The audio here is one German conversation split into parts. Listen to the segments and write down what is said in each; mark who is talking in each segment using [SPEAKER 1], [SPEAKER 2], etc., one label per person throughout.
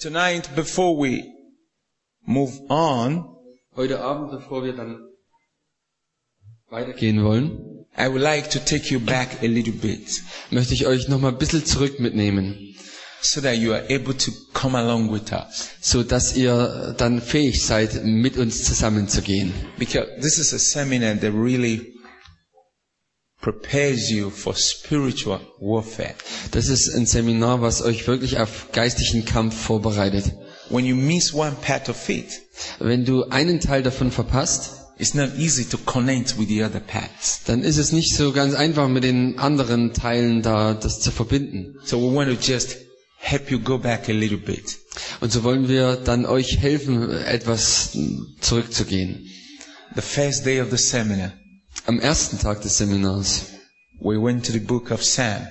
[SPEAKER 1] Tonight, before we move on,
[SPEAKER 2] Heute Abend, bevor wir dann weitergehen wollen,
[SPEAKER 1] I would like to take you back a little bit
[SPEAKER 2] möchte ich euch nochmal ein bisschen zurück mitnehmen,
[SPEAKER 1] so that you are able to come along with us.
[SPEAKER 2] so dass ihr dann fähig seid, mit uns zusammenzugehen.
[SPEAKER 1] Because this is a seminar that really prepares you for spiritual warfare.
[SPEAKER 2] Das ist ein Seminar, was euch wirklich auf geistlichen Kampf vorbereitet.
[SPEAKER 1] When you miss one part of it,
[SPEAKER 2] Wenn du einen Teil davon verpasst,
[SPEAKER 1] it's not easy to connect with the other parts.
[SPEAKER 2] dann ist es nicht so ganz einfach, mit den anderen Teilen da das zu verbinden.
[SPEAKER 1] So we want to just help you go back a little bit.
[SPEAKER 2] Und so wollen wir dann euch helfen, etwas zurückzugehen.
[SPEAKER 1] The first day of the seminar,
[SPEAKER 2] Am ersten Tag des Seminars
[SPEAKER 1] we went to the book of Psalm.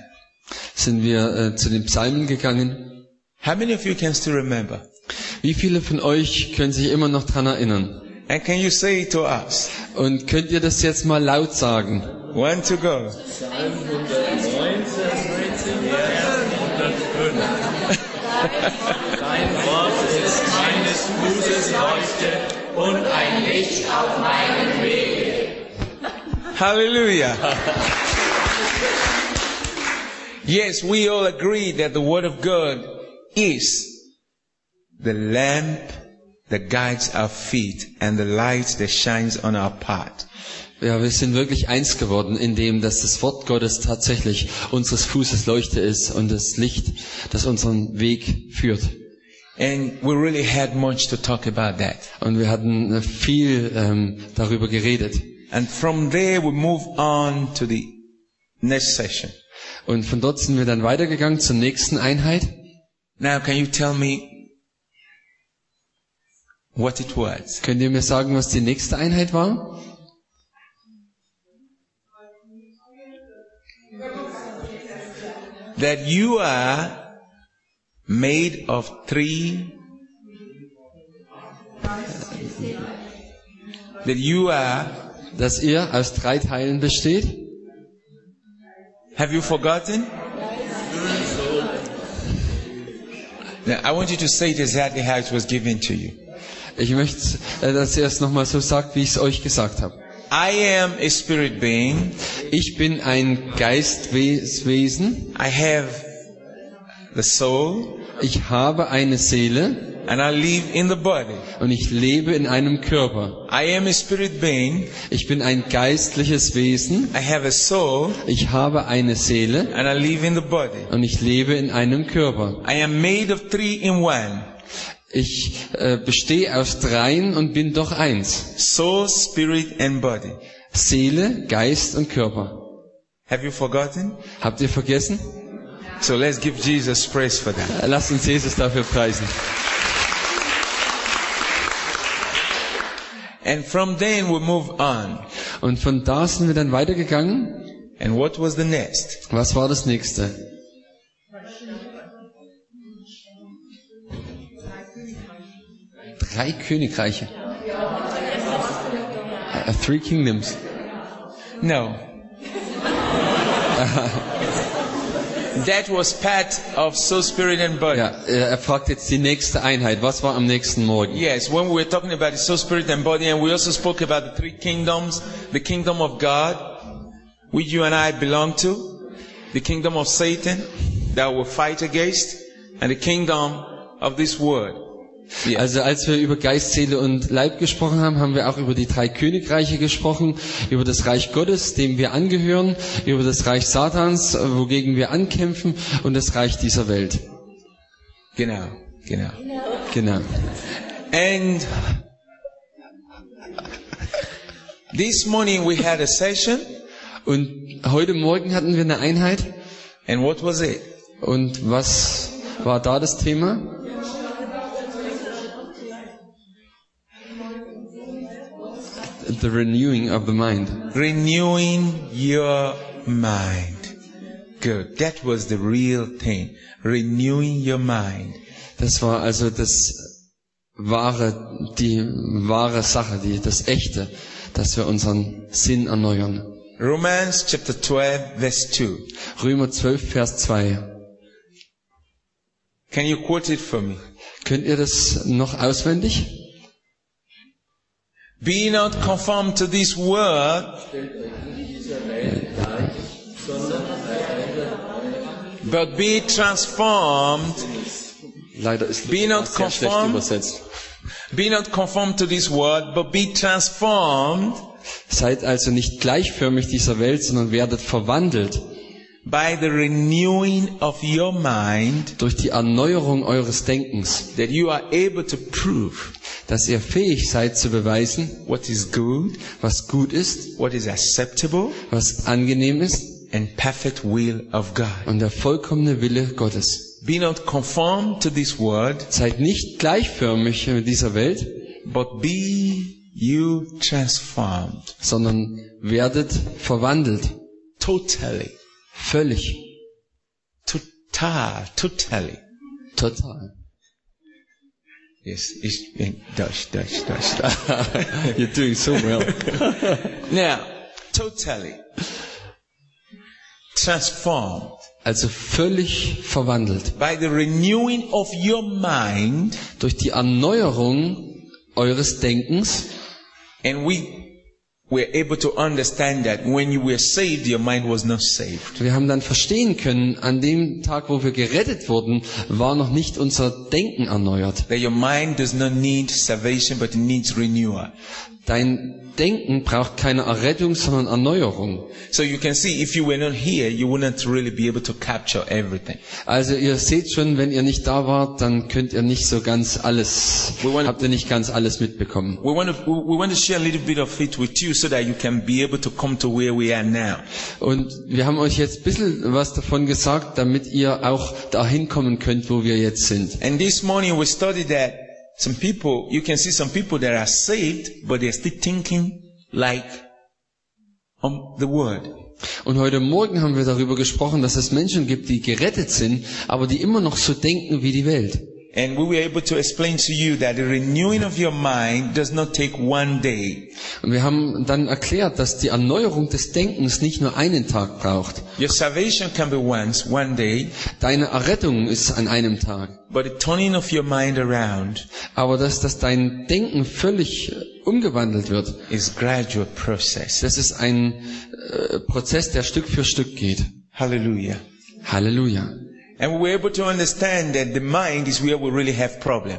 [SPEAKER 2] sind wir äh, zu den Psalmen gegangen.
[SPEAKER 1] How many of you can still remember?
[SPEAKER 2] Wie viele von euch können sich immer noch dran erinnern?
[SPEAKER 1] And can you say it to us?
[SPEAKER 2] Und könnt ihr das jetzt mal laut sagen?
[SPEAKER 1] One to go.
[SPEAKER 3] Dein Wort ist meines Fußes Leuchte und ein Licht auf meinem Weg.
[SPEAKER 1] Hallelujah. yes, we all agree that the Word of God is the lamp that guides our feet and the light that shines on our path.
[SPEAKER 2] Ja, wir sind wirklich eins geworden, indem dass das Wort Gottes tatsächlich unseres Fußes Leuchte ist und das Licht, das unseren Weg führt.
[SPEAKER 1] And we really had much to talk about that.
[SPEAKER 2] Und wir hatten äh, viel ähm, darüber geredet.
[SPEAKER 1] And from there we move on to the next session.
[SPEAKER 2] Und von dort sind wir dann weitergegangen zur nächsten Einheit.
[SPEAKER 1] Now can you tell me what it was?
[SPEAKER 2] Könnt ihr mir sagen, was die nächste Einheit war?
[SPEAKER 1] That you are made of three that you are
[SPEAKER 2] Dass ihr aus drei Teilen besteht?
[SPEAKER 1] have you forgotten? Now, I want you to say it exactly how it was given to you.
[SPEAKER 2] Ich möchte, äh, dass ihr es nochmal so sagt, wie ich es euch gesagt habe.
[SPEAKER 1] I am a spirit being.
[SPEAKER 2] Ich bin ein Geistwesen.
[SPEAKER 1] I have the soul
[SPEAKER 2] Ich habe eine Seele
[SPEAKER 1] and I live in the body.
[SPEAKER 2] und ich lebe in einem Körper.
[SPEAKER 1] I am a spirit being.
[SPEAKER 2] Ich bin ein geistliches Wesen.
[SPEAKER 1] I have a soul
[SPEAKER 2] Ich habe eine Seele
[SPEAKER 1] and I live in the body.
[SPEAKER 2] und ich lebe in einem Körper.
[SPEAKER 1] I am made of three in one.
[SPEAKER 2] Ich äh, bestehe aus dreien und bin doch eins.
[SPEAKER 1] Soul, spirit and body.
[SPEAKER 2] Seele, Geist und Körper.
[SPEAKER 1] Have you forgotten?
[SPEAKER 2] Habt ihr vergessen? Äh,
[SPEAKER 1] So let's give Jesus praise for that.
[SPEAKER 2] Lasst uns Jesus dafür preisen.
[SPEAKER 1] And from then we move on.
[SPEAKER 2] Und von da sind wir dann weitergegangen.
[SPEAKER 1] And what was the next?
[SPEAKER 2] Was war das nächste? Drei Königreiche. Äh, Three Kingdoms.
[SPEAKER 1] No. that was part of soul, spirit and body.
[SPEAKER 2] Ja, äh, er fragt jetzt die nächste Einheit. Was war am nächsten Morgen?
[SPEAKER 1] Yes, when we were talking about the soul, spirit and body and we also spoke about the three kingdoms, the kingdom of God, which you and I belong to, the kingdom of Satan that we fight against, and the kingdom of this world.
[SPEAKER 2] Also als wir über Geist, Seele und Leib gesprochen haben, haben wir auch über die drei Königreiche gesprochen, über das Reich Gottes, dem wir angehören, über das Reich Satans, äh, wogegen wir ankämpfen und das Reich dieser Welt.
[SPEAKER 1] Genau, genau.
[SPEAKER 2] Genau.
[SPEAKER 1] And this morning we had a session,
[SPEAKER 2] Und heute Morgen hatten wir eine Einheit.
[SPEAKER 1] and what was it?
[SPEAKER 2] Und was war da das Thema? The renewing of the mind.
[SPEAKER 1] Renewing your mind. Good. That was the real thing. Renewing your mind.
[SPEAKER 2] Das war also das wahre, die wahre Sache, die, das echte, dass wir unseren Sinn erneuern.
[SPEAKER 1] Romans chapter 12 verse 2.
[SPEAKER 2] Römer 12, Vers 2.
[SPEAKER 1] Can you quote it for me?
[SPEAKER 2] Könnt ihr das noch auswendig?
[SPEAKER 1] Be not conformed to this world, but be transformed.
[SPEAKER 4] Leider ist
[SPEAKER 1] Be not
[SPEAKER 4] das sehr schlecht
[SPEAKER 1] conformed.
[SPEAKER 4] übersetzt.
[SPEAKER 1] Be not conformed to this world, but be transformed
[SPEAKER 2] Seid also nicht gleichförmig dieser Welt, sondern werdet verwandelt
[SPEAKER 1] by the renewing of your mind,
[SPEAKER 2] durch die Erneuerung eures Denkens,
[SPEAKER 1] that you are able to prove
[SPEAKER 2] dass ihr fähig seid zu beweisen,
[SPEAKER 1] what is good,
[SPEAKER 2] was gut ist,
[SPEAKER 1] what is acceptable,
[SPEAKER 2] was angenehm ist
[SPEAKER 1] and perfect will of God.
[SPEAKER 2] und der vollkommene Wille Gottes.
[SPEAKER 1] Be not conformed to this world,
[SPEAKER 2] Seid nicht gleichförmig mit dieser Welt,
[SPEAKER 1] but be you transformed
[SPEAKER 2] sondern werdet verwandelt,
[SPEAKER 1] totally,
[SPEAKER 2] völlig,
[SPEAKER 1] total, totally.
[SPEAKER 2] total.
[SPEAKER 1] Yes, it's in Dutch, Dutch, Dutch, Dutch.
[SPEAKER 2] You're doing so well.
[SPEAKER 1] now, totally transformed
[SPEAKER 2] Also völlig verwandelt
[SPEAKER 1] by the renewing of your mind,
[SPEAKER 2] durch die Erneuerung eures Denkens
[SPEAKER 1] and we were able to understand that when you were saved, your mind was not saved.
[SPEAKER 2] Wir haben dann verstehen können, an dem Tag, wo wir gerettet wurden, war noch nicht unser Denken erneuert.
[SPEAKER 1] That your mind does not need salvation, but it needs renewal.
[SPEAKER 2] Dein Denken braucht keine Errettung, sondern Erneuerung.
[SPEAKER 1] So you can see, if you were not here, you wouldn't really be able to capture everything.
[SPEAKER 2] Also ihr seht schon, wenn ihr nicht da wart, dann könnt ihr nicht so ganz alles,
[SPEAKER 1] We wanna-
[SPEAKER 2] habt ihr nicht ganz alles mitbekommen.
[SPEAKER 1] We want to we want to share a little bit of it with you so that you can be able to come to where we are now.
[SPEAKER 2] Und wir haben euch jetzt ein bisschen was davon gesagt, damit ihr auch dahin kommen könnt, wo wir jetzt sind.
[SPEAKER 1] And this morning we studied that some people, you can see some people that are saved, but they're still thinking like um, the word.
[SPEAKER 2] Und heute Morgen haben wir darüber gesprochen, dass es Menschen gibt, die gerettet sind, aber die immer noch so denken wie die Welt.
[SPEAKER 1] And we were able to explain to you that the renewing of your mind does not take one day.
[SPEAKER 2] Und wir haben dann erklärt, dass die Erneuerung des Denkens nicht nur einen Tag braucht.
[SPEAKER 1] Your salvation can be once, one day,
[SPEAKER 2] Deine Errettung ist an einem Tag.
[SPEAKER 1] but the turning of your mind around
[SPEAKER 2] Aber dass, dass dein Denken völlig äh, umgewandelt wird,
[SPEAKER 1] is gradual process.
[SPEAKER 2] das ist ein äh, Prozess, der Stück für Stück geht.
[SPEAKER 1] Hallelujah.
[SPEAKER 2] Halleluja.
[SPEAKER 1] And we were able to understand that the mind is where we really have problem.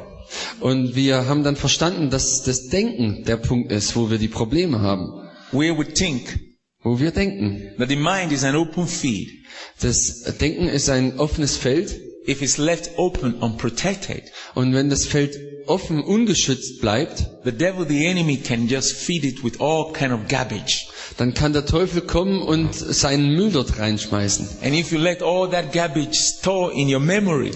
[SPEAKER 2] Und wir haben dann verstanden, dass das Denken der Punkt ist, wo wir die Probleme haben.
[SPEAKER 1] Where we think
[SPEAKER 2] Wo wir denken.
[SPEAKER 1] that the mind is an open field.
[SPEAKER 2] Das Denken ist ein offenes Feld.
[SPEAKER 1] If it's left open, unprotected,
[SPEAKER 2] Und wenn das Feld offen, ungeschützt bleibt,
[SPEAKER 1] the devil, the enemy, can just feed it with all kind of garbage.
[SPEAKER 2] dann kann der Teufel kommen und seinen Müll dort reinschmeißen.
[SPEAKER 1] And if you let all that garbage store in your memory,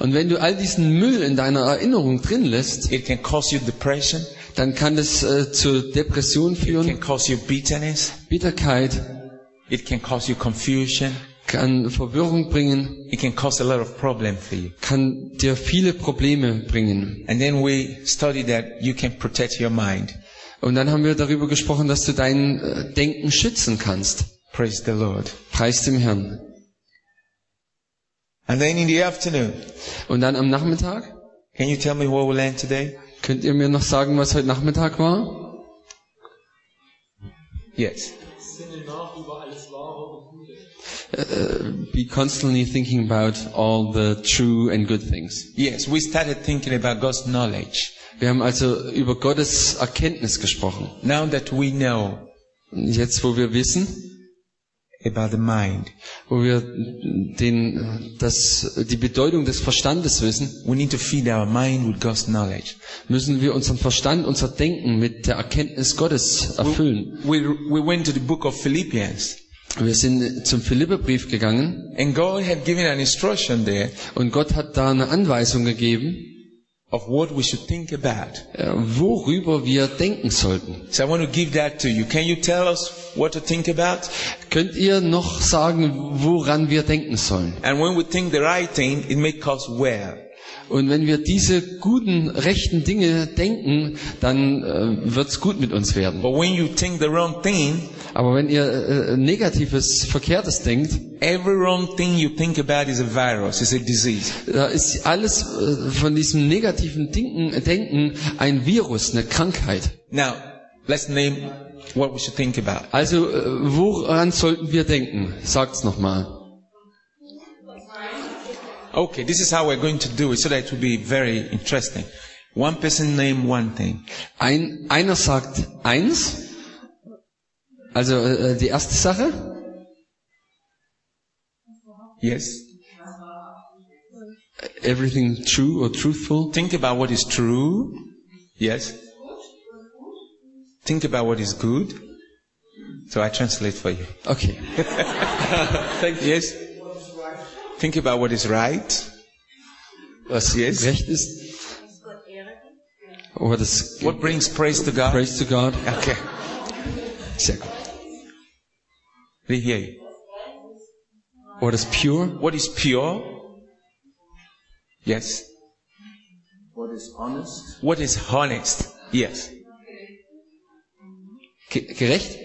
[SPEAKER 2] Und wenn du all diesen Müll in deiner Erinnerung drin lässt,
[SPEAKER 1] it can cause you depression,
[SPEAKER 2] dann kann das äh, zu Depression
[SPEAKER 1] it can
[SPEAKER 2] führen,
[SPEAKER 1] cause you bitterness,
[SPEAKER 2] Bitterkeit,
[SPEAKER 1] it can cause you confusion,
[SPEAKER 2] kann Verwirrung bringen,
[SPEAKER 1] it can cause a lot of problem for you.
[SPEAKER 2] kann dir viele Probleme bringen.
[SPEAKER 1] And then we study that you can protect your mind.
[SPEAKER 2] Und dann haben wir darüber gesprochen, dass du dein äh, Denken schützen kannst.
[SPEAKER 1] Praise the Lord.
[SPEAKER 2] Preis dem Herrn.
[SPEAKER 1] And then in the afternoon,
[SPEAKER 2] Und dann am Nachmittag,
[SPEAKER 1] can you tell me what we learned today?
[SPEAKER 2] könnt ihr mir noch sagen, was heute Nachmittag war?
[SPEAKER 1] Yes.
[SPEAKER 2] Be constantly thinking about all the true and good things.
[SPEAKER 1] Yes, we started thinking about God's knowledge.
[SPEAKER 2] Wir haben also über Gottes Erkenntnis gesprochen.
[SPEAKER 1] Now that we know
[SPEAKER 2] Jetzt, wo wir wissen,
[SPEAKER 1] about the mind,
[SPEAKER 2] wo wir den, das, die Bedeutung des Verstandes wissen,
[SPEAKER 1] we need to feed our mind with God's knowledge.
[SPEAKER 2] müssen wir unseren Verstand, unser Denken mit der Erkenntnis Gottes erfüllen.
[SPEAKER 1] We, we went to the book of Philippians,
[SPEAKER 2] Wir sind zum Philipperbrief gegangen
[SPEAKER 1] and God had given an instruction there
[SPEAKER 2] und Gott hat da eine Anweisung gegeben,
[SPEAKER 1] of what we should think about.
[SPEAKER 2] äh, worüber wir denken sollten.
[SPEAKER 1] So I want to give that to you. Can you tell us what to think about?
[SPEAKER 2] Könnt ihr noch sagen, woran wir denken sollen?
[SPEAKER 1] And when we think the right thing, it may cause well.
[SPEAKER 2] Und wenn wir diese guten, rechten Dinge denken, dann äh, wird's gut mit uns werden.
[SPEAKER 1] But when you think the wrong thing,
[SPEAKER 2] Aber wenn ihr äh, Negatives, Verkehrtes denkt,
[SPEAKER 1] every wrong thing you think about is a virus, it's a disease.
[SPEAKER 2] da ist alles äh, von diesem negativen Denken, Denken ein Virus, eine Krankheit.
[SPEAKER 1] Now, let's name what we should think about.
[SPEAKER 2] Also äh, woran sollten wir denken? Sagt's nochmal.
[SPEAKER 1] Okay, this is how we're going to do it so that it will be very interesting. One person name one thing.
[SPEAKER 2] Ein, einer sagt eins, also äh, die erste Sache.
[SPEAKER 1] Yes?
[SPEAKER 2] Everything true or truthful.
[SPEAKER 1] Think about what is true. Yes? Think about what is good. So I translate for you.
[SPEAKER 2] Okay.
[SPEAKER 1] Thank you. Yes? Think about what is right.
[SPEAKER 2] Was
[SPEAKER 1] Yes.
[SPEAKER 2] recht ist. Oh, das
[SPEAKER 1] What brings praise to God.
[SPEAKER 2] Praise to God.
[SPEAKER 1] Okay.
[SPEAKER 2] Sehr gut.
[SPEAKER 1] They hear you.
[SPEAKER 2] What is Oh, pure?
[SPEAKER 1] What is pure? Yes.
[SPEAKER 4] What is honest?
[SPEAKER 1] What is honest? Yes.
[SPEAKER 2] Ge gerecht?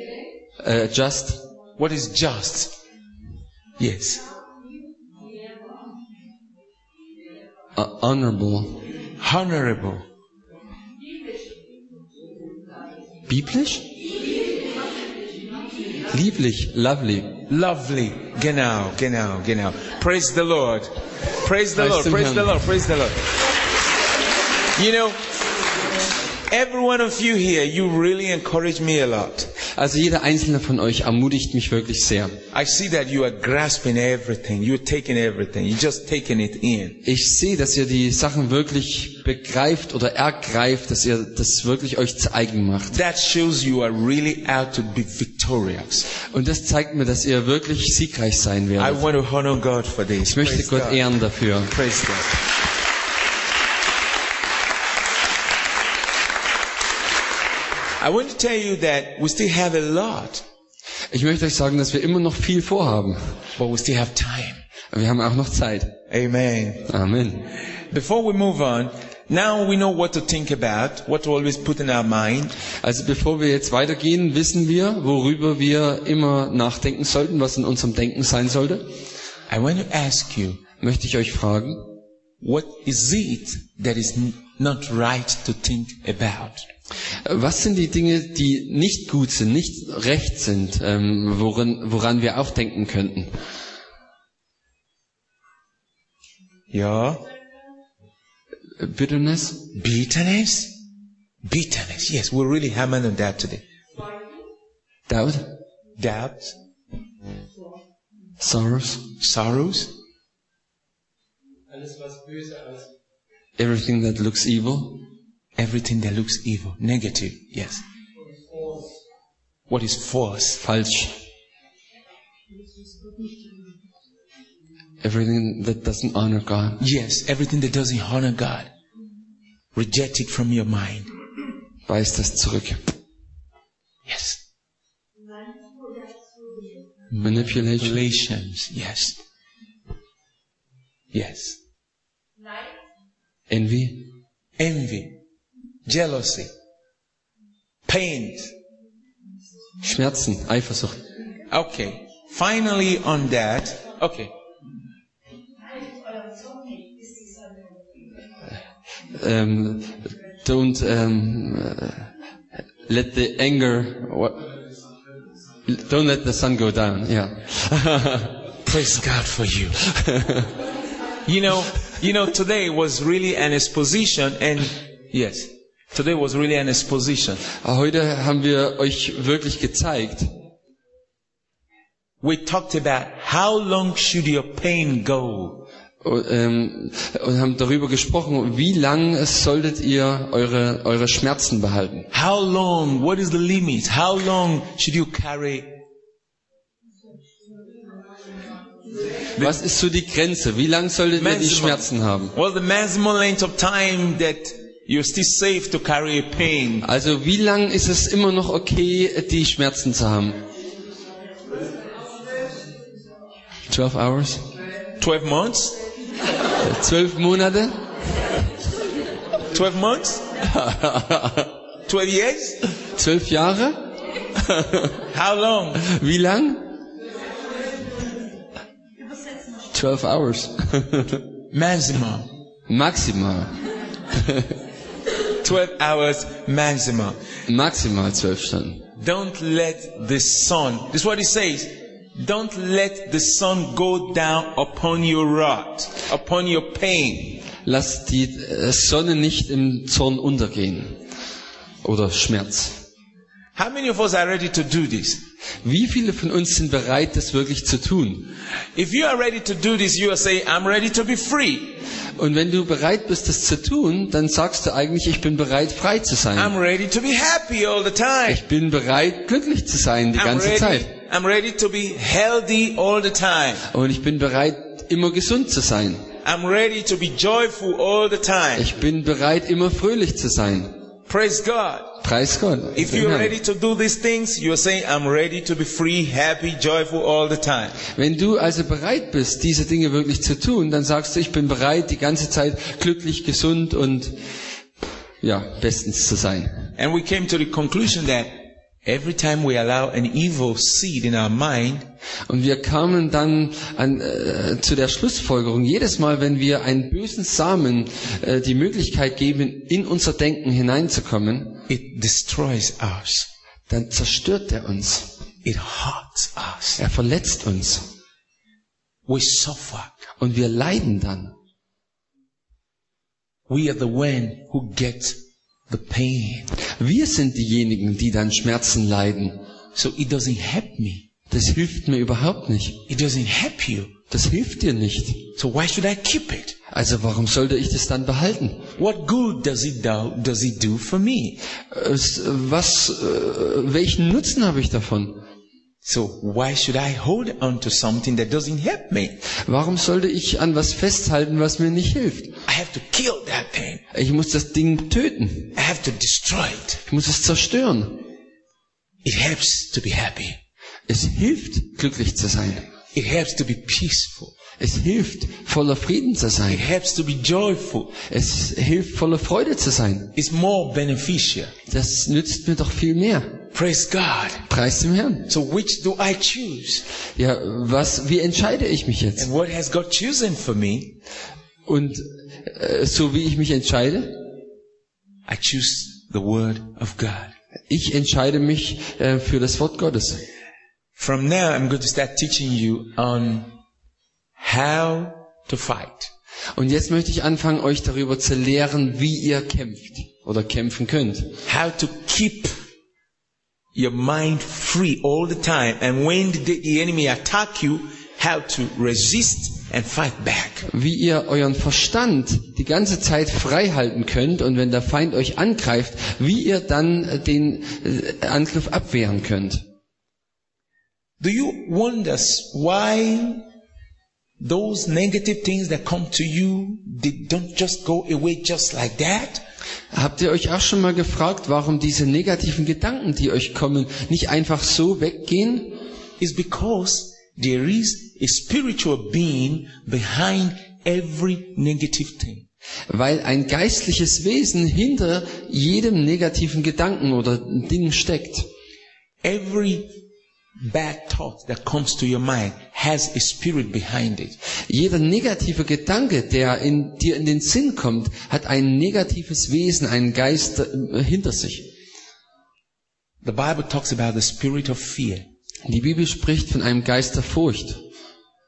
[SPEAKER 2] Äh, just.
[SPEAKER 1] What is just? Yes.
[SPEAKER 2] Uh, honorable.
[SPEAKER 1] Honorable.
[SPEAKER 2] Biblisch? Lieblich. Lovely.
[SPEAKER 1] Lovely. Genau, genau, genau. Praise the Lord. Praise the
[SPEAKER 2] Praise
[SPEAKER 1] Lord.
[SPEAKER 2] the
[SPEAKER 1] Praise the
[SPEAKER 2] Lord.
[SPEAKER 1] Lord. Praise the Lord. You know, every one of you here, you really encourage me a lot.
[SPEAKER 2] Also jeder einzelne von euch ermutigt mich wirklich sehr.
[SPEAKER 1] I see that you are grasping everything. You're taking everything. You're just taking it in.
[SPEAKER 2] Ich sehe, dass ihr die Sachen wirklich begreift oder ergreift, dass ihr das wirklich euch zu eigen macht.
[SPEAKER 1] That shows you are really out to be victorious.
[SPEAKER 2] Und das zeigt mir, dass ihr wirklich siegreich sein
[SPEAKER 1] I
[SPEAKER 2] werdet.
[SPEAKER 1] want to honor God for this.
[SPEAKER 2] Ich möchte
[SPEAKER 1] Praise
[SPEAKER 2] Gott
[SPEAKER 1] God.
[SPEAKER 2] ehren dafür.
[SPEAKER 1] Praise God. I want to tell you that we still have a lot,
[SPEAKER 2] Ich möchte euch sagen, dass wir immer noch viel vorhaben.
[SPEAKER 1] but we still have time.
[SPEAKER 2] Wir haben auch noch Zeit.
[SPEAKER 1] Amen.
[SPEAKER 2] Amen.
[SPEAKER 1] Before we move on, now we know what to think about, what to always put in our mind.
[SPEAKER 2] Also bevor wir jetzt weitergehen, wissen wir, worüber wir immer nachdenken sollten, was in unserem Denken sein sollte.
[SPEAKER 1] I want to ask you,
[SPEAKER 2] Möchte ich euch fragen,
[SPEAKER 1] what is it that is n- not right to think about?
[SPEAKER 2] was sind die Dinge, die nicht gut sind, nicht recht sind, ähm, worin, woran wir auch denken könnten?
[SPEAKER 1] Yeah.
[SPEAKER 2] Bitterness,
[SPEAKER 1] Bitterness? Bitterness. Yes, we're really hammering on that today.
[SPEAKER 2] Doubt,
[SPEAKER 1] Doubts,
[SPEAKER 2] Sorrows,
[SPEAKER 1] sorrows,
[SPEAKER 2] everything that looks evil,
[SPEAKER 1] Everything that looks evil, negative, yes. What is false?
[SPEAKER 2] falsch. Everything that doesn't honor God.
[SPEAKER 1] Yes, everything that doesn't honor God. Reject it from your mind.
[SPEAKER 2] Weist das zurück.
[SPEAKER 1] Yes.
[SPEAKER 2] Manipulation.
[SPEAKER 1] Relations, yes. Yes.
[SPEAKER 2] Envy.
[SPEAKER 1] Envy, jealousy, pain.
[SPEAKER 2] Schmerzen. Eifersucht.
[SPEAKER 1] Okay. Finally on that. Okay.
[SPEAKER 2] Ähm, don't ähm, äh, let the anger. what- Don't let the sun go down. Ja.
[SPEAKER 1] Praise God for you. you know, you know, today was really an exposition and yes, today was really an exposition.
[SPEAKER 2] Heute haben wir euch wirklich gezeigt.
[SPEAKER 1] We talked about how long should your pain go?
[SPEAKER 2] oh, ähm, Und haben darüber gesprochen, wie lange solltet ihr eure, eure Schmerzen behalten?
[SPEAKER 1] How long? What is the limit? How long should you carry?
[SPEAKER 2] Was ist so die Grenze? Wie lange solltet ihr die
[SPEAKER 1] Maximum.
[SPEAKER 2] Schmerzen haben?
[SPEAKER 1] What's the maximum length of time that you're still safe to carry a pain?
[SPEAKER 2] Also wie lang ist es immer noch okay, die Schmerzen zu haben? 12 hours?
[SPEAKER 1] 12 months?
[SPEAKER 2] 12 Monate?
[SPEAKER 1] 12 months? 12 years?
[SPEAKER 2] Zwölf Jahre?
[SPEAKER 1] How long?
[SPEAKER 2] Wie lang? Twelve hours.
[SPEAKER 1] Maximum.
[SPEAKER 2] maximal.
[SPEAKER 1] 12 hours maximum.
[SPEAKER 2] Maximal zwölf Stunden.
[SPEAKER 1] Don't let the sun, this is what he says. Don't let the sun go down upon your rot, upon your pain.
[SPEAKER 2] Lasst die äh, Sonne nicht im Zorn untergehen. Oder Schmerz.
[SPEAKER 1] How many of us are ready to do this?
[SPEAKER 2] Wie viele von uns sind bereit, das wirklich zu tun?
[SPEAKER 1] If you are ready to do this, you are saying, I'm ready to be free.
[SPEAKER 2] Und wenn du bereit bist, das zu tun, dann sagst du eigentlich, ich bin bereit, frei zu sein.
[SPEAKER 1] I'm ready to be happy all the time.
[SPEAKER 2] Ich bin bereit, glücklich zu sein die
[SPEAKER 1] I'm
[SPEAKER 2] ganze
[SPEAKER 1] ready,
[SPEAKER 2] Zeit.
[SPEAKER 1] I'm ready to be healthy all the time.
[SPEAKER 2] Und ich bin bereit, immer gesund zu sein.
[SPEAKER 1] I'm ready to be joyful all the time.
[SPEAKER 2] Ich bin bereit, immer fröhlich zu sein.
[SPEAKER 1] Praise God.
[SPEAKER 2] Preis Gott.
[SPEAKER 1] If you're ready to do these things, you're saying, I'm ready to be free, happy, joyful all the time.
[SPEAKER 2] Wenn du also bereit bist, diese Dinge wirklich zu tun, dann sagst du, ich bin bereit, die ganze Zeit glücklich, gesund und ja, bestens zu sein.
[SPEAKER 1] And we came to the conclusion that every time we allow an evil seed in our mind,
[SPEAKER 2] Und wir kamen dann an, äh, zu der Schlussfolgerung, jedes Mal, wenn wir einen bösen Samen äh, die Möglichkeit geben, in unser Denken hineinzukommen,
[SPEAKER 1] it destroys us.
[SPEAKER 2] dann zerstört er uns.
[SPEAKER 1] It hurts us.
[SPEAKER 2] Er verletzt uns.
[SPEAKER 1] We suffer.
[SPEAKER 2] Und wir leiden dann.
[SPEAKER 1] We are the one who gets the pain.
[SPEAKER 2] Wir sind diejenigen, die dann Schmerzen leiden.
[SPEAKER 1] So it doesn't help me.
[SPEAKER 2] Das hilft mir überhaupt nicht.
[SPEAKER 1] It doesn't help you.
[SPEAKER 2] Das hilft dir nicht.
[SPEAKER 1] So why should I keep it?
[SPEAKER 2] Also warum sollte ich das dann behalten?
[SPEAKER 1] What good does it do, does it do for me?
[SPEAKER 2] Es- Was, äh, welchen Nutzen habe ich davon?
[SPEAKER 1] So why should I hold on to something that doesn't help me?
[SPEAKER 2] Warum sollte ich an was festhalten, was mir nicht hilft?
[SPEAKER 1] I have to kill that thing.
[SPEAKER 2] Ich muss das Ding töten.
[SPEAKER 1] I have to destroy it.
[SPEAKER 2] Ich muss es zerstören.
[SPEAKER 1] It helps to be happy.
[SPEAKER 2] Es hilft, glücklich zu sein.
[SPEAKER 1] It helps to be peaceful.
[SPEAKER 2] Es hilft, voller Frieden zu
[SPEAKER 1] It
[SPEAKER 2] sein.
[SPEAKER 1] helps to be joyful.
[SPEAKER 2] Es hilft, voller Freude zu sein.
[SPEAKER 1] It's more beneficial.
[SPEAKER 2] Das nützt mir doch viel mehr.
[SPEAKER 1] Praise God.
[SPEAKER 2] Preis dem Herrn.
[SPEAKER 1] So which do I choose?
[SPEAKER 2] Ja, was, wie entscheide ich mich jetzt?
[SPEAKER 1] And what has God chosen for me?
[SPEAKER 2] Und äh, so wie ich mich entscheide,
[SPEAKER 1] I choose the word of God.
[SPEAKER 2] ich entscheide mich äh, für das Wort Gottes.
[SPEAKER 1] From now, I'm going to start teaching you on how to fight.
[SPEAKER 2] Und jetzt möchte ich anfangen, euch darüber zu lehren, wie ihr kämpft oder kämpfen könnt.
[SPEAKER 1] How to keep your mind free all the time. And when the, the enemy attack you, how to resist and fight back.
[SPEAKER 2] Wie ihr euren Verstand die ganze Zeit frei halten könnt und wenn der Feind euch angreift, wie ihr dann äh, den äh, Angriff abwehren könnt.
[SPEAKER 1] Do you wonder why those negative things that come to you, they don't just go away just like that?
[SPEAKER 2] Habt ihr euch auch schon mal gefragt, warum diese negativen Gedanken, die euch kommen, nicht einfach so weggehen?
[SPEAKER 1] It's because there is a spiritual being behind every negative thing.
[SPEAKER 2] Weil ein geistliches Wesen hinter jedem negativen Gedanken oder Ding steckt.
[SPEAKER 1] Every bad thought that comes to your mind has a spirit behind it.
[SPEAKER 2] Jeder negative Gedanke, der in dir in den Sinn kommt, hat ein negatives Wesen, einen Geist äh, hinter sich.
[SPEAKER 1] The Bible talks about the spirit of fear.
[SPEAKER 2] Die Bibel spricht von einem Geist der Furcht.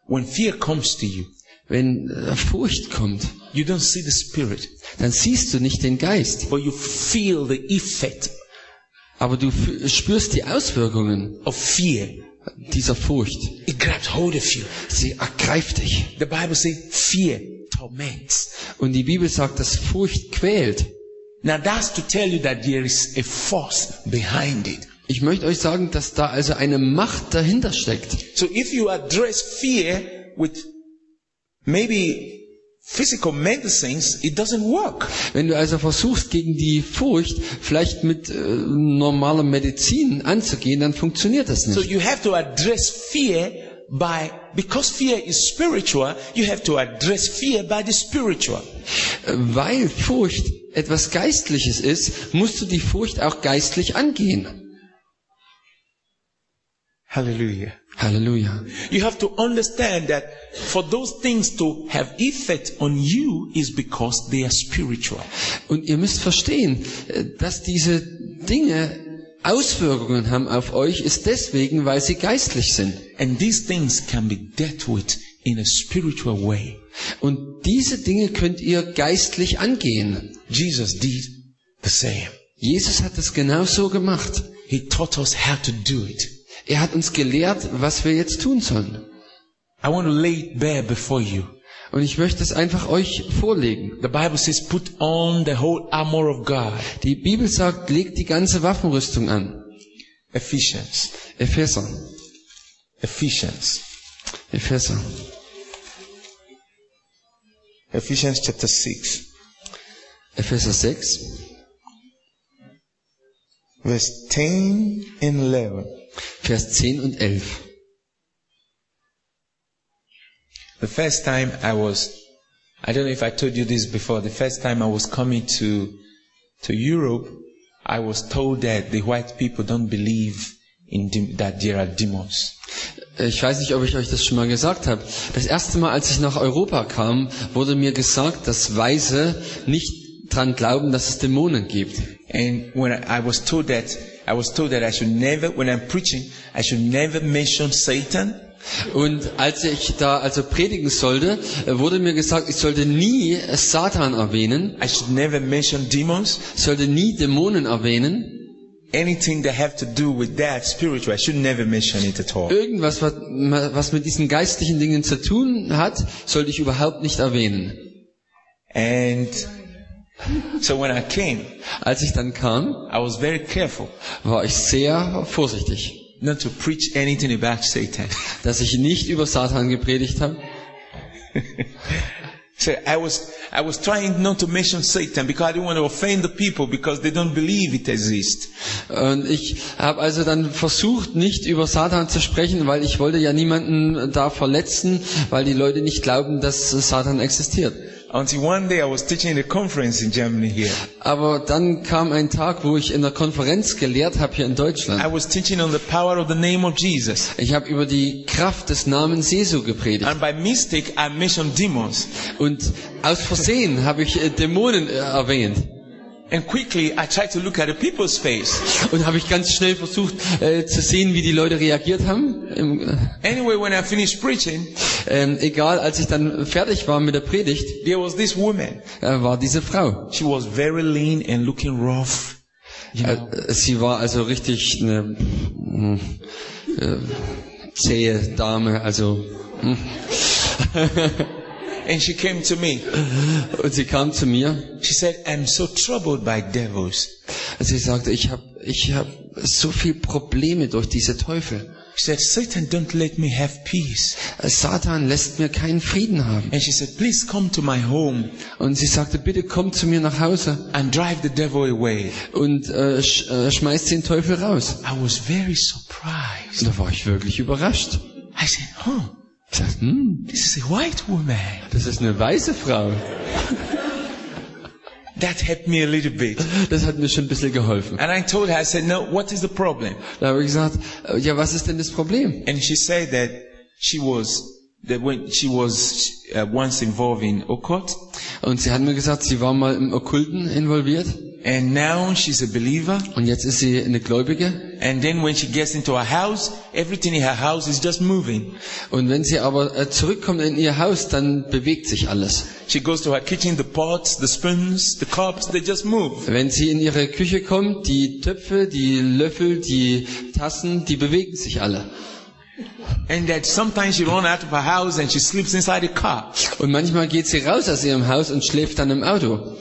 [SPEAKER 1] When fear comes to you,
[SPEAKER 2] Wenn äh, Furcht kommt,
[SPEAKER 1] you don't see the spirit,
[SPEAKER 2] dann siehst du nicht den Geist,
[SPEAKER 1] but you feel the effect
[SPEAKER 2] aber du f- spürst die Auswirkungen
[SPEAKER 1] of fear.
[SPEAKER 2] dieser Furcht.
[SPEAKER 1] It grabs hold of you.
[SPEAKER 2] Sie ergreift dich.
[SPEAKER 1] The Bible says fear torments.
[SPEAKER 2] Und die Bibel sagt, dass Furcht quält.
[SPEAKER 1] Now that's to tell you that there is a force behind it.
[SPEAKER 2] Ich möchte euch sagen, dass da also eine Macht dahinter steckt.
[SPEAKER 1] So if you address fear with maybe physical medicines, it doesn't work.
[SPEAKER 2] Wenn du also versuchst, gegen die Furcht vielleicht mit äh, normaler Medizin anzugehen, dann funktioniert das
[SPEAKER 1] So
[SPEAKER 2] nicht.
[SPEAKER 1] you have to address fear by, because fear is spiritual, you have to address fear by the spiritual.
[SPEAKER 2] Äh, Weil Furcht etwas Geistliches ist, musst du die Furcht auch geistlich angehen.
[SPEAKER 1] Hallelujah.
[SPEAKER 2] Halleluja.
[SPEAKER 1] You have to understand that for those things to have effect on you is because they are spiritual.
[SPEAKER 2] Und ihr müsst verstehen, äh, dass diese Dinge Auswirkungen haben auf euch, ist deswegen, weil sie geistlich sind.
[SPEAKER 1] And these things can be dealt with in a spiritual way.
[SPEAKER 2] Und diese Dinge könnt ihr geistlich angehen.
[SPEAKER 1] Jesus did the same.
[SPEAKER 2] Jesus hat es genau so gemacht.
[SPEAKER 1] He taught us how to do it.
[SPEAKER 2] Er hat uns gelehrt, was wir jetzt tun sollen.
[SPEAKER 1] I want to lay it bare before you.
[SPEAKER 2] Und ich möchte es einfach euch vorlegen.
[SPEAKER 1] The Bible says, put on the whole armor of God.
[SPEAKER 2] Die Bibel sagt, legt die ganze Waffenrüstung an.
[SPEAKER 1] Ephesians.
[SPEAKER 2] Epheser.
[SPEAKER 1] Ephesians.
[SPEAKER 2] Epheser.
[SPEAKER 1] Ephesians chapter 6,
[SPEAKER 2] Epheser 6,
[SPEAKER 1] verse 10 and 11.
[SPEAKER 2] Vers 10 und 11.
[SPEAKER 1] The first time I was, I don't know if I told you this before, the first time I was coming to, to Europe, I was told that the white people don't believe in dem- that there are demons.
[SPEAKER 2] Äh, Ich weiß nicht, ob ich euch das schon mal gesagt habe. Das erste Mal, als ich nach Europa kam, wurde mir gesagt, dass Weise nicht dran glauben, dass es Dämonen gibt.
[SPEAKER 1] And when I I was told that, I was told that I should never, when I'm preaching, I should never mention Satan.
[SPEAKER 2] Und als ich da also predigen sollte, äh, wurde mir gesagt, ich sollte nie Satan erwähnen,
[SPEAKER 1] I should never mention demons.
[SPEAKER 2] sollte nie Dämonen erwähnen.
[SPEAKER 1] Anything that have to do with that spiritual, I should never mention it at all.
[SPEAKER 2] Irgendwas, was, was mit diesen geistlichen Dingen zu tun hat, sollte ich überhaupt nicht erwähnen.
[SPEAKER 1] And so when I came,
[SPEAKER 2] Als ich dann kam,
[SPEAKER 1] I was very careful
[SPEAKER 2] war ich sehr vorsichtig,
[SPEAKER 1] not to preach anything about Satan.
[SPEAKER 2] dass ich nicht über Satan gepredigt habe.
[SPEAKER 1] So I was, I was trying not to mention Satan because I didn't want to offend the people because they don't believe it exists.
[SPEAKER 2] Und ich habe also dann versucht, nicht über Satan zu sprechen, weil ich wollte ja niemanden da verletzen, weil die Leute nicht glauben, dass Satan existiert.
[SPEAKER 1] Until one day I was teaching in a conference in Germany here.
[SPEAKER 2] Aber dann kam ein Tag, wo ich in der Konferenz gelehrt habe hier in
[SPEAKER 1] I
[SPEAKER 2] Deutschland.
[SPEAKER 1] was teaching on the power of the name of Jesus.
[SPEAKER 2] Ich habe über die Kraft des Namens Jesu gepredigt.
[SPEAKER 1] And by mistake I mentioned demons.
[SPEAKER 2] Und aus Versehen habe ich äh, Dämonen äh, erwähnt.
[SPEAKER 1] And quickly I tried to look at the people's face.
[SPEAKER 2] Und habe ich ganz schnell versucht äh, zu sehen, wie die Leute reagiert haben. Im,
[SPEAKER 1] Anyway, when I finished preaching,
[SPEAKER 2] ähm, egal, als ich dann fertig war mit der Predigt,
[SPEAKER 1] there was this woman.
[SPEAKER 2] äh, war diese Frau.
[SPEAKER 1] She was very lean and looking rough. You know,
[SPEAKER 2] Äh, Sie war also richtig eine mh, äh, zähe Dame, also. mh.
[SPEAKER 1] and she came to me.
[SPEAKER 2] Und sie kam zu mir.
[SPEAKER 1] She said, I'm so troubled by devils.
[SPEAKER 2] Sie sagte, ich habe ich hab so viel Probleme durch diese Teufel.
[SPEAKER 1] She said, Satan, don't let me have peace.
[SPEAKER 2] Äh, Satan lässt mir keinen Frieden haben.
[SPEAKER 1] And she said, please come to my home
[SPEAKER 2] Und sie sagte, bitte komm zu mir nach Hause
[SPEAKER 1] and drive the devil away.
[SPEAKER 2] und äh, sch, äh, schmeiß den Teufel raus.
[SPEAKER 1] I was very surprised.
[SPEAKER 2] Und da war ich wirklich überrascht.
[SPEAKER 1] I said, huh,
[SPEAKER 2] Ich dachte, hm,
[SPEAKER 1] this is a white woman.
[SPEAKER 2] das ist eine weiße Frau.
[SPEAKER 1] That helped me a little bit.
[SPEAKER 2] Das hat mir schon ein bisschen geholfen.
[SPEAKER 1] And I told her, I said, no, what is the problem?
[SPEAKER 2] Da habe ich gesagt, äh, ja, was ist denn das Problem?
[SPEAKER 1] And she said that she was, that when she was uh, once involved in occult
[SPEAKER 2] Und sie hat mir gesagt, sie war mal im Okkulten involviert
[SPEAKER 1] and now she's a believer.
[SPEAKER 2] und jetzt ist sie eine Gläubige.
[SPEAKER 1] And then when she gets into her house, everything in her house is just moving.
[SPEAKER 2] Und wenn sie aber äh, zurückkommt in ihr Haus, dann bewegt sich alles.
[SPEAKER 1] She goes to her kitchen, the pots, the spoons, the cups, they just move.
[SPEAKER 2] Wenn sie in ihre Küche kommt, die Töpfe, die Löffel, die Tassen, die bewegen sich alle.
[SPEAKER 1] And that sometimes she runs out of her house and she sleeps inside a car.
[SPEAKER 2] Und manchmal geht sie raus aus ihrem Haus und schläft dann im Auto.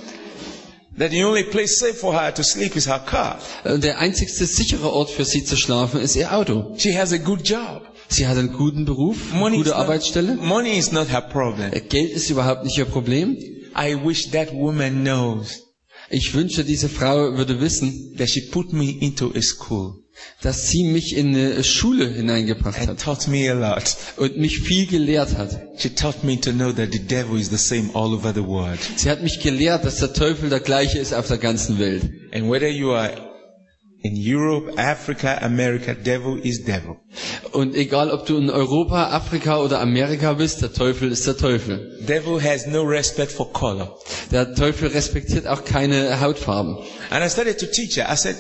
[SPEAKER 1] That the only place safe for her to sleep is her car.
[SPEAKER 2] Und der einzigste sichere Ort für sie zu schlafen ist ihr Auto.
[SPEAKER 1] She has a good job.
[SPEAKER 2] Sie hat einen guten Beruf, eine
[SPEAKER 1] is
[SPEAKER 2] gute
[SPEAKER 1] not,
[SPEAKER 2] Arbeitsstelle.
[SPEAKER 1] money is not her problem.
[SPEAKER 2] Äh, Geld ist überhaupt nicht ihr Problem.
[SPEAKER 1] I wish that woman knows
[SPEAKER 2] Ich wünsche, diese Frau würde wissen,
[SPEAKER 1] that she put me into a school.
[SPEAKER 2] dass sie mich in eine Schule hineingebracht
[SPEAKER 1] and
[SPEAKER 2] hat
[SPEAKER 1] taught me a lot.
[SPEAKER 2] und mich viel gelehrt hat.
[SPEAKER 1] She taught me to know that the devil is the same all over the world.
[SPEAKER 2] Sie hat mich gelehrt, dass der Teufel der gleiche ist auf der ganzen Welt.
[SPEAKER 1] And whether you are in Europe, Africa, America, devil is devil.
[SPEAKER 2] Und egal, ob du in Europa, Afrika oder Amerika bist, der Teufel ist der Teufel.
[SPEAKER 1] Devil has no respect for color.
[SPEAKER 2] Der Teufel respektiert auch keine Hautfarben.
[SPEAKER 1] And I started to teach her. I said,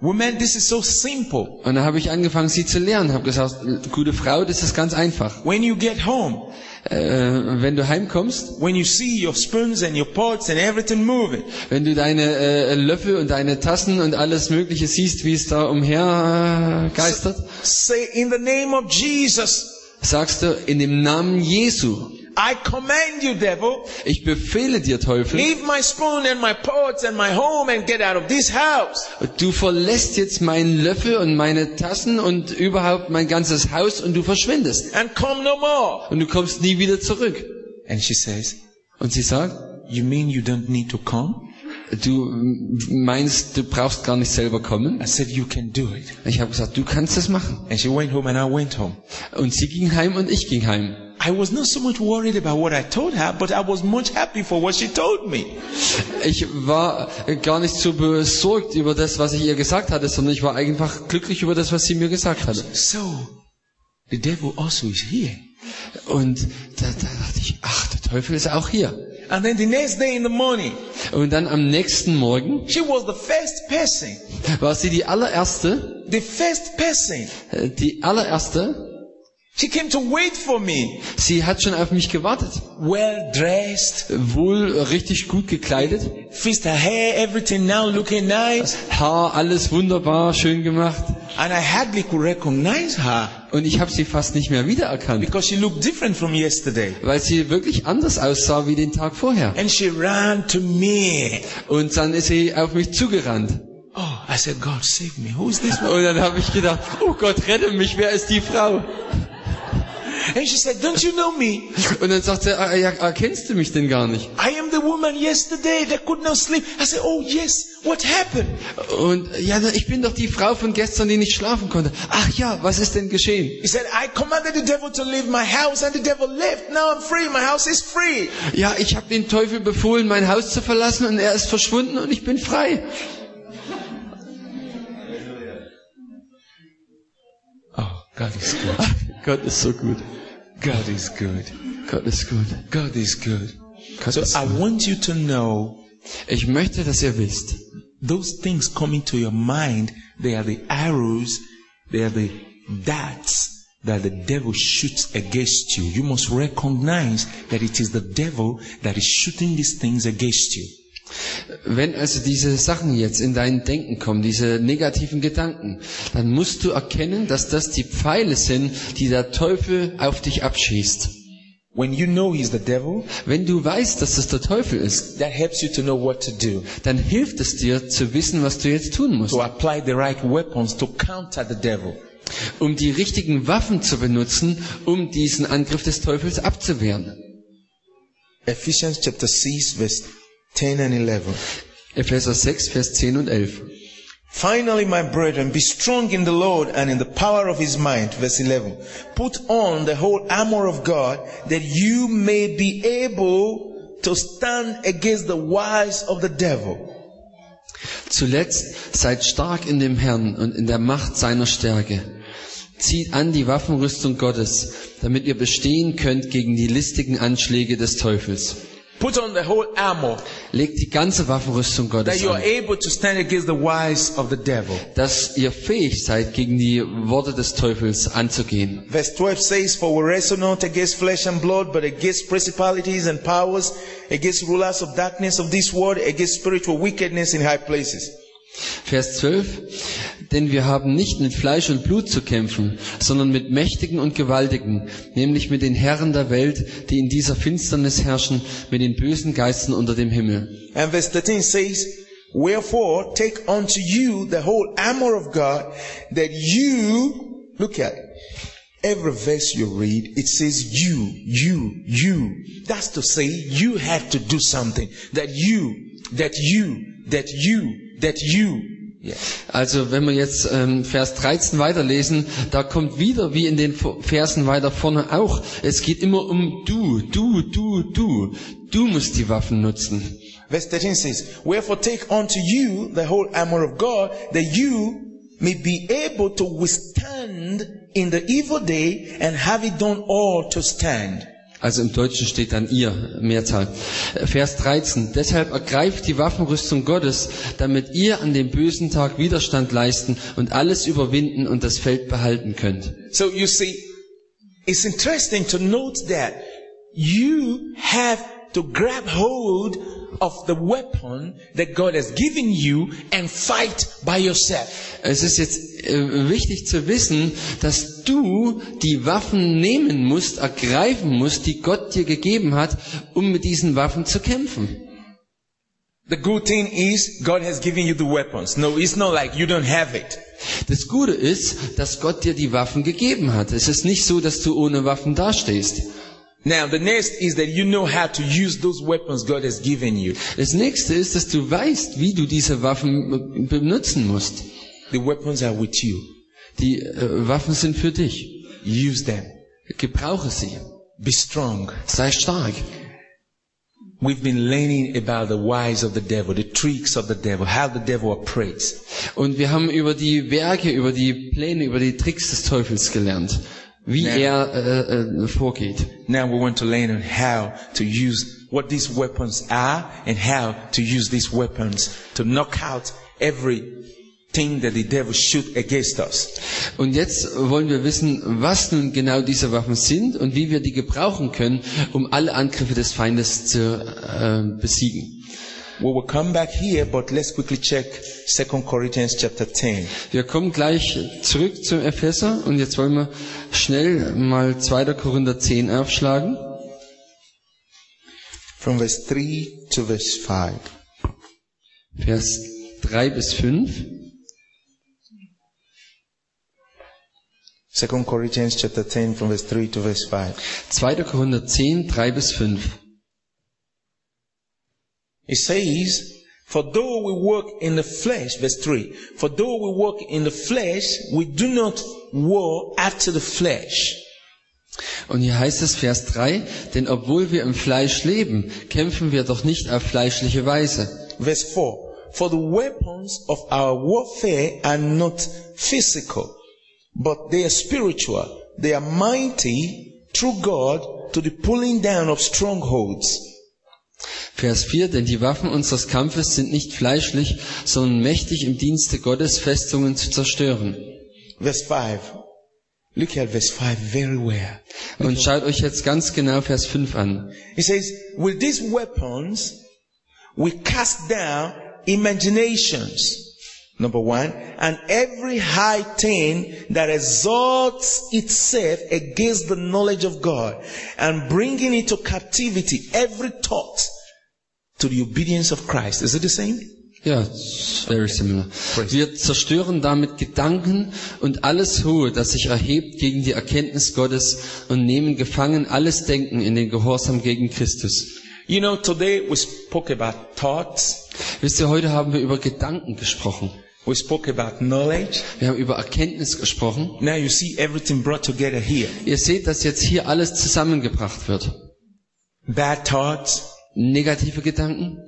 [SPEAKER 1] women, this is so simple.
[SPEAKER 2] Und da habe ich angefangen, sie zu lernen. Habe gesagt, gute Frau, das ist ganz einfach.
[SPEAKER 1] When you get home,
[SPEAKER 2] Äh, wenn du heimkommst,
[SPEAKER 1] when you see your spoons and your pots and everything moving,
[SPEAKER 2] wenn du deine äh, Löffel und deine Tassen und alles Mögliche siehst, wie es da umher äh, geistert,
[SPEAKER 1] say, in the name of Jesus,
[SPEAKER 2] sagst du in dem Namen Jesu,
[SPEAKER 1] I command you, devil,
[SPEAKER 2] ich befehle dir Teufel,
[SPEAKER 1] leave my spoon and my pots and my home and get out of this house.
[SPEAKER 2] Du verlässt jetzt meinen Löffel und meine Tassen und überhaupt mein ganzes Haus und du verschwindest.
[SPEAKER 1] and come no more.
[SPEAKER 2] Und du kommst nie wieder zurück.
[SPEAKER 1] And she says,
[SPEAKER 2] Und sie sagt,
[SPEAKER 1] You mean you don't need to come?
[SPEAKER 2] du meinst, du brauchst gar nicht selber kommen?
[SPEAKER 1] I said, You can do it.
[SPEAKER 2] Ich habe gesagt, du kannst das machen.
[SPEAKER 1] And she went home and I went home.
[SPEAKER 2] Und sie ging heim und ich ging heim.
[SPEAKER 1] I was not so much worried about what I told her, but I was much happy for what she told me.
[SPEAKER 2] Ich war gar nicht so besorgt über das, was ich ihr gesagt hatte, sondern ich war einfach glücklich über das, was sie mir gesagt hatte.
[SPEAKER 1] So, the devil also is here.
[SPEAKER 2] Und da, da dachte ich, ach, der Teufel ist auch hier.
[SPEAKER 1] And then the next day in the morning,
[SPEAKER 2] Und dann am nächsten Morgen
[SPEAKER 1] she was the first person,
[SPEAKER 2] war sie die allererste, äh,
[SPEAKER 1] the first person.
[SPEAKER 2] Die allererste,
[SPEAKER 1] She came to wait for me,
[SPEAKER 2] sie hat schon auf mich gewartet.
[SPEAKER 1] well dressed,
[SPEAKER 2] Wohl richtig gut gekleidet,
[SPEAKER 1] fixed her hair, everything now looking nice.
[SPEAKER 2] Haar alles wunderbar, schön gemacht.
[SPEAKER 1] And I hardly could recognize her
[SPEAKER 2] Und ich habe sie fast nicht mehr wiedererkannt,
[SPEAKER 1] because she looked different from yesterday.
[SPEAKER 2] weil sie wirklich anders aussah wie den Tag vorher.
[SPEAKER 1] And she ran to me.
[SPEAKER 2] Und dann ist sie auf mich zugerannt.
[SPEAKER 1] Oh, I said, God save me. Who is this?
[SPEAKER 2] Und dann habe ich gedacht, oh Gott, rette mich, wer ist die Frau?
[SPEAKER 1] And she said, Don't you know me?
[SPEAKER 2] Und dann sagt er, ah, ja, erkennst du mich denn gar nicht?
[SPEAKER 1] I am the woman yesterday that could not sleep. I said, Oh yes, what happened?
[SPEAKER 2] Und ja, na, ich bin doch die Frau von gestern, die nicht schlafen konnte. Ach ja, was ist denn geschehen?
[SPEAKER 1] He said, I commanded the devil to leave my house and the devil left. Now I'm free. My house is free.
[SPEAKER 2] Ja, ich habe dem Teufel befohlen, mein Haus zu verlassen und er ist verschwunden und ich bin frei.
[SPEAKER 1] Oh, God is good.
[SPEAKER 2] Gott ist so gut.
[SPEAKER 1] God is good.
[SPEAKER 2] Gott ist gut.
[SPEAKER 1] God is good.
[SPEAKER 2] Gott
[SPEAKER 1] So
[SPEAKER 2] ist
[SPEAKER 1] I want you to know
[SPEAKER 2] Ich möchte, dass ihr wisst,
[SPEAKER 1] those things coming to your mind, they are the arrows, they are the darts that the devil shoots against you. You must recognize that it is the devil that is shooting these things against you.
[SPEAKER 2] wenn also diese Sachen jetzt in dein Denken kommen, diese negativen Gedanken, dann musst du erkennen, dass das die Pfeile sind, die der Teufel auf dich abschießt.
[SPEAKER 1] When you know he's the devil,
[SPEAKER 2] Wenn du weißt, dass das der Teufel ist,
[SPEAKER 1] that helps you to know what to do,
[SPEAKER 2] dann hilft es dir zu wissen, was du jetzt tun musst.
[SPEAKER 1] to apply the right weapons to counter the devil.
[SPEAKER 2] Um die richtigen Waffen zu benutzen, um diesen Angriff des Teufels abzuwehren.
[SPEAKER 1] Ephesians chapter 6 verse 10 and 11.
[SPEAKER 2] Epheser 6, Vers 10 und 11.
[SPEAKER 1] Finally, my brethren, be strong in the Lord and in the power of his might. Verse 11. Put on the whole armor of God that you may be able to stand against the wiles of the devil.
[SPEAKER 2] Zuletzt seid stark in dem Herrn und in der Macht seiner Stärke. Zieht an die Waffenrüstung Gottes, damit ihr bestehen könnt gegen die listigen Anschläge des Teufels.
[SPEAKER 1] Put on the whole armor
[SPEAKER 2] Legt die ganze Waffenrüstung
[SPEAKER 1] that
[SPEAKER 2] Gottes
[SPEAKER 1] you are
[SPEAKER 2] an,
[SPEAKER 1] able to stand against the wiles of the devil.
[SPEAKER 2] dass ihr fähig seid, gegen die Worte des Teufels anzugehen.
[SPEAKER 1] Verse 12 says, For we wrestle not against flesh and blood, but against principalities and powers, against rulers of darkness of this world, against spiritual wickedness in high places.
[SPEAKER 2] Vers 12. Denn wir haben nicht mit Fleisch und Blut zu kämpfen, sondern mit Mächtigen und Gewaltigen, nämlich mit den Herren der Welt, die in dieser Finsternis herrschen, mit den bösen Geistern unter dem Himmel.
[SPEAKER 1] And verse 13 says, Wherefore take unto you the whole armor of God that you, look at it. Every verse you read, it says you, you, you. That's to say you have to do something. That you, that you, that you, that you.
[SPEAKER 2] Also wenn wir jetzt ähm, Vers 13 weiterlesen, da kommt wieder, wie in den V- Versen weiter vorne auch, es geht immer um du, du, du, du. Du musst die Waffen nutzen.
[SPEAKER 1] Verse 13 says, Wherefore take unto you the whole armor of God, that you may be able to withstand in the evil day, and have it done all to stand.
[SPEAKER 2] Also im Deutschen steht dann ihr, Mehrzahl. Äh, Vers 13. Deshalb ergreift die Waffenrüstung Gottes, damit ihr an dem bösen Tag Widerstand leisten und alles überwinden und das Feld behalten könnt.
[SPEAKER 1] So you see, it's interesting to note that you have to grab hold of the weapon that God has given you and fight by yourself.
[SPEAKER 2] Es ist jetzt äh, wichtig zu wissen, dass du die Waffen nehmen musst, ergreifen musst, die Gott dir gegeben hat, um mit diesen Waffen zu kämpfen.
[SPEAKER 1] The good thing is God has given you the weapons. No, it's not like you don't have it.
[SPEAKER 2] Das Gute ist, dass Gott dir die Waffen gegeben hat. Es ist nicht so, dass du ohne Waffen dastehst.
[SPEAKER 1] Now, the next is that you know how to use those weapons God has given you.
[SPEAKER 2] Das nächste ist, dass du weißt, wie du diese Waffen äh, benutzen musst.
[SPEAKER 1] The weapons are with you.
[SPEAKER 2] Die äh, Waffen sind für dich.
[SPEAKER 1] Use them.
[SPEAKER 2] Gebrauche sie.
[SPEAKER 1] Be strong.
[SPEAKER 2] Sei stark.
[SPEAKER 1] We've been learning about the wiles of the devil, the tricks of the devil, how the devil operates.
[SPEAKER 2] Und wir haben über die Werke, über die Pläne, über die Tricks des Teufels gelernt, wie
[SPEAKER 1] Ja.
[SPEAKER 2] er äh, äh, vorgeht.
[SPEAKER 1] Now we want to learn on how to use what these weapons are and how to use these weapons to knock out every thing that the devil shoot against us.
[SPEAKER 2] Und jetzt wollen wir wissen, was nun genau diese Waffen sind und wie wir die gebrauchen können, um alle Angriffe des Feindes zu äh, besiegen.
[SPEAKER 1] We will come back here, but let's quickly check 2 Corinthians chapter 10.
[SPEAKER 2] Wir kommen gleich zurück zum Epheser und jetzt wollen wir schnell mal 2. Korinther 10 aufschlagen.
[SPEAKER 1] from verse 3 to verse 5.
[SPEAKER 2] Vers 3 bis 5.
[SPEAKER 1] 2 Corinthians chapter 10 from verse 3 to verse 5.
[SPEAKER 2] 2. Korinther 10, 3 bis 5.
[SPEAKER 1] It says, For though we walk in the flesh, verse 3, for though we walk in the flesh, we do not war after the flesh.
[SPEAKER 2] Und hier heißt es Vers 3, denn obwohl wir im Fleisch leben, kämpfen wir doch nicht auf fleischliche Weise.
[SPEAKER 1] Verse 4, for the weapons of our warfare are not physical, but they are spiritual. They are mighty through God to the pulling down of strongholds.
[SPEAKER 2] Vers 4, denn die Waffen unseres Kampfes sind nicht fleischlich, sondern mächtig im Dienste Gottes, Festungen zu zerstören.
[SPEAKER 1] Verse 5. Look at verse 5 very well.
[SPEAKER 2] Und schaut euch jetzt ganz genau Vers 5 an.
[SPEAKER 1] He says, with these weapons, we cast down imaginations. Number one, and every high thing that exalts itself against the knowledge of God and bringing into captivity every thought to the obedience of Christ. Is it the same?
[SPEAKER 2] Ja, very similar. Wir zerstören damit Gedanken und alles Hohe, das sich erhebt gegen die Erkenntnis Gottes und nehmen gefangen alles Denken in den Gehorsam gegen Christus.
[SPEAKER 1] You know, today we spoke about thoughts.
[SPEAKER 2] Wisst ihr, heute haben wir über Gedanken gesprochen.
[SPEAKER 1] We spoke about knowledge.
[SPEAKER 2] Wir haben über Erkenntnis gesprochen.
[SPEAKER 1] Now you see everything brought together here.
[SPEAKER 2] Ihr seht, dass jetzt hier alles zusammengebracht wird.
[SPEAKER 1] Bad thoughts,
[SPEAKER 2] Negative Gedanken,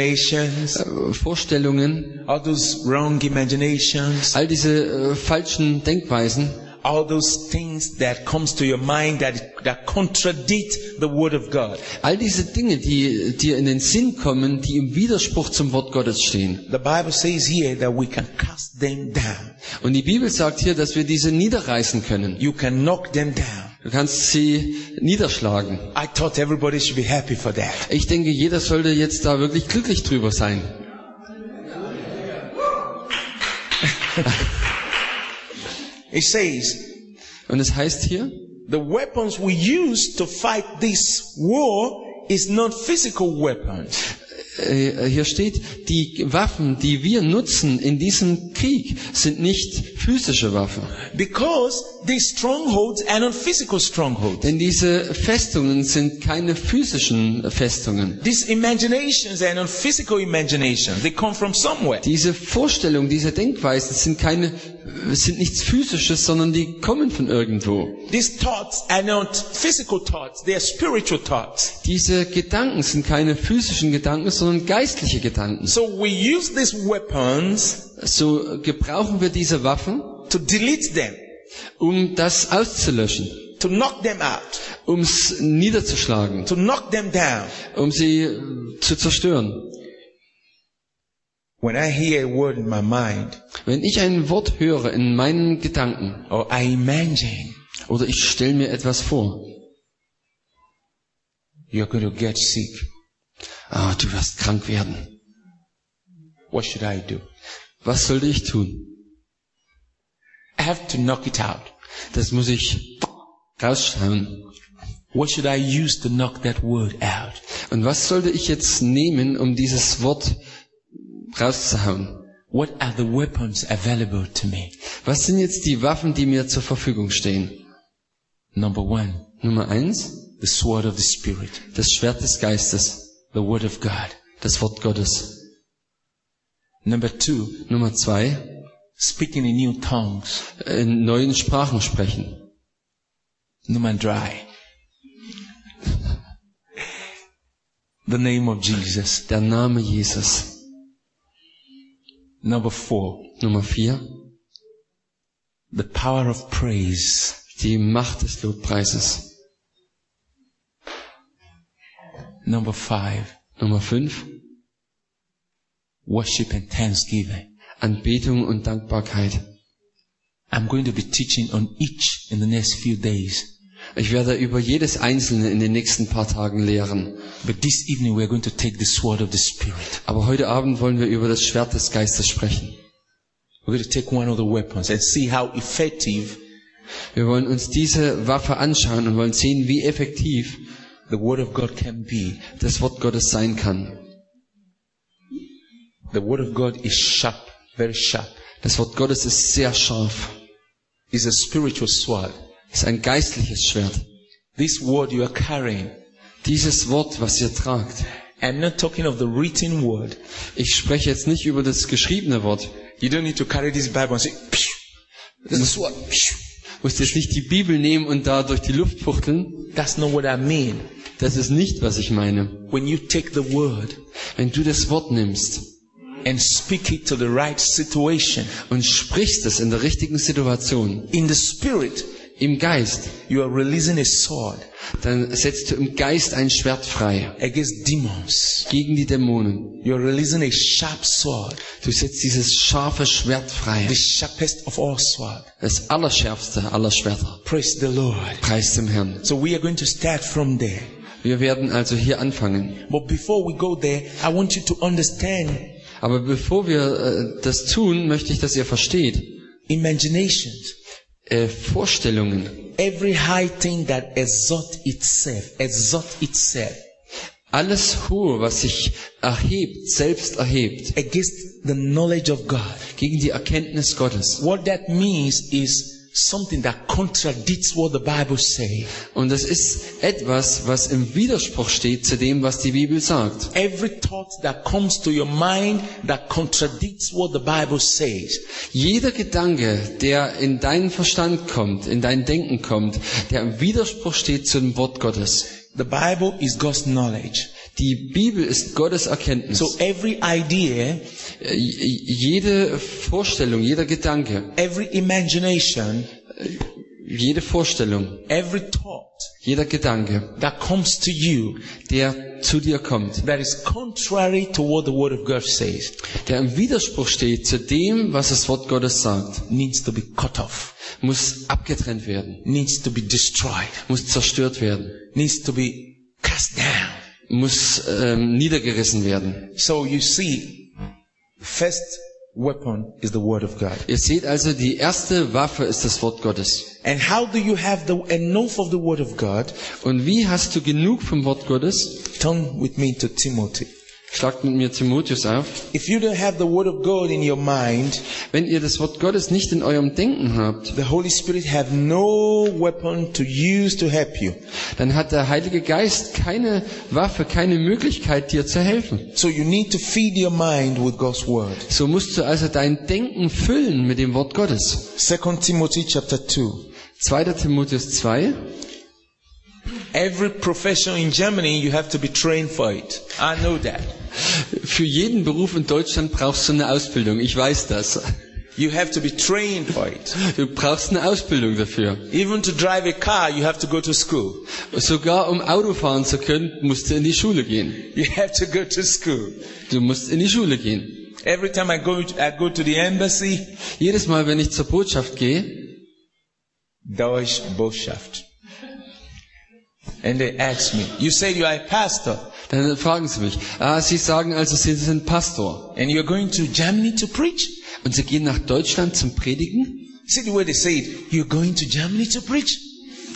[SPEAKER 1] imaginations,
[SPEAKER 2] äh, Vorstellungen,
[SPEAKER 1] all those wrong imaginations,
[SPEAKER 2] all diese äh, falschen Denkweisen,
[SPEAKER 1] all those things that comes to your mind that, that contradict the word of God.
[SPEAKER 2] all diese Dinge, die dir in den Sinn kommen, die im Widerspruch zum Wort Gottes stehen.
[SPEAKER 1] The Bible says here that we can cast them down.
[SPEAKER 2] Und die Bibel sagt hier, dass wir diese niederreißen können.
[SPEAKER 1] You can knock them down.
[SPEAKER 2] Du kannst sie niederschlagen.
[SPEAKER 1] I thought everybody should be happy for that.
[SPEAKER 2] Ich denke, jeder sollte jetzt da wirklich glücklich drüber sein.
[SPEAKER 1] It says,
[SPEAKER 2] Und es heißt hier,
[SPEAKER 1] the weapons we use to fight this war is not physical weapons.
[SPEAKER 2] äh, hier steht, die Waffen, die wir nutzen in diesem Krieg, sind nicht physische Waffen.
[SPEAKER 1] Because these strongholds are not physical strongholds.
[SPEAKER 2] Denn diese Festungen sind keine physischen Festungen.
[SPEAKER 1] These imaginations are not physical imaginations. They come from somewhere.
[SPEAKER 2] Diese Vorstellungen, diese Denkweisen sind keine, sind nichts physisches, sondern die kommen von irgendwo.
[SPEAKER 1] These thoughts are not physical thoughts. They are spiritual thoughts.
[SPEAKER 2] Diese Gedanken sind keine physischen Gedanken, sondern geistliche Gedanken.
[SPEAKER 1] So we use these weapons
[SPEAKER 2] So gebrauchen wir diese Waffen,
[SPEAKER 1] to delete them,
[SPEAKER 2] um das auszulöschen,
[SPEAKER 1] to knock them out,
[SPEAKER 2] um es niederzuschlagen,
[SPEAKER 1] to knock them down.
[SPEAKER 2] um sie äh, zu zerstören.
[SPEAKER 1] When I hear a word in my mind,
[SPEAKER 2] Wenn ich ein Wort höre in meinen Gedanken
[SPEAKER 1] or I imagine,
[SPEAKER 2] oder ich stelle mir etwas vor,
[SPEAKER 1] you're going to get sick.
[SPEAKER 2] ah, du wirst krank werden.
[SPEAKER 1] What should I do?
[SPEAKER 2] Was sollte ich tun?
[SPEAKER 1] I have to knock it out.
[SPEAKER 2] Das muss ich rausschauen.
[SPEAKER 1] What should I use to knock that word out?
[SPEAKER 2] Und was sollte ich jetzt nehmen, um dieses Wort rauszuhauen?
[SPEAKER 1] What are the weapons available to me?
[SPEAKER 2] Was sind jetzt die Waffen, die mir zur Verfügung stehen?
[SPEAKER 1] Number one,
[SPEAKER 2] Nummer eins,
[SPEAKER 1] the sword of the Spirit,
[SPEAKER 2] das Schwert des Geistes,
[SPEAKER 1] the word of God.
[SPEAKER 2] das Wort Gottes.
[SPEAKER 1] Number two,
[SPEAKER 2] Nummer zwei,
[SPEAKER 1] speaking in new tongues,
[SPEAKER 2] in neuen Sprachen sprechen.
[SPEAKER 1] number dry. the name of Jesus.
[SPEAKER 2] Der Name Jesus.
[SPEAKER 1] Number four,
[SPEAKER 2] Nummer vier,
[SPEAKER 1] the power of praise.
[SPEAKER 2] die Macht des Lobpreises.
[SPEAKER 1] Number five,
[SPEAKER 2] Nummer fünf,
[SPEAKER 1] worship and thanksgiving.
[SPEAKER 2] Anbetung und Dankbarkeit.
[SPEAKER 1] I'm going to be teaching on each in the next few days.
[SPEAKER 2] Ich werde über jedes einzelne in den nächsten paar Tagen lehren.
[SPEAKER 1] But this evening we're going to take the sword of the Spirit.
[SPEAKER 2] Aber heute Abend wollen wir über das Schwert des Geistes sprechen.
[SPEAKER 1] We're going to take one of the weapons and see how effective
[SPEAKER 2] Wir wollen uns diese Waffe anschauen und wollen sehen, wie effektiv
[SPEAKER 1] the Word of God can be.
[SPEAKER 2] das Wort Gottes sein kann.
[SPEAKER 1] The Word of God is sharp, very sharp.
[SPEAKER 2] Das Wort Gottes ist sehr scharf.
[SPEAKER 1] It's a spiritual sword.
[SPEAKER 2] Es ist ein geistliches Schwert.
[SPEAKER 1] This word you are carrying,
[SPEAKER 2] Dieses Wort, was ihr tragt.
[SPEAKER 1] I'm not talking of the written word.
[SPEAKER 2] Ich spreche jetzt nicht über das geschriebene Wort.
[SPEAKER 1] You don't need to carry this Bible and say, Psh, this is a sword. Psh.
[SPEAKER 2] Du musst jetzt nicht die Bibel nehmen und da durch die Luft fuchteln.
[SPEAKER 1] That's not what I mean.
[SPEAKER 2] Das ist nicht, was ich meine.
[SPEAKER 1] When you take the word
[SPEAKER 2] Wenn du das Wort nimmst
[SPEAKER 1] and speak it to the right situation,
[SPEAKER 2] und sprichst es in der richtigen Situation,
[SPEAKER 1] in the spirit,
[SPEAKER 2] im Geist,
[SPEAKER 1] you are releasing a sword
[SPEAKER 2] dann setzt du im Geist ein Schwert frei
[SPEAKER 1] against demons.
[SPEAKER 2] gegen die Dämonen.
[SPEAKER 1] You're releasing a sharp sword,
[SPEAKER 2] Du setzt dieses scharfe Schwert frei.
[SPEAKER 1] the sharpest of all swords.
[SPEAKER 2] Das allerschärfste aller Schwerter.
[SPEAKER 1] Praise the Lord.
[SPEAKER 2] Preis dem Herrn.
[SPEAKER 1] So we are going to start from there.
[SPEAKER 2] Wir werden also hier anfangen.
[SPEAKER 1] But before we go there, I want you to understand
[SPEAKER 2] Aber bevor wir äh, das tun, möchte ich, dass ihr versteht.
[SPEAKER 1] imaginations.
[SPEAKER 2] Äh, Vorstellungen.
[SPEAKER 1] Every high thing that exalt itself, exalt itself
[SPEAKER 2] Alles Hohe, was sich erhebt, selbst erhebt,
[SPEAKER 1] against the knowledge of God.
[SPEAKER 2] gegen die Erkenntnis Gottes.
[SPEAKER 1] What that means is something that contradicts what the Bible says.
[SPEAKER 2] Und das ist etwas, was im Widerspruch steht zu dem, was die Bibel sagt.
[SPEAKER 1] Every thought that comes to your mind that contradicts what the Bible says.
[SPEAKER 2] Jeder Gedanke, der in deinen Verstand kommt, in dein Denken kommt, der im Widerspruch steht zu dem Wort Gottes.
[SPEAKER 1] The Bible is God's knowledge.
[SPEAKER 2] Die Bibel ist Gottes Erkenntnis.
[SPEAKER 1] So every idea,
[SPEAKER 2] Äh, jede Vorstellung, jeder Gedanke,
[SPEAKER 1] every imagination,
[SPEAKER 2] jede Vorstellung,
[SPEAKER 1] every thought
[SPEAKER 2] jeder Gedanke,
[SPEAKER 1] that comes to you
[SPEAKER 2] der zu dir kommt,
[SPEAKER 1] that is contrary to what the Word of God says
[SPEAKER 2] der im Widerspruch steht zu dem, was das Wort Gottes sagt,
[SPEAKER 1] needs to be cut off,
[SPEAKER 2] muss abgetrennt werden,
[SPEAKER 1] needs to be destroyed,
[SPEAKER 2] muss zerstört werden,
[SPEAKER 1] needs to be cast down.
[SPEAKER 2] muss ähm, niedergerissen werden.
[SPEAKER 1] So you see, first weapon is the Word of God.
[SPEAKER 2] Ihr seht also, die erste Waffe ist das Wort Gottes.
[SPEAKER 1] And how do you have the enough of the Word of God?
[SPEAKER 2] Und wie hast du genug vom Wort Gottes?
[SPEAKER 1] Turn with me to Timothy.
[SPEAKER 2] Schlagt mit mir Timotheus auf.
[SPEAKER 1] If you don't have the Word of God in your mind,
[SPEAKER 2] Wenn ihr das Wort Gottes nicht in eurem Denken habt,
[SPEAKER 1] the Holy Spirit have no weapon to use to help you.
[SPEAKER 2] dann hat der Heilige Geist keine Waffe, keine Möglichkeit, dir zu helfen.
[SPEAKER 1] So you need to feed your mind with God's Word.
[SPEAKER 2] So musst du also dein Denken füllen mit dem Wort Gottes.
[SPEAKER 1] 2 Timothy chapter 2.
[SPEAKER 2] 2. Timotheus 2.
[SPEAKER 1] Every profession in Germany, you have to be trained for it. I know that.
[SPEAKER 2] Für jeden Beruf in Deutschland brauchst du eine Ausbildung. Ich weiß das.
[SPEAKER 1] You have to be trained for it.
[SPEAKER 2] Du brauchst eine Ausbildung dafür.
[SPEAKER 1] Even to drive a car, you have to go to school.
[SPEAKER 2] Sogar um Auto fahren zu können, musst du in die Schule gehen.
[SPEAKER 1] You have to go to school.
[SPEAKER 2] Du musst in die Schule gehen.
[SPEAKER 1] Every time I go, I go to the embassy,
[SPEAKER 2] Jedes Mal, wenn ich zur Botschaft gehe,
[SPEAKER 1] Deutsch Botschaft. And they ask me, you say you are a pastor
[SPEAKER 2] dann fragen sie mich, ah, sie sagen also, sie sind Pastor.
[SPEAKER 1] and you're going to Germany to preach?
[SPEAKER 2] Und sie gehen nach Deutschland zum Predigen?
[SPEAKER 1] See the way they say it, you're going to Germany to preach?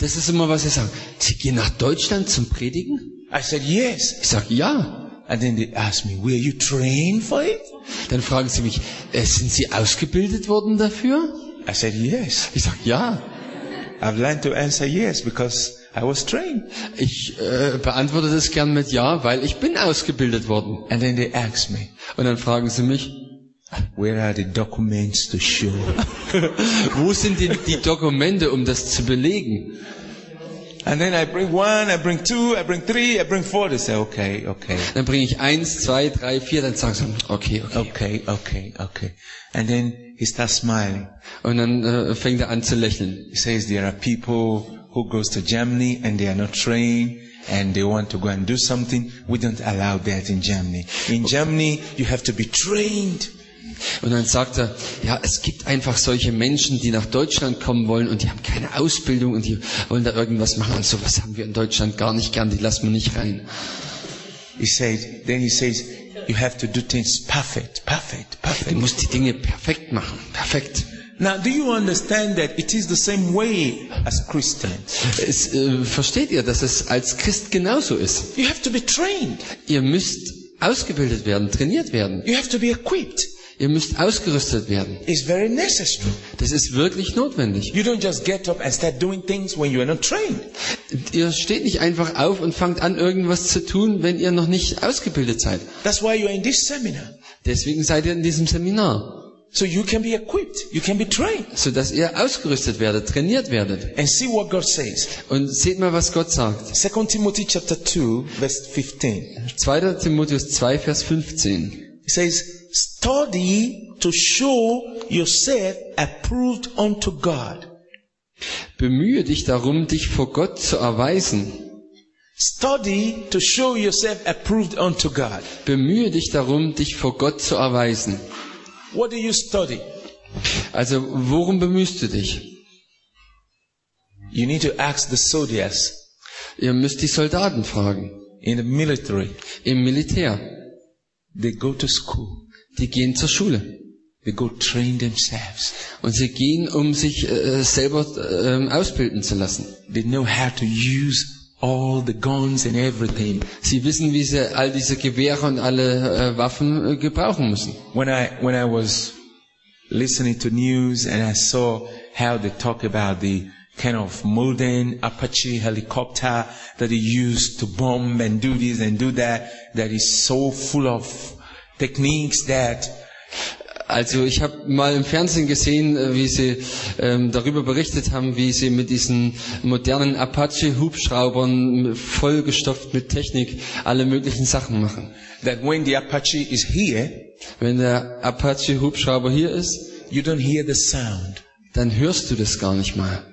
[SPEAKER 2] Das ist immer, was sie sagen. Sie gehen nach Deutschland zum Predigen?
[SPEAKER 1] I said, yes.
[SPEAKER 2] Ich sage, ja.
[SPEAKER 1] And then they ask me, were you trained for it?
[SPEAKER 2] Dann fragen sie mich, äh, sind sie ausgebildet worden dafür?
[SPEAKER 1] I said, yes.
[SPEAKER 2] Ich sage, ja.
[SPEAKER 1] I've learned to answer yes because I was trained.
[SPEAKER 2] Ich äh, beantworte das gern mit ja, weil ich bin ausgebildet worden.
[SPEAKER 1] And then they ask me,
[SPEAKER 2] Und dann fragen sie mich,
[SPEAKER 1] where are the documents to show?
[SPEAKER 2] Wo sind denn die Dokumente, um das zu belegen?
[SPEAKER 1] and then I bring one, I bring two, I bring three, I bring four. They say, okay, okay.
[SPEAKER 2] Dann bringe ich eins, zwei, drei, vier, dann sagen sie, okay, okay.
[SPEAKER 1] Okay, okay, okay. And then he starts smiling.
[SPEAKER 2] Und dann äh, fängt er an zu lächeln.
[SPEAKER 1] He says there are people who goes to Germany and they are not trained and they want to go and do something. We don't allow that in Germany. In Germany, you have to be trained.
[SPEAKER 2] Und dann sagt er, ja, es gibt einfach solche Menschen, die nach Deutschland kommen wollen und die haben keine Ausbildung und die wollen da irgendwas machen und sowas haben wir in Deutschland gar nicht gern, die lassen wir nicht rein.
[SPEAKER 1] He said, then he says, you have to do things perfect, perfect,
[SPEAKER 2] Du
[SPEAKER 1] perfect.
[SPEAKER 2] musst die Dinge perfekt machen, perfekt.
[SPEAKER 1] Now, do you understand that it is the same way as Christians?
[SPEAKER 2] Es, äh, versteht ihr, dass es als Christ genauso ist?
[SPEAKER 1] You have to be trained.
[SPEAKER 2] Ihr müsst ausgebildet werden, trainiert werden.
[SPEAKER 1] You have to be equipped.
[SPEAKER 2] Ihr müsst ausgerüstet werden.
[SPEAKER 1] It's very necessary.
[SPEAKER 2] Das ist wirklich notwendig.
[SPEAKER 1] You don't just get up and start doing things when you are not trained.
[SPEAKER 2] Ihr steht nicht einfach auf und fangt an, irgendwas zu tun, wenn ihr noch nicht ausgebildet seid.
[SPEAKER 1] That's why you are in this seminar.
[SPEAKER 2] Deswegen seid ihr in diesem Seminar,
[SPEAKER 1] So you can be equipped, you can be trained,
[SPEAKER 2] sodass ihr ausgerüstet werdet, trainiert werdet.
[SPEAKER 1] and see what God says.
[SPEAKER 2] Und seht mal, was Gott sagt.
[SPEAKER 1] 2 Timothy chapter 2, verse 15.
[SPEAKER 2] 2. Timotheus 2, Vers 15.
[SPEAKER 1] It says, Study to show yourself approved unto God.
[SPEAKER 2] Bemühe dich darum, dich vor Gott zu erweisen.
[SPEAKER 1] Study to show yourself approved unto God.
[SPEAKER 2] Bemühe dich darum, dich vor Gott zu erweisen.
[SPEAKER 1] What do you study?
[SPEAKER 2] Also, worum bemühst du dich?
[SPEAKER 1] You need to ask the soldiers
[SPEAKER 2] Ihr müsst die Soldaten fragen.
[SPEAKER 1] in the military.
[SPEAKER 2] Im Militär.
[SPEAKER 1] They go to school.
[SPEAKER 2] Die gehen zur Schule.
[SPEAKER 1] They go train themselves.
[SPEAKER 2] Und sie gehen, um sich äh, selber ähm, ausbilden zu lassen.
[SPEAKER 1] They know how to use all the guns and everything.
[SPEAKER 2] Sie wissen, wie sie all diese Gewehre und alle äh, Waffen äh, gebrauchen müssen.
[SPEAKER 1] When I when I was listening to news and I saw how they talk about the kind of modern Apache helicopter that they use to bomb and do this and do that, that is so full of techniques that
[SPEAKER 2] Also ich habe mal im Fernsehen gesehen, äh, wie sie ähm, darüber berichtet haben, wie sie mit diesen modernen Apache-Hubschraubern vollgestopft mit Technik alle möglichen Sachen machen.
[SPEAKER 1] that when the Apache is here,
[SPEAKER 2] Wenn der Apache-Hubschrauber hier ist,
[SPEAKER 1] you don't hear the sound
[SPEAKER 2] dann hörst du das gar nicht mal.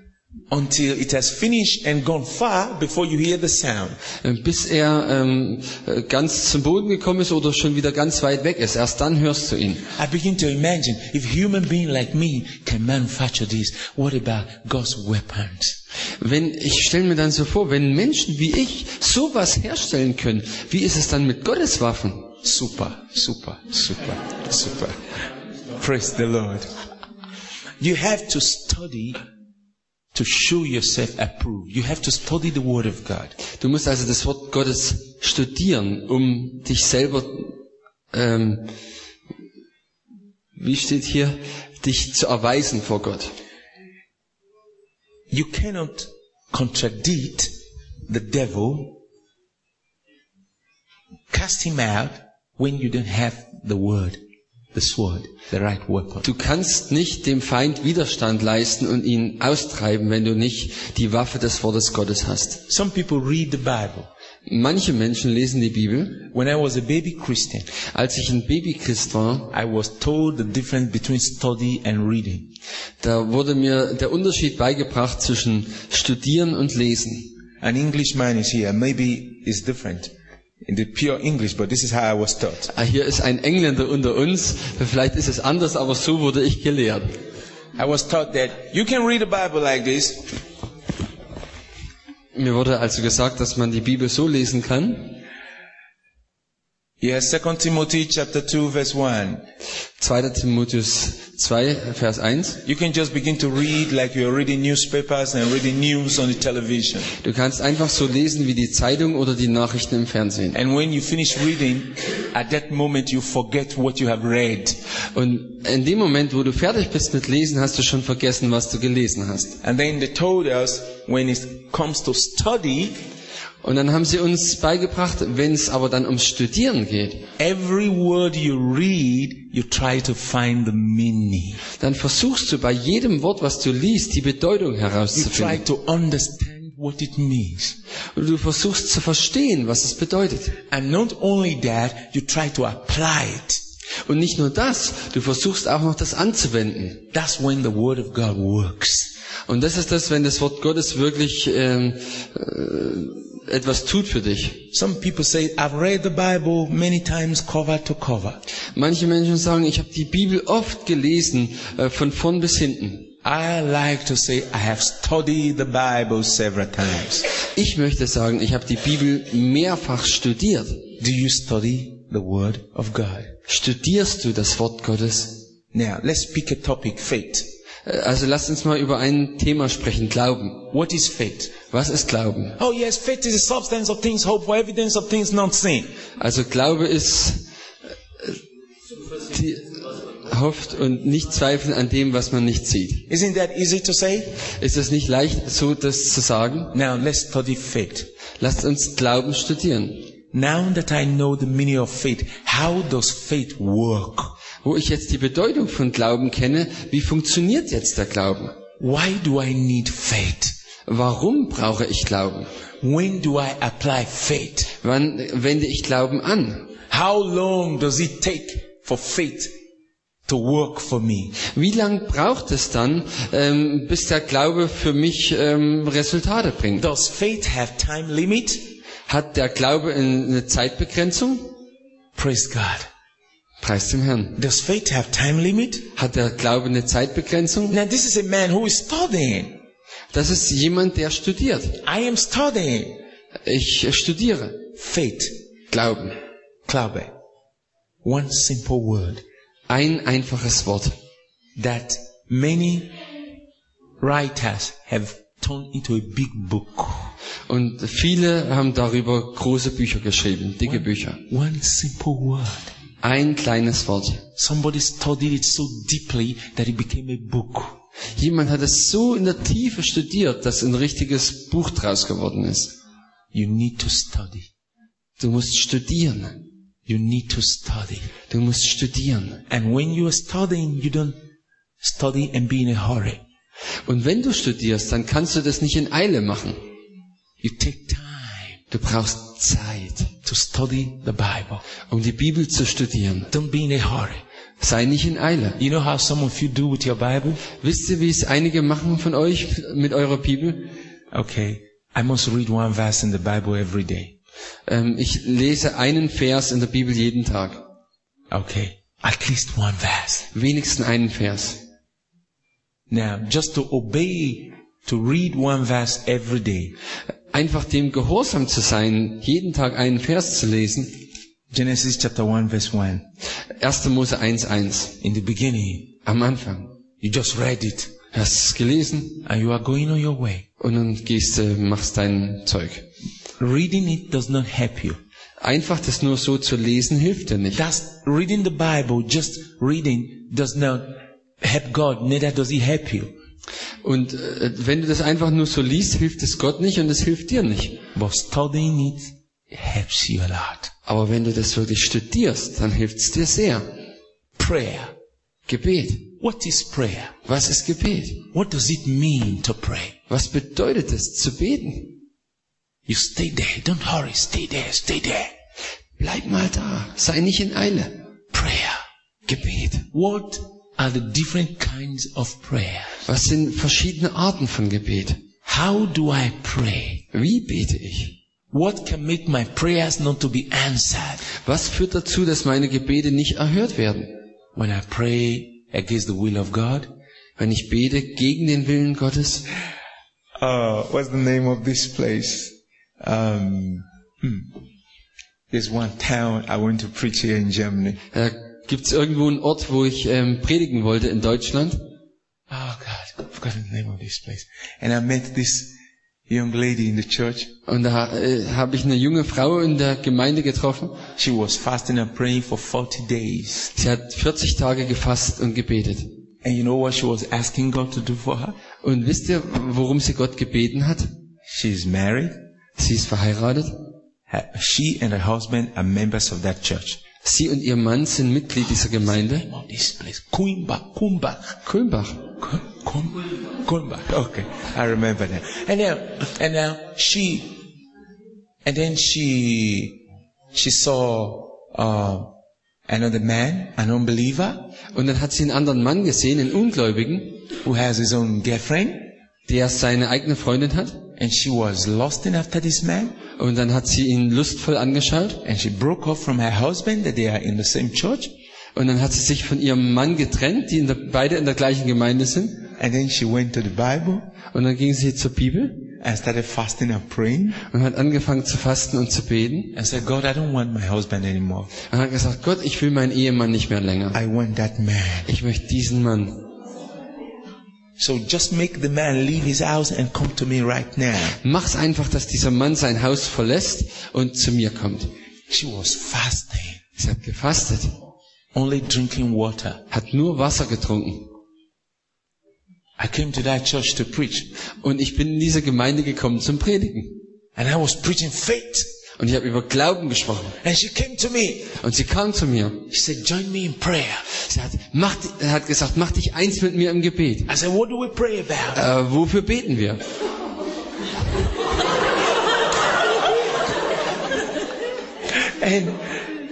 [SPEAKER 1] until it has finished and gone far before you hear the sound.
[SPEAKER 2] Äh, Bis er ähm, äh, ganz zum Boden gekommen ist oder schon wieder ganz weit weg ist. Erst dann hörst du ihn.
[SPEAKER 1] I begin to imagine if human being like me can manufacture this, what about God's weapons?
[SPEAKER 2] Wenn ich stelle mir dann so vor, wenn Menschen wie ich sowas herstellen können, wie ist es dann mit Gottes Waffen?
[SPEAKER 1] Super, super, super, super. Praise the Lord. You have to study to show yourself approved. You have to study the Word of God.
[SPEAKER 2] Du musst also das Wort Gottes studieren, um dich selber ähm, wie steht hier, dich zu erweisen vor Gott.
[SPEAKER 1] You cannot contradict the devil, cast him out when you don't have the word, the sword, the right weapon.
[SPEAKER 2] Du kannst nicht dem Feind Widerstand leisten und ihn austreiben, wenn du nicht die Waffe des Wortes Gottes hast.
[SPEAKER 1] Some people read the Bible.
[SPEAKER 2] Manche Menschen lesen die Bibel.
[SPEAKER 1] When I was a baby Christian,
[SPEAKER 2] Als ich ein Babychrist war,
[SPEAKER 1] I was told the difference between study and reading.
[SPEAKER 2] da wurde mir der Unterschied beigebracht zwischen Studieren und Lesen.
[SPEAKER 1] An Englishman is here. Maybe it's different in the pure English, but this is how I was taught.
[SPEAKER 2] Ah, Hier ist ein Engländer unter uns. Vielleicht ist es anders, aber so wurde ich gelehrt.
[SPEAKER 1] I was taught that you can read the Bible like this,
[SPEAKER 2] Mir wurde also gesagt, dass man die Bibel so lesen kann.
[SPEAKER 1] Yes, 2 Timothy chapter 2 verse 1.
[SPEAKER 2] 2. Timotheus 2, Vers 1.
[SPEAKER 1] You can just begin to read like you're reading newspapers and reading news on the television.
[SPEAKER 2] Du kannst einfach so lesen wie die Zeitung oder die Nachrichten im Fernsehen.
[SPEAKER 1] And when you finish reading, at that moment you forget what you have read.
[SPEAKER 2] Und in dem Moment, wo du fertig bist mit Lesen, hast du schon vergessen, was du gelesen hast.
[SPEAKER 1] And then they told us when it comes to study,
[SPEAKER 2] Und dann haben sie uns beigebracht, wenn es aber dann ums Studieren geht,
[SPEAKER 1] every word you read, you try to find the meaning.
[SPEAKER 2] dann versuchst du bei jedem Wort, was du liest, die Bedeutung
[SPEAKER 1] You try
[SPEAKER 2] herauszufinden.
[SPEAKER 1] to understand what it means.
[SPEAKER 2] Und du versuchst zu verstehen, was es bedeutet.
[SPEAKER 1] And not only that, you try to apply it.
[SPEAKER 2] Und nicht nur das, du versuchst auch noch das anzuwenden.
[SPEAKER 1] That's when the Word of God works.
[SPEAKER 2] Und das ist das, wenn das Wort Gottes wirklich ähm, äh, etwas tut für dich.
[SPEAKER 1] Some people say, I've read the Bible many times cover to cover.
[SPEAKER 2] Manche Menschen sagen, ich habe die Bibel oft gelesen, äh, von vorn bis hinten.
[SPEAKER 1] I like to say, I have studied the Bible several times.
[SPEAKER 2] Ich möchte sagen, ich habe die Bibel mehrfach studiert.
[SPEAKER 1] Do you study the Word of God?
[SPEAKER 2] Studierst du das Wort Gottes?
[SPEAKER 1] Now, let's pick a topic, faith.
[SPEAKER 2] Äh, Also lass uns mal über ein Thema sprechen, Glauben.
[SPEAKER 1] What is faith?
[SPEAKER 2] Was ist Glauben?
[SPEAKER 1] Oh yes, faith is the substance of things hoped for, evidence of things not seen.
[SPEAKER 2] Also Glaube ist äh, die hofft und nicht zweifeln an dem, was man nicht sieht.
[SPEAKER 1] Isn't that easy to say?
[SPEAKER 2] Ist es nicht leicht, so das zu sagen?
[SPEAKER 1] Now, let's study faith.
[SPEAKER 2] Lasst uns Glauben studieren.
[SPEAKER 1] Now that I know the meaning of faith, how does faith work?
[SPEAKER 2] Wo ich jetzt die Bedeutung von Glauben kenne, wie funktioniert jetzt der Glauben?
[SPEAKER 1] Why do I need faith?
[SPEAKER 2] Warum brauche ich Glauben?
[SPEAKER 1] When do I apply faith?
[SPEAKER 2] Wann wende ich Glauben an?
[SPEAKER 1] How long does it take for faith to work for me?
[SPEAKER 2] Wie lang braucht es dann, ähm, bis der Glaube für mich ähm, Resultate bringt?
[SPEAKER 1] Does faith have time limit?
[SPEAKER 2] Hat der Glaube eine Zeitbegrenzung?
[SPEAKER 1] Praise God.
[SPEAKER 2] Preis dem Herrn.
[SPEAKER 1] Does faith have time limit?
[SPEAKER 2] Hat der Glaube eine Zeitbegrenzung?
[SPEAKER 1] Now this is a man who is studying.
[SPEAKER 2] Das ist jemand, der studiert.
[SPEAKER 1] I am studying
[SPEAKER 2] Ich äh, studiere
[SPEAKER 1] faith.
[SPEAKER 2] Glauben.
[SPEAKER 1] Glaube. One simple word
[SPEAKER 2] Ein einfaches Wort,
[SPEAKER 1] that many writers have turned into a big book.
[SPEAKER 2] Und viele haben darüber große Bücher geschrieben, dicke Bücher.
[SPEAKER 1] One simple word.
[SPEAKER 2] Ein kleines Wort.
[SPEAKER 1] Somebody studied it so deeply that it became a book.
[SPEAKER 2] Jemand hat es so in der Tiefe studiert, dass ein richtiges Buch draus geworden ist.
[SPEAKER 1] You need to study.
[SPEAKER 2] Du musst studieren.
[SPEAKER 1] You need to study.
[SPEAKER 2] Du musst studieren.
[SPEAKER 1] And when you are studying, you don't study and be in a hurry.
[SPEAKER 2] Und wenn du studierst, dann kannst du das nicht in Eile machen.
[SPEAKER 1] You take time
[SPEAKER 2] Du brauchst Zeit,
[SPEAKER 1] to study the Bible.
[SPEAKER 2] um die Bibel zu studieren.
[SPEAKER 1] Don't be in a hurry.
[SPEAKER 2] Sei nicht in Eile.
[SPEAKER 1] You know how some of you do with your Bible?
[SPEAKER 2] Wisst ihr, wie es einige machen von euch mit eurer Bibel?
[SPEAKER 1] Okay. I must read one verse in the Bible every day.
[SPEAKER 2] Ähm, ich lese einen Vers in der Bibel jeden Tag.
[SPEAKER 1] Okay. At least one verse.
[SPEAKER 2] Wenigstens einen Vers.
[SPEAKER 1] Now, just to obey, to read one verse every day.
[SPEAKER 2] Einfach dem gehorsam zu sein, jeden Tag einen Vers zu lesen.
[SPEAKER 1] Genesis chapter 1 verse 1.
[SPEAKER 2] 1. Mose 1.1.
[SPEAKER 1] In the beginning,
[SPEAKER 2] Am Anfang.
[SPEAKER 1] you just read it
[SPEAKER 2] Hast es gelesen
[SPEAKER 1] and you are going on your way.
[SPEAKER 2] und dann gehst du, machst äh, dein Zeug.
[SPEAKER 1] Reading it does not help you.
[SPEAKER 2] Einfach das nur so zu lesen hilft dir nicht.
[SPEAKER 1] That's reading the Bible, just reading does not help God, neither does He help you.
[SPEAKER 2] Und äh, wenn du das einfach nur so liest, hilft es Gott nicht und es hilft dir nicht.
[SPEAKER 1] But studying it helps you a lot.
[SPEAKER 2] Aber wenn du das wirklich studierst, dann hilft es dir sehr.
[SPEAKER 1] Prayer.
[SPEAKER 2] Gebet.
[SPEAKER 1] What is prayer?
[SPEAKER 2] Was ist Gebet?
[SPEAKER 1] What does it mean to pray?
[SPEAKER 2] Was bedeutet es zu beten?
[SPEAKER 1] You stay there. Don't hurry. Stay there. Stay there.
[SPEAKER 2] Bleib mal da. Sei nicht in Eile.
[SPEAKER 1] Prayer.
[SPEAKER 2] Gebet.
[SPEAKER 1] What are the different kinds of prayer?
[SPEAKER 2] Was sind verschiedene Arten von Gebet?
[SPEAKER 1] How do I pray?
[SPEAKER 2] Wie bete ich?
[SPEAKER 1] What can make my prayers not to be answered?
[SPEAKER 2] Was führt dazu, dass meine Gebete nicht erhört werden?
[SPEAKER 1] When I pray against the will of God?
[SPEAKER 2] Wenn ich bete gegen den Willen Gottes?
[SPEAKER 1] Uh, what's the name of this place? Um, hmm. There's one town I went to preach here in Germany.
[SPEAKER 2] Äh, Gibt es irgendwo einen Ort, wo ich ähm, predigen wollte in Deutschland?
[SPEAKER 1] Oh God, I've forgotten the name of this place. And I met this young lady in the church.
[SPEAKER 2] Und da äh, habe ich eine junge Frau in der Gemeinde getroffen.
[SPEAKER 1] She was fasting and praying for 40 days.
[SPEAKER 2] Sie hat 40 Tage gefasst und gebetet.
[SPEAKER 1] And you know what she was asking God to do for her?
[SPEAKER 2] Und wisst ihr, worum sie Gott gebeten hat?
[SPEAKER 1] She's married.
[SPEAKER 2] Sie ist verheiratet.
[SPEAKER 1] Her- She and her husband are members of that church.
[SPEAKER 2] Sie und ihr Mann sind Mitglied dieser Gemeinde.
[SPEAKER 1] Name of this place, Coimba, Coimba,
[SPEAKER 2] Kulmbach.
[SPEAKER 1] Coimba, Coimba. Okay, I remember that. And now, and now she, and then she, she saw uh, another man, an unbeliever,
[SPEAKER 2] Und dann hat sie einen anderen Mann gesehen, einen Ungläubigen,
[SPEAKER 1] who has his own girlfriend,
[SPEAKER 2] der seine eigene Freundin hat.
[SPEAKER 1] and she was lusting after this man,
[SPEAKER 2] Und dann hat sie ihn lustvoll angeschaut.
[SPEAKER 1] and she broke off from her husband that they are in the same church,
[SPEAKER 2] Und dann hat sie sich von ihrem Mann getrennt, die in der, beide in der gleichen Gemeinde sind.
[SPEAKER 1] and then she went to the Bible
[SPEAKER 2] Und dann ging sie zur Bibel
[SPEAKER 1] and started fasting and praying,
[SPEAKER 2] und hat angefangen zu fasten und zu beten.
[SPEAKER 1] and said, God, I don't want my husband anymore.
[SPEAKER 2] Und hat gesagt, Gott, ich will meinen Ehemann nicht mehr länger.
[SPEAKER 1] I want that man.
[SPEAKER 2] Ich möchte diesen Mann.
[SPEAKER 1] So just make the man leave his house and come to me right now.
[SPEAKER 2] Mach's einfach, dass dieser Mann sein Haus verlässt und zu mir kommt.
[SPEAKER 1] She was fasting,
[SPEAKER 2] Sie hat gefastet,
[SPEAKER 1] only drinking water.
[SPEAKER 2] hat nur Wasser getrunken.
[SPEAKER 1] I came to that church to preach,
[SPEAKER 2] Und ich bin in diese Gemeinde gekommen zum Predigen.
[SPEAKER 1] and I was preaching faith.
[SPEAKER 2] Und ich habe über Glauben gesprochen.
[SPEAKER 1] And she came to me.
[SPEAKER 2] Und sie kam zu mir.
[SPEAKER 1] She said, join me in prayer.
[SPEAKER 2] Sie hat, mach, hat gesagt, mach dich eins mit mir im Gebet.
[SPEAKER 1] I said, what do we pray about?
[SPEAKER 2] Äh, wofür beten wir?
[SPEAKER 1] And,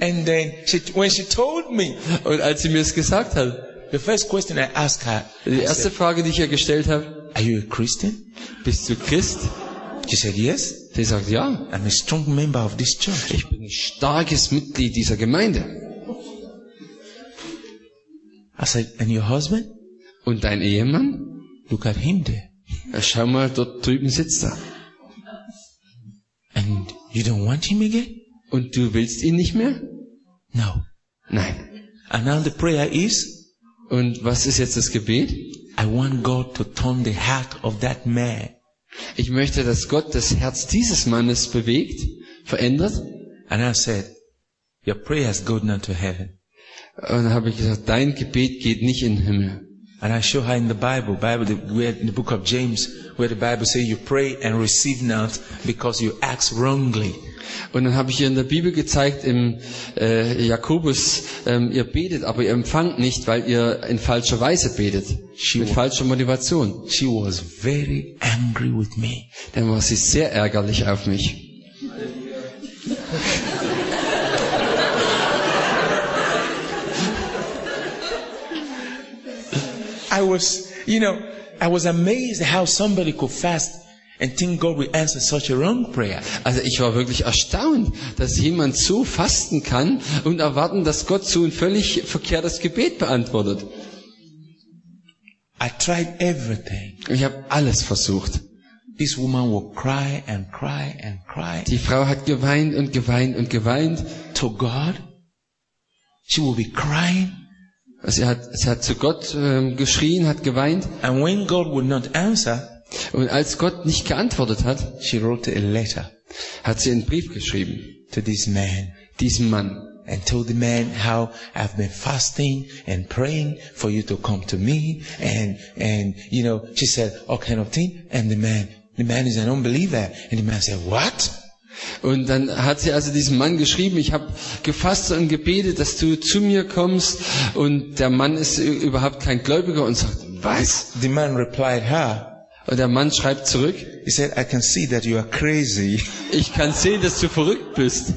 [SPEAKER 1] and then she, when she told me,
[SPEAKER 2] Und als sie mir es gesagt hat,
[SPEAKER 1] the first question I asked her,
[SPEAKER 2] die erste Frage, die ich ihr gestellt habe,
[SPEAKER 1] are you a Christian?
[SPEAKER 2] bist du Christ?
[SPEAKER 1] She said, yes.
[SPEAKER 2] Sie sagt, ja,
[SPEAKER 1] I'm a strong member of this church.
[SPEAKER 2] ich bin ein starkes Mitglied dieser Gemeinde.
[SPEAKER 1] I said, and your husband?
[SPEAKER 2] Und dein Ehemann?
[SPEAKER 1] Look at him there.
[SPEAKER 2] Ja, Schau mal, dort drüben sitzt er.
[SPEAKER 1] And you don't want him again?
[SPEAKER 2] Und du willst ihn nicht mehr?
[SPEAKER 1] No.
[SPEAKER 2] Nein.
[SPEAKER 1] And now the prayer is,
[SPEAKER 2] Und was ist jetzt das Gebet?
[SPEAKER 1] I want God to turn the heart of that man.
[SPEAKER 2] Ich möchte, dass Gott das Herz dieses Mannes bewegt, verändert.
[SPEAKER 1] And I said, your prayers go down to heaven.
[SPEAKER 2] Und dann habe ich gesagt, dein Gebet geht nicht in den Himmel.
[SPEAKER 1] And I show her in the Bible, Bible, the- where in the book of James, where the Bible says you pray and receive not because you ask wrongly.
[SPEAKER 2] Und dann habe ich ihr in der Bibel gezeigt, im äh, Jakobus, ähm, ihr betet, aber ihr empfangt nicht, weil ihr in falscher Weise betet. Mit falscher Motivation.
[SPEAKER 1] She was very angry with me.
[SPEAKER 2] Dann war sie sehr ärgerlich auf mich.
[SPEAKER 1] I was, you know, I was amazed how somebody could fast and think God will answer such a wrong prayer.
[SPEAKER 2] Also ich war wirklich erstaunt, dass jemand so fasten kann und erwarten, dass Gott so ein völlig verkehrtes Gebet beantwortet.
[SPEAKER 1] I tried everything.
[SPEAKER 2] Ich habe alles versucht.
[SPEAKER 1] This woman will cry and cry and cry
[SPEAKER 2] Die Frau hat geweint und geweint und geweint.
[SPEAKER 1] to God. She will be crying.
[SPEAKER 2] Sie hat, sie hat zu Gott ähm, geschrien, hat geweint.
[SPEAKER 1] And when God would not answer,
[SPEAKER 2] Und als Gott nicht geantwortet hat,
[SPEAKER 1] she wrote a letter.
[SPEAKER 2] hat sie einen Brief geschrieben.
[SPEAKER 1] to this man
[SPEAKER 2] diesem Mann
[SPEAKER 1] and told the man how I've been fasting and praying for you to come to me and and you know she said all kind of thing and the man the man is an unbeliever and the man said what
[SPEAKER 2] Und dann hat sie also diesem Mann geschrieben, ich habe gefasst und gebetet, dass du zu mir kommst. Und der Mann ist ü- überhaupt kein Gläubiger und sagt, was?
[SPEAKER 1] the man replied her
[SPEAKER 2] Und der Mann schreibt zurück,
[SPEAKER 1] he said I can see that you are crazy
[SPEAKER 2] ich kann sehen, dass du verrückt bist.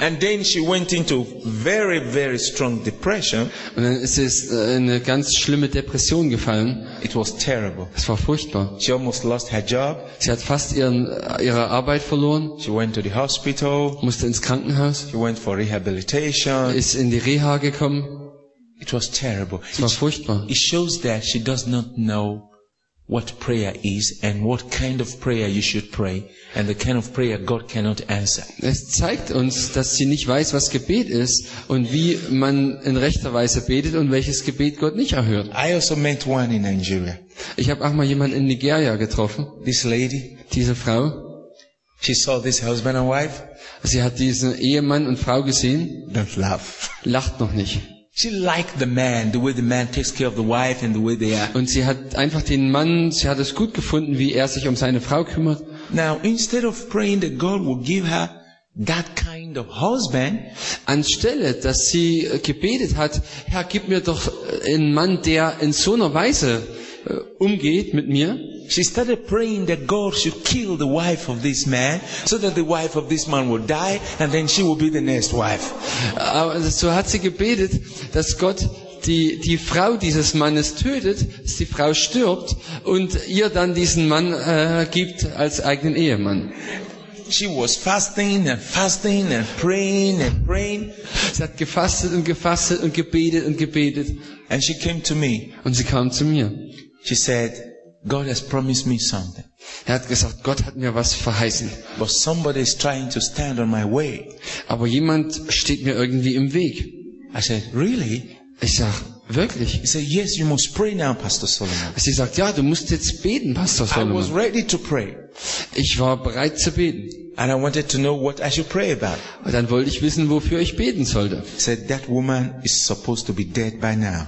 [SPEAKER 1] and then she went into very very strong depression
[SPEAKER 2] Und dann ist es äh, in eine ganz schlimme Depression gefallen.
[SPEAKER 1] it was terrible
[SPEAKER 2] Es war furchtbar.
[SPEAKER 1] she almost lost her job
[SPEAKER 2] Sie hat fast ihren, äh, ihre Arbeit verloren,
[SPEAKER 1] she went to the hospital
[SPEAKER 2] musste ins Krankenhaus,
[SPEAKER 1] she went for rehabilitation
[SPEAKER 2] ist in die Reha gekommen.
[SPEAKER 1] it was terrible
[SPEAKER 2] Es war furchtbar.
[SPEAKER 1] It shows that she does not know what prayer is and what kind of prayer you should pray and the kind of prayer God cannot answer.
[SPEAKER 2] Es zeigt uns, dass sie nicht weiß, was Gebet ist und wie man in rechter Weise betet und welches Gebet Gott nicht erhört.
[SPEAKER 1] I also met one in Nigeria.
[SPEAKER 2] Ich habe auch mal jemanden in Nigeria getroffen.
[SPEAKER 1] This lady,
[SPEAKER 2] Diese Frau,
[SPEAKER 1] she saw this husband and wife.
[SPEAKER 2] sie hat diesen Ehemann und Frau gesehen,
[SPEAKER 1] Don't laugh.
[SPEAKER 2] lacht noch nicht.
[SPEAKER 1] She liked the man, the way the man takes care of the wife and the way they are.
[SPEAKER 2] Und sie hat einfach den Mann, sie hat es gut gefunden, wie er sich um seine Frau kümmert.
[SPEAKER 1] Now, instead of praying that God will give her that kind of husband,
[SPEAKER 2] Anstelle, dass sie äh, gebetet hat, Herr, gib mir doch äh, einen Mann, der in so einer Weise äh, umgeht mit mir,
[SPEAKER 1] she started praying that God should kill the wife of this man so that the wife of this man will die and then she will be the next wife.
[SPEAKER 2] Aber so hat sie gebetet, dass Gott die, die Frau dieses Mannes tötet, dass die Frau stirbt und ihr dann diesen Mann äh, gibt als eigenen Ehemann.
[SPEAKER 1] She was fasting and fasting and praying and praying.
[SPEAKER 2] Sie hat gefastet und gefastet und gebetet und gebetet
[SPEAKER 1] And she came to me.
[SPEAKER 2] und sie kam zu mir.
[SPEAKER 1] She said, God has promised me something,
[SPEAKER 2] Er hat gesagt, Gott hat mir was verheißen,
[SPEAKER 1] but somebody is trying to stand on my way.
[SPEAKER 2] aber jemand steht mir irgendwie im Weg.
[SPEAKER 1] I said, really?
[SPEAKER 2] Ich sag, wirklich?
[SPEAKER 1] He said, yes, you must pray now, Pastor Solomon.
[SPEAKER 2] Sie sagt, ja, du musst jetzt beten, Pastor
[SPEAKER 1] I was
[SPEAKER 2] Solomon.
[SPEAKER 1] ready to pray
[SPEAKER 2] Ich war bereit zu beten.
[SPEAKER 1] and I wanted to know what I should pray about.
[SPEAKER 2] Und dann wollte ich wissen, wofür ich beten sollte.
[SPEAKER 1] He said, that woman is supposed to be dead by now.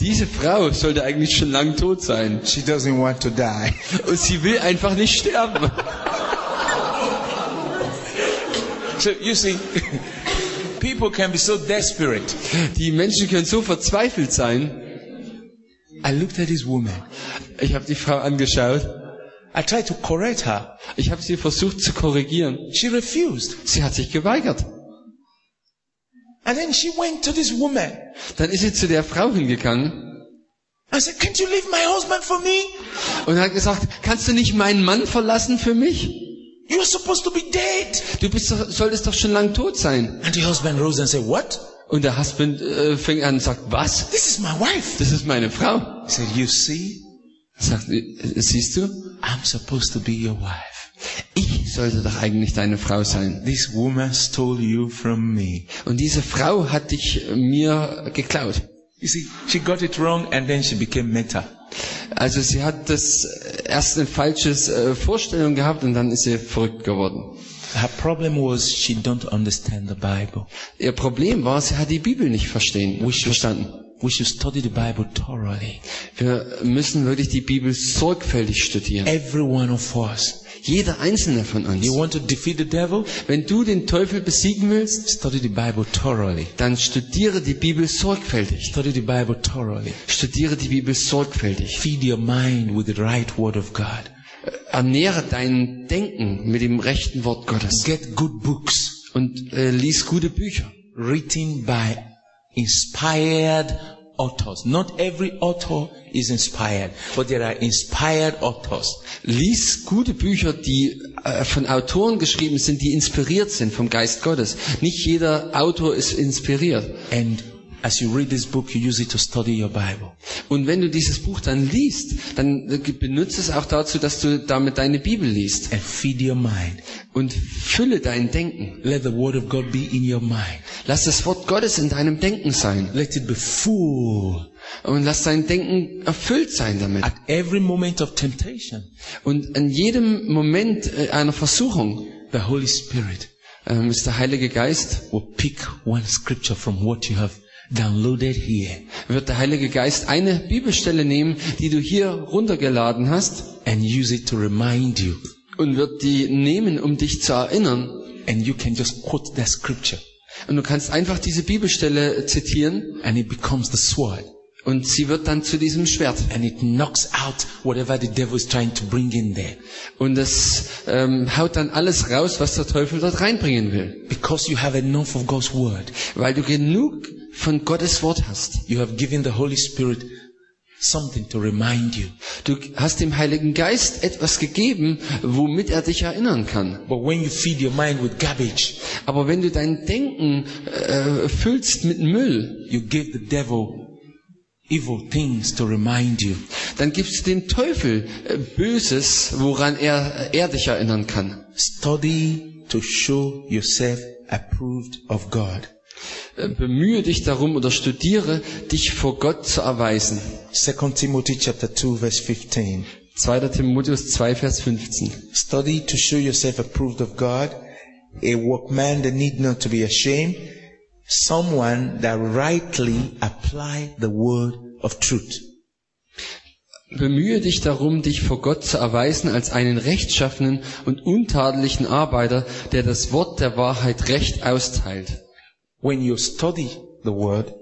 [SPEAKER 2] Diese Frau sollte eigentlich schon lang tot sein.
[SPEAKER 1] She doesn't want to die.
[SPEAKER 2] Und sie will einfach nicht sterben.
[SPEAKER 1] so you see, people can be so desperate.
[SPEAKER 2] Die Menschen können so verzweifelt sein.
[SPEAKER 1] I looked at this woman.
[SPEAKER 2] Ich habe die Frau angeschaut.
[SPEAKER 1] I tried to correct her.
[SPEAKER 2] Ich habe sie versucht zu korrigieren.
[SPEAKER 1] She refused.
[SPEAKER 2] Sie hat sich geweigert.
[SPEAKER 1] And then she went to this woman
[SPEAKER 2] Dann ist sie zu der Frau hingegangen
[SPEAKER 1] and said, Can't you leave my husband for me?
[SPEAKER 2] und hat gesagt, kannst du nicht meinen Mann verlassen für mich?
[SPEAKER 1] You're supposed to be dead.
[SPEAKER 2] Du bist doch, solltest doch schon lang tot sein.
[SPEAKER 1] And the husband rose and said, What?
[SPEAKER 2] Und der Husband äh, fängt an und sagt, was?
[SPEAKER 1] This is my wife.
[SPEAKER 2] Das ist meine Frau.
[SPEAKER 1] He said, You see,
[SPEAKER 2] Sagt, äh, siehst du,
[SPEAKER 1] I'm supposed to be your wife.
[SPEAKER 2] ich sollte doch eigentlich deine Frau sein.
[SPEAKER 1] This woman stole you from me.
[SPEAKER 2] Und diese Frau hat dich äh, mir geklaut.
[SPEAKER 1] You see, she got it wrong and then she became meta.
[SPEAKER 2] Also sie hat das erst eine falsche äh, Vorstellung gehabt und dann ist sie verrückt geworden.
[SPEAKER 1] Her problem was she don't understand the Bible.
[SPEAKER 2] Ihr Problem war, sie hat die Bibel nicht verstehen, nicht verstanden.
[SPEAKER 1] We should study the Bible thoroughly.
[SPEAKER 2] Wir müssen wirklich die Bibel sorgfältig studieren.
[SPEAKER 1] Every one of us.
[SPEAKER 2] Jeder einzelne von uns.
[SPEAKER 1] You want to defeat the devil?
[SPEAKER 2] Wenn du den Teufel besiegen willst,
[SPEAKER 1] Study the Bible thoroughly.
[SPEAKER 2] dann studiere die Bibel sorgfältig.
[SPEAKER 1] Study the Bible thoroughly.
[SPEAKER 2] Studiere die Bibel sorgfältig.
[SPEAKER 1] Feed your mind with the right word of God.
[SPEAKER 2] Ernähre dein Denken mit dem rechten Wort Gottes.
[SPEAKER 1] Get good books
[SPEAKER 2] Und äh, lies gute Bücher.
[SPEAKER 1] written by inspired authors. Not every author is inspired, but there are inspired authors.
[SPEAKER 2] Lies gute Bücher, die äh, von Autoren geschrieben sind, die inspiriert sind vom Geist Gottes. Nicht jeder Autor ist inspiriert.
[SPEAKER 1] And as you read this book, you use it to study your Bible.
[SPEAKER 2] Und wenn du dieses Buch dann liest, dann äh, benutze es auch dazu, dass du damit deine Bibel liest.
[SPEAKER 1] And feed your mind.
[SPEAKER 2] Und fülle dein Denken.
[SPEAKER 1] Let the word of God be in your mind.
[SPEAKER 2] Lass das Wort Gottes in deinem Denken sein.
[SPEAKER 1] Let it be full
[SPEAKER 2] Und lass dein Denken erfüllt sein damit.
[SPEAKER 1] at every moment of temptation.
[SPEAKER 2] Und in jedem Moment äh, einer Versuchung
[SPEAKER 1] The Holy Spirit
[SPEAKER 2] ähm, ist der Heilige Geist,
[SPEAKER 1] will pick one scripture from what you have downloaded here
[SPEAKER 2] wird der Heilige Geist eine Bibelstelle nehmen, die du hier runtergeladen hast
[SPEAKER 1] and use it to remind you.
[SPEAKER 2] und wird die nehmen, um dich zu erinnern.
[SPEAKER 1] And you can just quote that scripture
[SPEAKER 2] Und du kannst einfach diese Bibelstelle zitieren
[SPEAKER 1] and it becomes the sword
[SPEAKER 2] und sie wird dann zu diesem Schwert.
[SPEAKER 1] and it knocks out whatever the devil is trying to bring in there
[SPEAKER 2] Und das ähm, haut dann alles raus, was der Teufel dort reinbringen will.
[SPEAKER 1] because you have enough of God's word.
[SPEAKER 2] Weil du genug von Gottes Wort hast.
[SPEAKER 1] You have given the Holy Spirit something to remind you.
[SPEAKER 2] Du hast dem Heiligen Geist etwas gegeben, womit er dich erinnern kann.
[SPEAKER 1] But when you feed your mind with garbage,
[SPEAKER 2] Aber wenn du dein Denken äh, füllst mit Müll,
[SPEAKER 1] you give the devil evil things to remind you.
[SPEAKER 2] dann gibst du dem Teufel äh, Böses, woran er, er dich erinnern kann.
[SPEAKER 1] Study to show yourself approved of God.
[SPEAKER 2] Äh, Bemühe dich darum oder studiere, dich vor Gott zu erweisen.
[SPEAKER 1] 2 Timothy chapter 2 verse 15.
[SPEAKER 2] 2. Timotheus 2, Vers 15.
[SPEAKER 1] Study to show yourself approved of God, a workman that need not to be ashamed, someone that rightly apply the word of truth.
[SPEAKER 2] Bemühe dich darum, dich vor Gott zu erweisen als einen rechtschaffenen und untadeligen Arbeiter, der das Wort der Wahrheit recht austeilt.
[SPEAKER 1] When you study the word,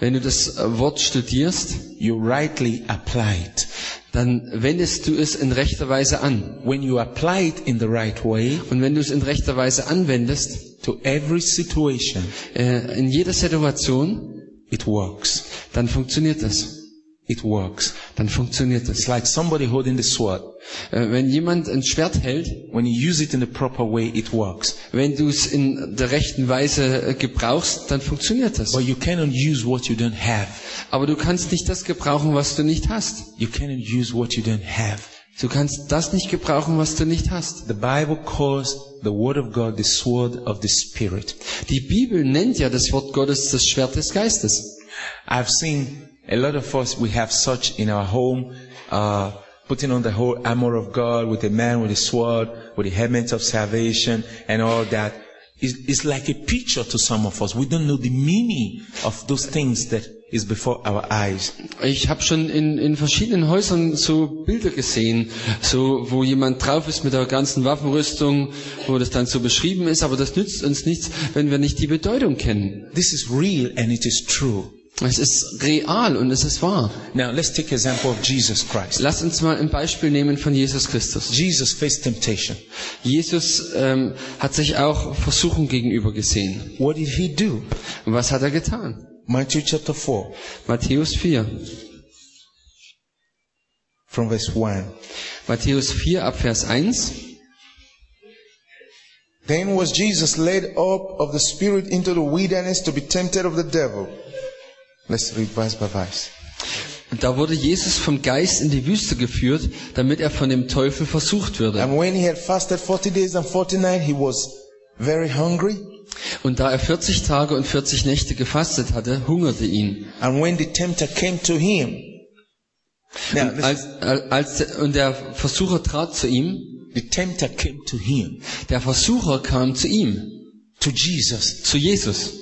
[SPEAKER 2] Wenn du das äh, Wort studierst,
[SPEAKER 1] you rightly apply it.
[SPEAKER 2] dann wendest du es in rechter Weise an.
[SPEAKER 1] When you apply it in the right way
[SPEAKER 2] Und wenn du es in rechter Weise anwendest,
[SPEAKER 1] to every situation,
[SPEAKER 2] äh, in jeder Situation,
[SPEAKER 1] it works.
[SPEAKER 2] dann funktioniert es.
[SPEAKER 1] It works.
[SPEAKER 2] Dann funktioniert es.
[SPEAKER 1] It's like somebody holding the sword.
[SPEAKER 2] Äh, wenn jemand ein Schwert hält,
[SPEAKER 1] When you use it in the proper way, it works.
[SPEAKER 2] wenn du es in der rechten Weise äh, gebrauchst, dann funktioniert es.
[SPEAKER 1] But you cannot use what you don't have.
[SPEAKER 2] Aber du kannst nicht das gebrauchen, was du nicht hast.
[SPEAKER 1] You cannot use what you don't have.
[SPEAKER 2] Du kannst das nicht gebrauchen, was du nicht hast.
[SPEAKER 1] The Bible calls the Word of God the sword of the Spirit.
[SPEAKER 2] Die Bibel nennt ja das Wort Gottes das Schwert des Geistes.
[SPEAKER 1] I've seen a lot of us, we have such in our home, uh, putting on the whole armor of God with a man with a sword, with a helmet of salvation and all that. It's, it's like a picture to some of us. We don't know the meaning of those things that is before our eyes.
[SPEAKER 2] Ich habe schon in, in verschiedenen Häusern so Bilder gesehen, so wo jemand drauf ist mit der ganzen Waffenrüstung, wo das dann so beschrieben ist, aber das nützt uns nichts, wenn wir nicht die Bedeutung kennen.
[SPEAKER 1] This is real and it is true.
[SPEAKER 2] Es ist real und es ist wahr.
[SPEAKER 1] Now let's take example of Jesus Christ.
[SPEAKER 2] Lass uns mal ein Beispiel nehmen von Jesus Christus.
[SPEAKER 1] Jesus faced temptation.
[SPEAKER 2] Jesus ähm, hat sich auch Versuchung gegenüber gesehen.
[SPEAKER 1] What did he do?
[SPEAKER 2] Und was hat er getan?
[SPEAKER 1] Matthew chapter 4
[SPEAKER 2] Matthäus 4.
[SPEAKER 1] from verse 1.
[SPEAKER 2] Matthäus 4 ab Vers 1.
[SPEAKER 5] Then was Jesus led up of the Spirit into the wilderness to be tempted of the devil. Let's read verse by verse.
[SPEAKER 2] Da wurde Jesus vom Geist in die Wüste geführt, damit er von dem Teufel versucht würde.
[SPEAKER 5] And when he had fasted forty days and forty nights, he was very hungry.
[SPEAKER 2] Und da er 40 Tage und 40 Nächte gefastet hatte, hungerte ihn.
[SPEAKER 5] And when the tempter came to him, now
[SPEAKER 2] Und,
[SPEAKER 5] this,
[SPEAKER 2] als, als, und der Versucher trat zu ihm.
[SPEAKER 1] The tempter came to him,
[SPEAKER 2] Der Versucher kam zu ihm,
[SPEAKER 1] to Jesus.
[SPEAKER 2] zu Jesus.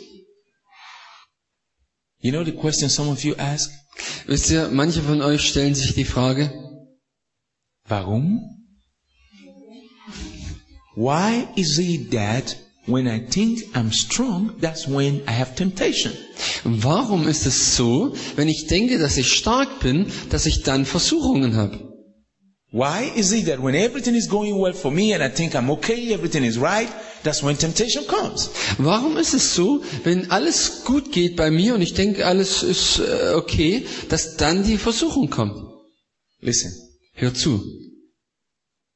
[SPEAKER 1] You know the question some of you ask?
[SPEAKER 2] Wisst ihr, manche von euch stellen sich die Frage,
[SPEAKER 1] Warum? Why is it that when I think I'm strong, that's when I have temptation?
[SPEAKER 2] warum ist es so, wenn ich denke, dass ich stark bin, dass ich dann Versuchungen habe?
[SPEAKER 1] Why is it that when everything is going well for me and I think I'm okay, everything is right, that's when temptation comes?
[SPEAKER 2] Warum ist es so, wenn alles gut geht bei mir und ich denke, alles ist äh, okay, dass dann die Versuchung kommt?
[SPEAKER 1] Listen,
[SPEAKER 2] Hör zu.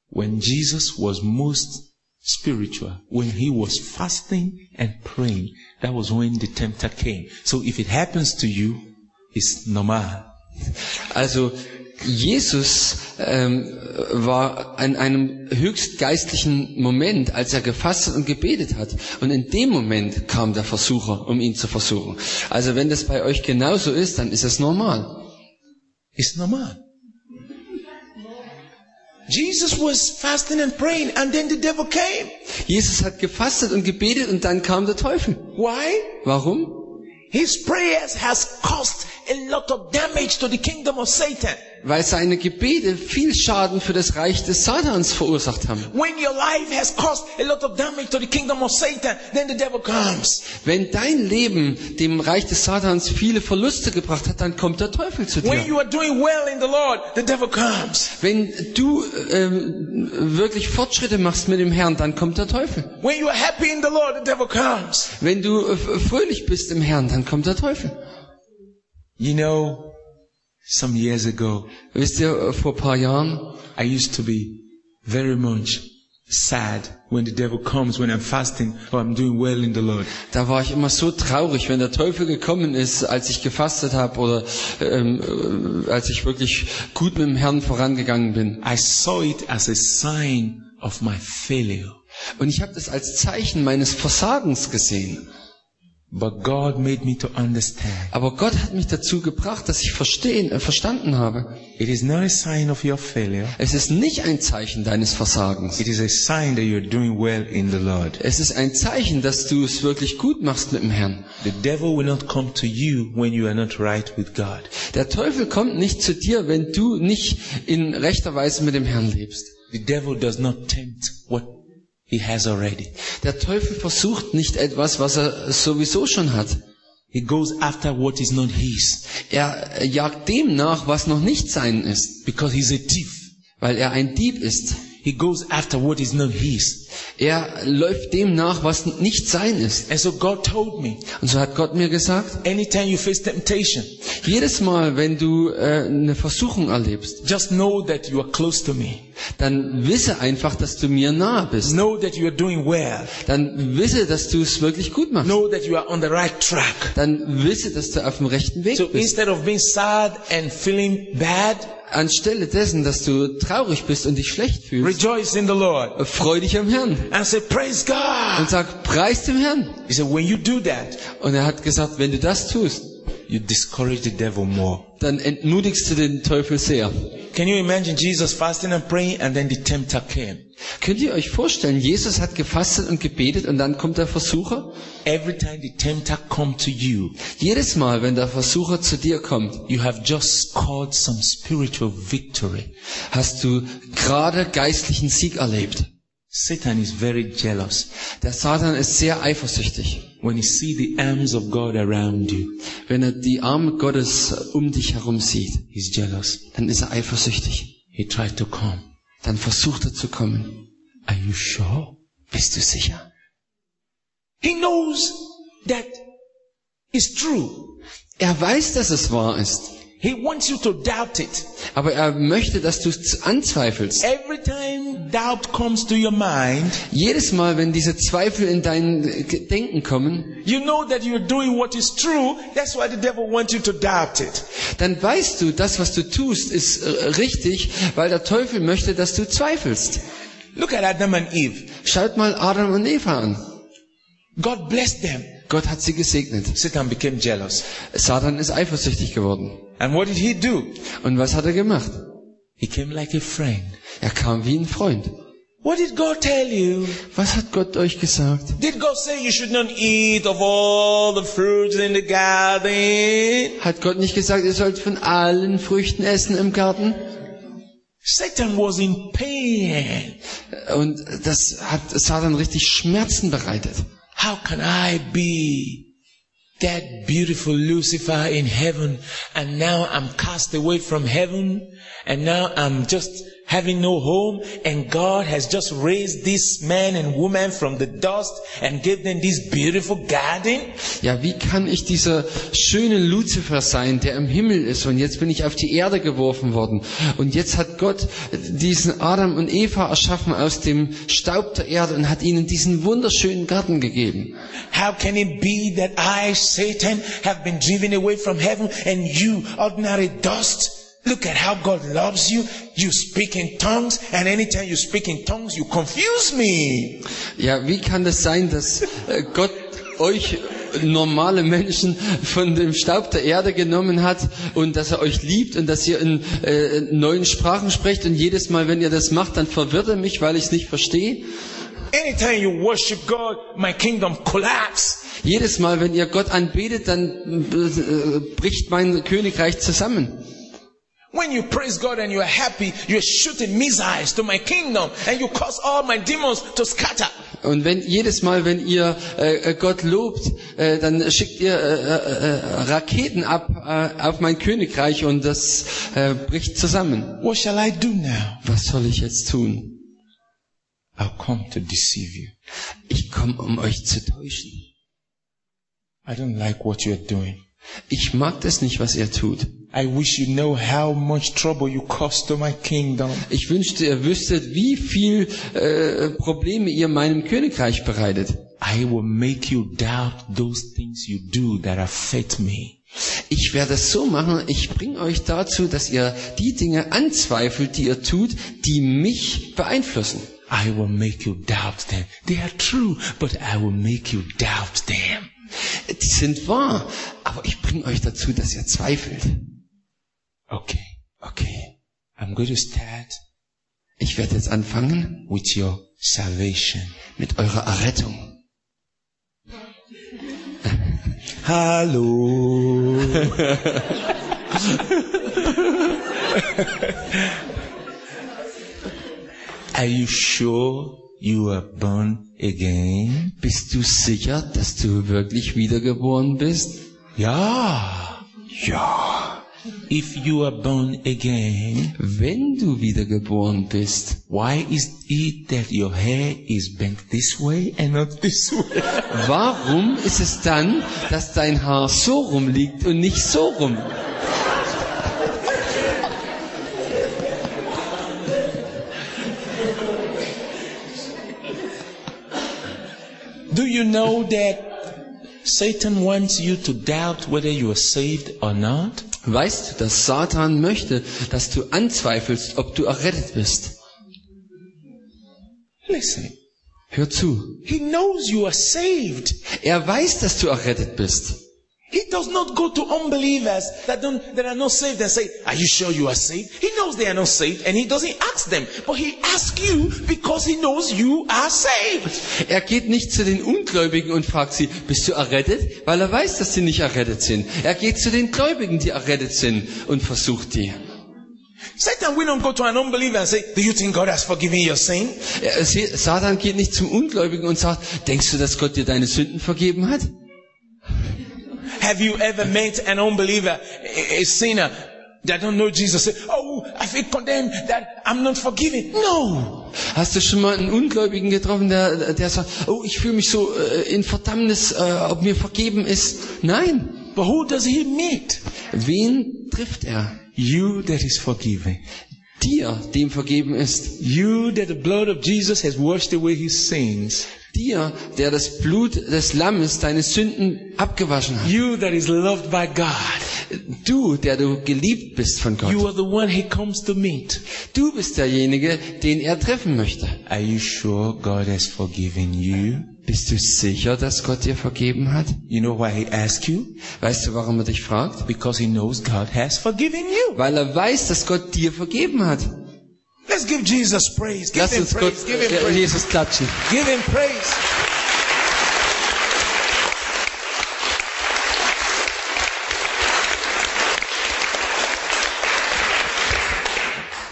[SPEAKER 1] when Jesus was most spiritual, when he was fasting and praying, that was when the tempter came. So if it happens to you, it's normal.
[SPEAKER 2] Also, Jesus ähm, war an einem höchst geistlichen Moment, als er gefastet und gebetet hat. Und in dem Moment kam der Versucher, um ihn zu versuchen. Also wenn das bei euch genauso ist, dann ist es normal.
[SPEAKER 1] It's normal. Jesus was fasting and praying, and then the devil came.
[SPEAKER 2] Jesus hat gefastet und gebetet und dann kam der Teufel.
[SPEAKER 1] Why?
[SPEAKER 2] Warum?
[SPEAKER 1] His prayers has caused a lot of damage to the kingdom of Satan.
[SPEAKER 2] Weil seine Gebete viel Schaden für das Reich des Satans verursacht haben.
[SPEAKER 1] When your life has caused a lot of damage to the kingdom of Satan, then the devil comes.
[SPEAKER 2] Wenn dein Leben dem Reich des Satans viele Verluste gebracht hat, dann kommt der Teufel zu
[SPEAKER 1] When
[SPEAKER 2] dir.
[SPEAKER 1] you are doing well in the Lord, the devil comes.
[SPEAKER 2] Wenn du ähm, wirklich Fortschritte machst mit dem Herrn, dann kommt der Teufel.
[SPEAKER 1] When you are happy in the Lord, the devil comes.
[SPEAKER 2] Wenn du äh, f- fröhlich bist im Herrn, dann kommt der Teufel.
[SPEAKER 1] You know, some years ago,
[SPEAKER 2] Wisst ihr, äh, vor paar Jahren,
[SPEAKER 1] I used to be very much sad when the devil comes when I'm fasting or I'm doing well in the Lord.
[SPEAKER 2] da war ich immer so traurig, wenn der Teufel gekommen ist, als ich gefastet habe oder ähm, äh, als ich wirklich gut mit dem Herrn vorangegangen bin.
[SPEAKER 1] I saw it as a sign of my failure.
[SPEAKER 2] Und ich habe das als Zeichen meines Versagens gesehen.
[SPEAKER 1] But God made me to understand.
[SPEAKER 2] Aber Gott hat mich dazu gebracht, dass ich verstehen, äh, verstanden habe.
[SPEAKER 1] It is not a sign of your failure.
[SPEAKER 2] Es ist nicht ein Zeichen deines Versagens.
[SPEAKER 1] It is a sign that you're doing well in the Lord.
[SPEAKER 2] Es ist ein Zeichen, dass du es wirklich gut machst mit dem Herrn.
[SPEAKER 1] The devil will not come to you when you are not right with God.
[SPEAKER 2] Der Teufel kommt nicht zu dir, wenn du nicht in rechter Weise mit dem Herrn lebst.
[SPEAKER 1] The devil does not tempt what he has already.
[SPEAKER 2] Der Teufel versucht nicht etwas, was er sowieso schon hat.
[SPEAKER 1] He goes after what is not his
[SPEAKER 2] Er äh, jagt dem nach, was noch nicht sein ist,
[SPEAKER 1] because he's a thief.
[SPEAKER 2] weil er ein Dieb ist.
[SPEAKER 1] He goes after what is not his.
[SPEAKER 2] Er läuft dem nach, was nicht sein ist.
[SPEAKER 1] And so God told me,
[SPEAKER 2] Und so hat Gott mir gesagt,
[SPEAKER 1] anytime you face temptation,
[SPEAKER 2] jedes Mal, wenn du äh, eine Versuchung erlebst,
[SPEAKER 1] just know that you are close to me.
[SPEAKER 2] dann wisse einfach, dass du mir nahe bist.
[SPEAKER 1] Know that you are doing well.
[SPEAKER 2] Dann wisse, dass du es wirklich gut machst.
[SPEAKER 1] Know that you are on the right track.
[SPEAKER 2] Dann wisse, dass du auf dem rechten Weg
[SPEAKER 1] So
[SPEAKER 2] bist.
[SPEAKER 1] instead of being sad and feeling bad,
[SPEAKER 2] Anstelle dessen, dass du traurig bist und dich schlecht fühlst,
[SPEAKER 1] rejoice in the Lord.
[SPEAKER 2] freu dich am Herrn
[SPEAKER 1] and say, Praise God.
[SPEAKER 2] und sag, preis dem Herrn.
[SPEAKER 1] He said, When you do that,
[SPEAKER 2] Und er hat gesagt, wenn du das tust,
[SPEAKER 1] you discourage the devil more.
[SPEAKER 2] dann entmutigst du den Teufel sehr.
[SPEAKER 1] Can you imagine Jesus fasting and praying and then the tempter came?
[SPEAKER 2] Könnt ihr euch vorstellen, Jesus hat gefastet und gebetet und dann kommt der Versucher?
[SPEAKER 1] Every time the tempter come to you,
[SPEAKER 2] Jedes Mal, wenn der Versucher zu dir kommt,
[SPEAKER 1] you have just scored some spiritual victory.
[SPEAKER 2] hast du gerade geistlichen Sieg erlebt.
[SPEAKER 1] Satan is very jealous
[SPEAKER 2] Der Satan ist sehr eifersüchtig,
[SPEAKER 1] when he see the arms of God around you.
[SPEAKER 2] wenn er die Arme Gottes um dich herum sieht.
[SPEAKER 1] He's jealous.
[SPEAKER 2] Dann ist er eifersüchtig.
[SPEAKER 1] He tried to come.
[SPEAKER 2] Dann versucht er zu kommen.
[SPEAKER 1] Are you sure?
[SPEAKER 2] Bist du sicher?
[SPEAKER 1] He knows that it's true.
[SPEAKER 2] Er weiß, dass es wahr ist,
[SPEAKER 1] He wants you to doubt it.
[SPEAKER 2] aber er möchte, dass du es anzweifelst.
[SPEAKER 1] Every time doubt comes to your mind,
[SPEAKER 2] Jedes Mal, wenn diese Zweifel in dein äh, Denken kommen,
[SPEAKER 1] You know that you're doing what is true. That's why the devil wants you to doubt it.
[SPEAKER 2] dann weißt du, das, was du tust, ist äh, richtig, weil der Teufel möchte, dass du zweifelst.
[SPEAKER 1] Look at Adam and Eve.
[SPEAKER 2] Schaut mal Adam und Eva an.
[SPEAKER 1] God blessed them.
[SPEAKER 2] Gott hat sie gesegnet.
[SPEAKER 1] Satan became jealous.
[SPEAKER 2] Satan ist eifersüchtig geworden.
[SPEAKER 1] And what did he do?
[SPEAKER 2] Und was hat er gemacht?
[SPEAKER 1] He came like a friend.
[SPEAKER 2] Er kam wie ein Freund.
[SPEAKER 1] What did God tell you?
[SPEAKER 2] Was hat Gott euch gesagt?
[SPEAKER 1] Did God say you should not eat of all the fruits in the garden?
[SPEAKER 2] Hat Gott nicht gesagt, ihr sollt von allen Früchten essen im Garten?
[SPEAKER 1] Satan was in pain.
[SPEAKER 2] Und das hat Satan richtig Schmerzen bereitet.
[SPEAKER 1] How can I be that beautiful Lucifer in heaven and now I'm cast away from heaven and now I'm just having no home and God has just raised this man and woman from the dust and gave them this beautiful garden?
[SPEAKER 2] Ja, wie kann ich dieser schöne Luzifer sein, der im Himmel ist und jetzt bin ich auf die Erde geworfen worden und jetzt hat Gott diesen Adam und Eva erschaffen aus dem Staub der Erde und hat ihnen diesen wunderschönen Garten gegeben.
[SPEAKER 1] How can it be that I, Satan, have been driven away from heaven and you, ordinary dust, Look at how God loves you. You speak in tongues, and anytime you speak in tongues, you confuse me.
[SPEAKER 2] Ja, wie kann das sein, dass äh, Gott euch normale Menschen von dem Staub der Erde genommen hat und dass er euch liebt und dass ihr in äh, neuen Sprachen sprecht und jedes Mal, wenn ihr das macht, dann verwirrt er mich, weil ich es nicht verstehe.
[SPEAKER 1] Anytime you worship God, my kingdom collapse.
[SPEAKER 2] Jedes Mal, wenn ihr Gott anbetet, dann äh, bricht mein Königreich zusammen.
[SPEAKER 1] When you praise God and you are happy, you are shooting missiles to my kingdom, and you cause all my demons to scatter.
[SPEAKER 2] Und wenn jedes Mal, wenn ihr äh, äh, Gott lobt, äh, dann schickt ihr äh, äh, äh, Raketen ab äh, auf mein Königreich und das äh, bricht zusammen.
[SPEAKER 1] What shall I do now?
[SPEAKER 2] Was soll ich jetzt tun?
[SPEAKER 1] I'll come to deceive you.
[SPEAKER 2] Ich komme, um euch zu täuschen.
[SPEAKER 1] I don't like what you are doing.
[SPEAKER 2] Ich mag das nicht, was ihr tut.
[SPEAKER 1] I wish you know how much trouble you cause to my kingdom.
[SPEAKER 2] Ich wünschte, ihr wüsstet, wie viel äh, Probleme ihr meinem Königreich bereitet.
[SPEAKER 1] I will make you doubt those things you do that affect me.
[SPEAKER 2] Ich werde es so machen, ich bringe euch dazu, dass ihr die Dinge anzweifelt, die ihr tut, die mich beeinflussen.
[SPEAKER 1] I will make you doubt them. They are true, but I will make you doubt them.
[SPEAKER 2] Die sind wahr, aber ich bringe euch dazu, dass ihr zweifelt.
[SPEAKER 1] Okay,
[SPEAKER 2] Okay,
[SPEAKER 1] I'm going to start
[SPEAKER 2] ich werde jetzt anfangen
[SPEAKER 1] with your salvation.
[SPEAKER 2] mit eurer Errettung.
[SPEAKER 1] Hallo. Are you sure you are born again?
[SPEAKER 2] Bist du sicher, dass du wirklich wiedergeboren bist?
[SPEAKER 1] Yeah. Yeah. If you are born again,
[SPEAKER 2] Wenn du wiedergeboren bist,
[SPEAKER 1] why is it that your hair is bent this way and not this way?
[SPEAKER 2] Warum ist es dann, dass dein Haar so rumliegt und nicht so rum?
[SPEAKER 1] Do you know that Satan wants you to doubt whether you are saved or not?
[SPEAKER 2] Weißt du, dass Satan möchte, dass du anzweifelst, ob du errettet bist?
[SPEAKER 1] Listen,
[SPEAKER 2] Hör zu.
[SPEAKER 1] he knows you are saved.
[SPEAKER 2] Er weiß, dass du errettet bist.
[SPEAKER 1] He does not go to unbelievers that don't that are not saved and say, Are you sure you are saved? He knows they are not saved and he doesn't ask them. But he asks you because he knows you are saved.
[SPEAKER 2] Er geht nicht zu den Ungläubigen und fragt sie, bist du errettet? Weil er weiß, dass sie nicht errettet sind. Er geht zu den Gläubigen, die errettet sind und versucht die.
[SPEAKER 1] Satan will not go to an unbeliever and say, Do you think God has forgiven your sin?
[SPEAKER 2] Er, Satan geht nicht zum Ungläubigen und sagt, denkst du, dass Gott dir deine Sünden vergeben hat?
[SPEAKER 1] Have you ever met an unbeliever, a, a sinner that don't know Jesus? Say, Oh, I feel condemned that I'm not forgiven. No.
[SPEAKER 2] Hast du schon mal einen Ungläubigen getroffen, der, der sagt, oh, ich fühle mich so äh, in Verdammnis, äh, ob mir vergeben ist? Nein.
[SPEAKER 1] But who does he meet?
[SPEAKER 2] Wen trifft er?
[SPEAKER 1] You that is forgiven.
[SPEAKER 2] Dir, dem vergeben ist.
[SPEAKER 1] You that the blood of Jesus has washed away his sins.
[SPEAKER 2] Dir, der das Blut des Lammes deine Sünden abgewaschen hat.
[SPEAKER 1] You that is loved by God.
[SPEAKER 2] Du, der du geliebt bist von
[SPEAKER 1] You
[SPEAKER 2] Gott.
[SPEAKER 1] are the one he comes to meet.
[SPEAKER 2] Du bist derjenige, den er treffen möchte.
[SPEAKER 1] Are you sure God has forgiven you?
[SPEAKER 2] Bist du sicher, dass Gott dir vergeben hat?
[SPEAKER 1] You know why he asks you?
[SPEAKER 2] Weißt du, warum er dich fragt?
[SPEAKER 1] Because he knows God has forgiven you.
[SPEAKER 2] Weil er weiß, dass Gott dir vergeben hat.
[SPEAKER 1] Let's give Jesus praise. Give
[SPEAKER 2] Lass
[SPEAKER 1] him
[SPEAKER 2] uns Gott,
[SPEAKER 1] praise. Give him
[SPEAKER 2] äh,
[SPEAKER 1] praise.
[SPEAKER 2] Jesus klatschen.
[SPEAKER 1] Give him praise.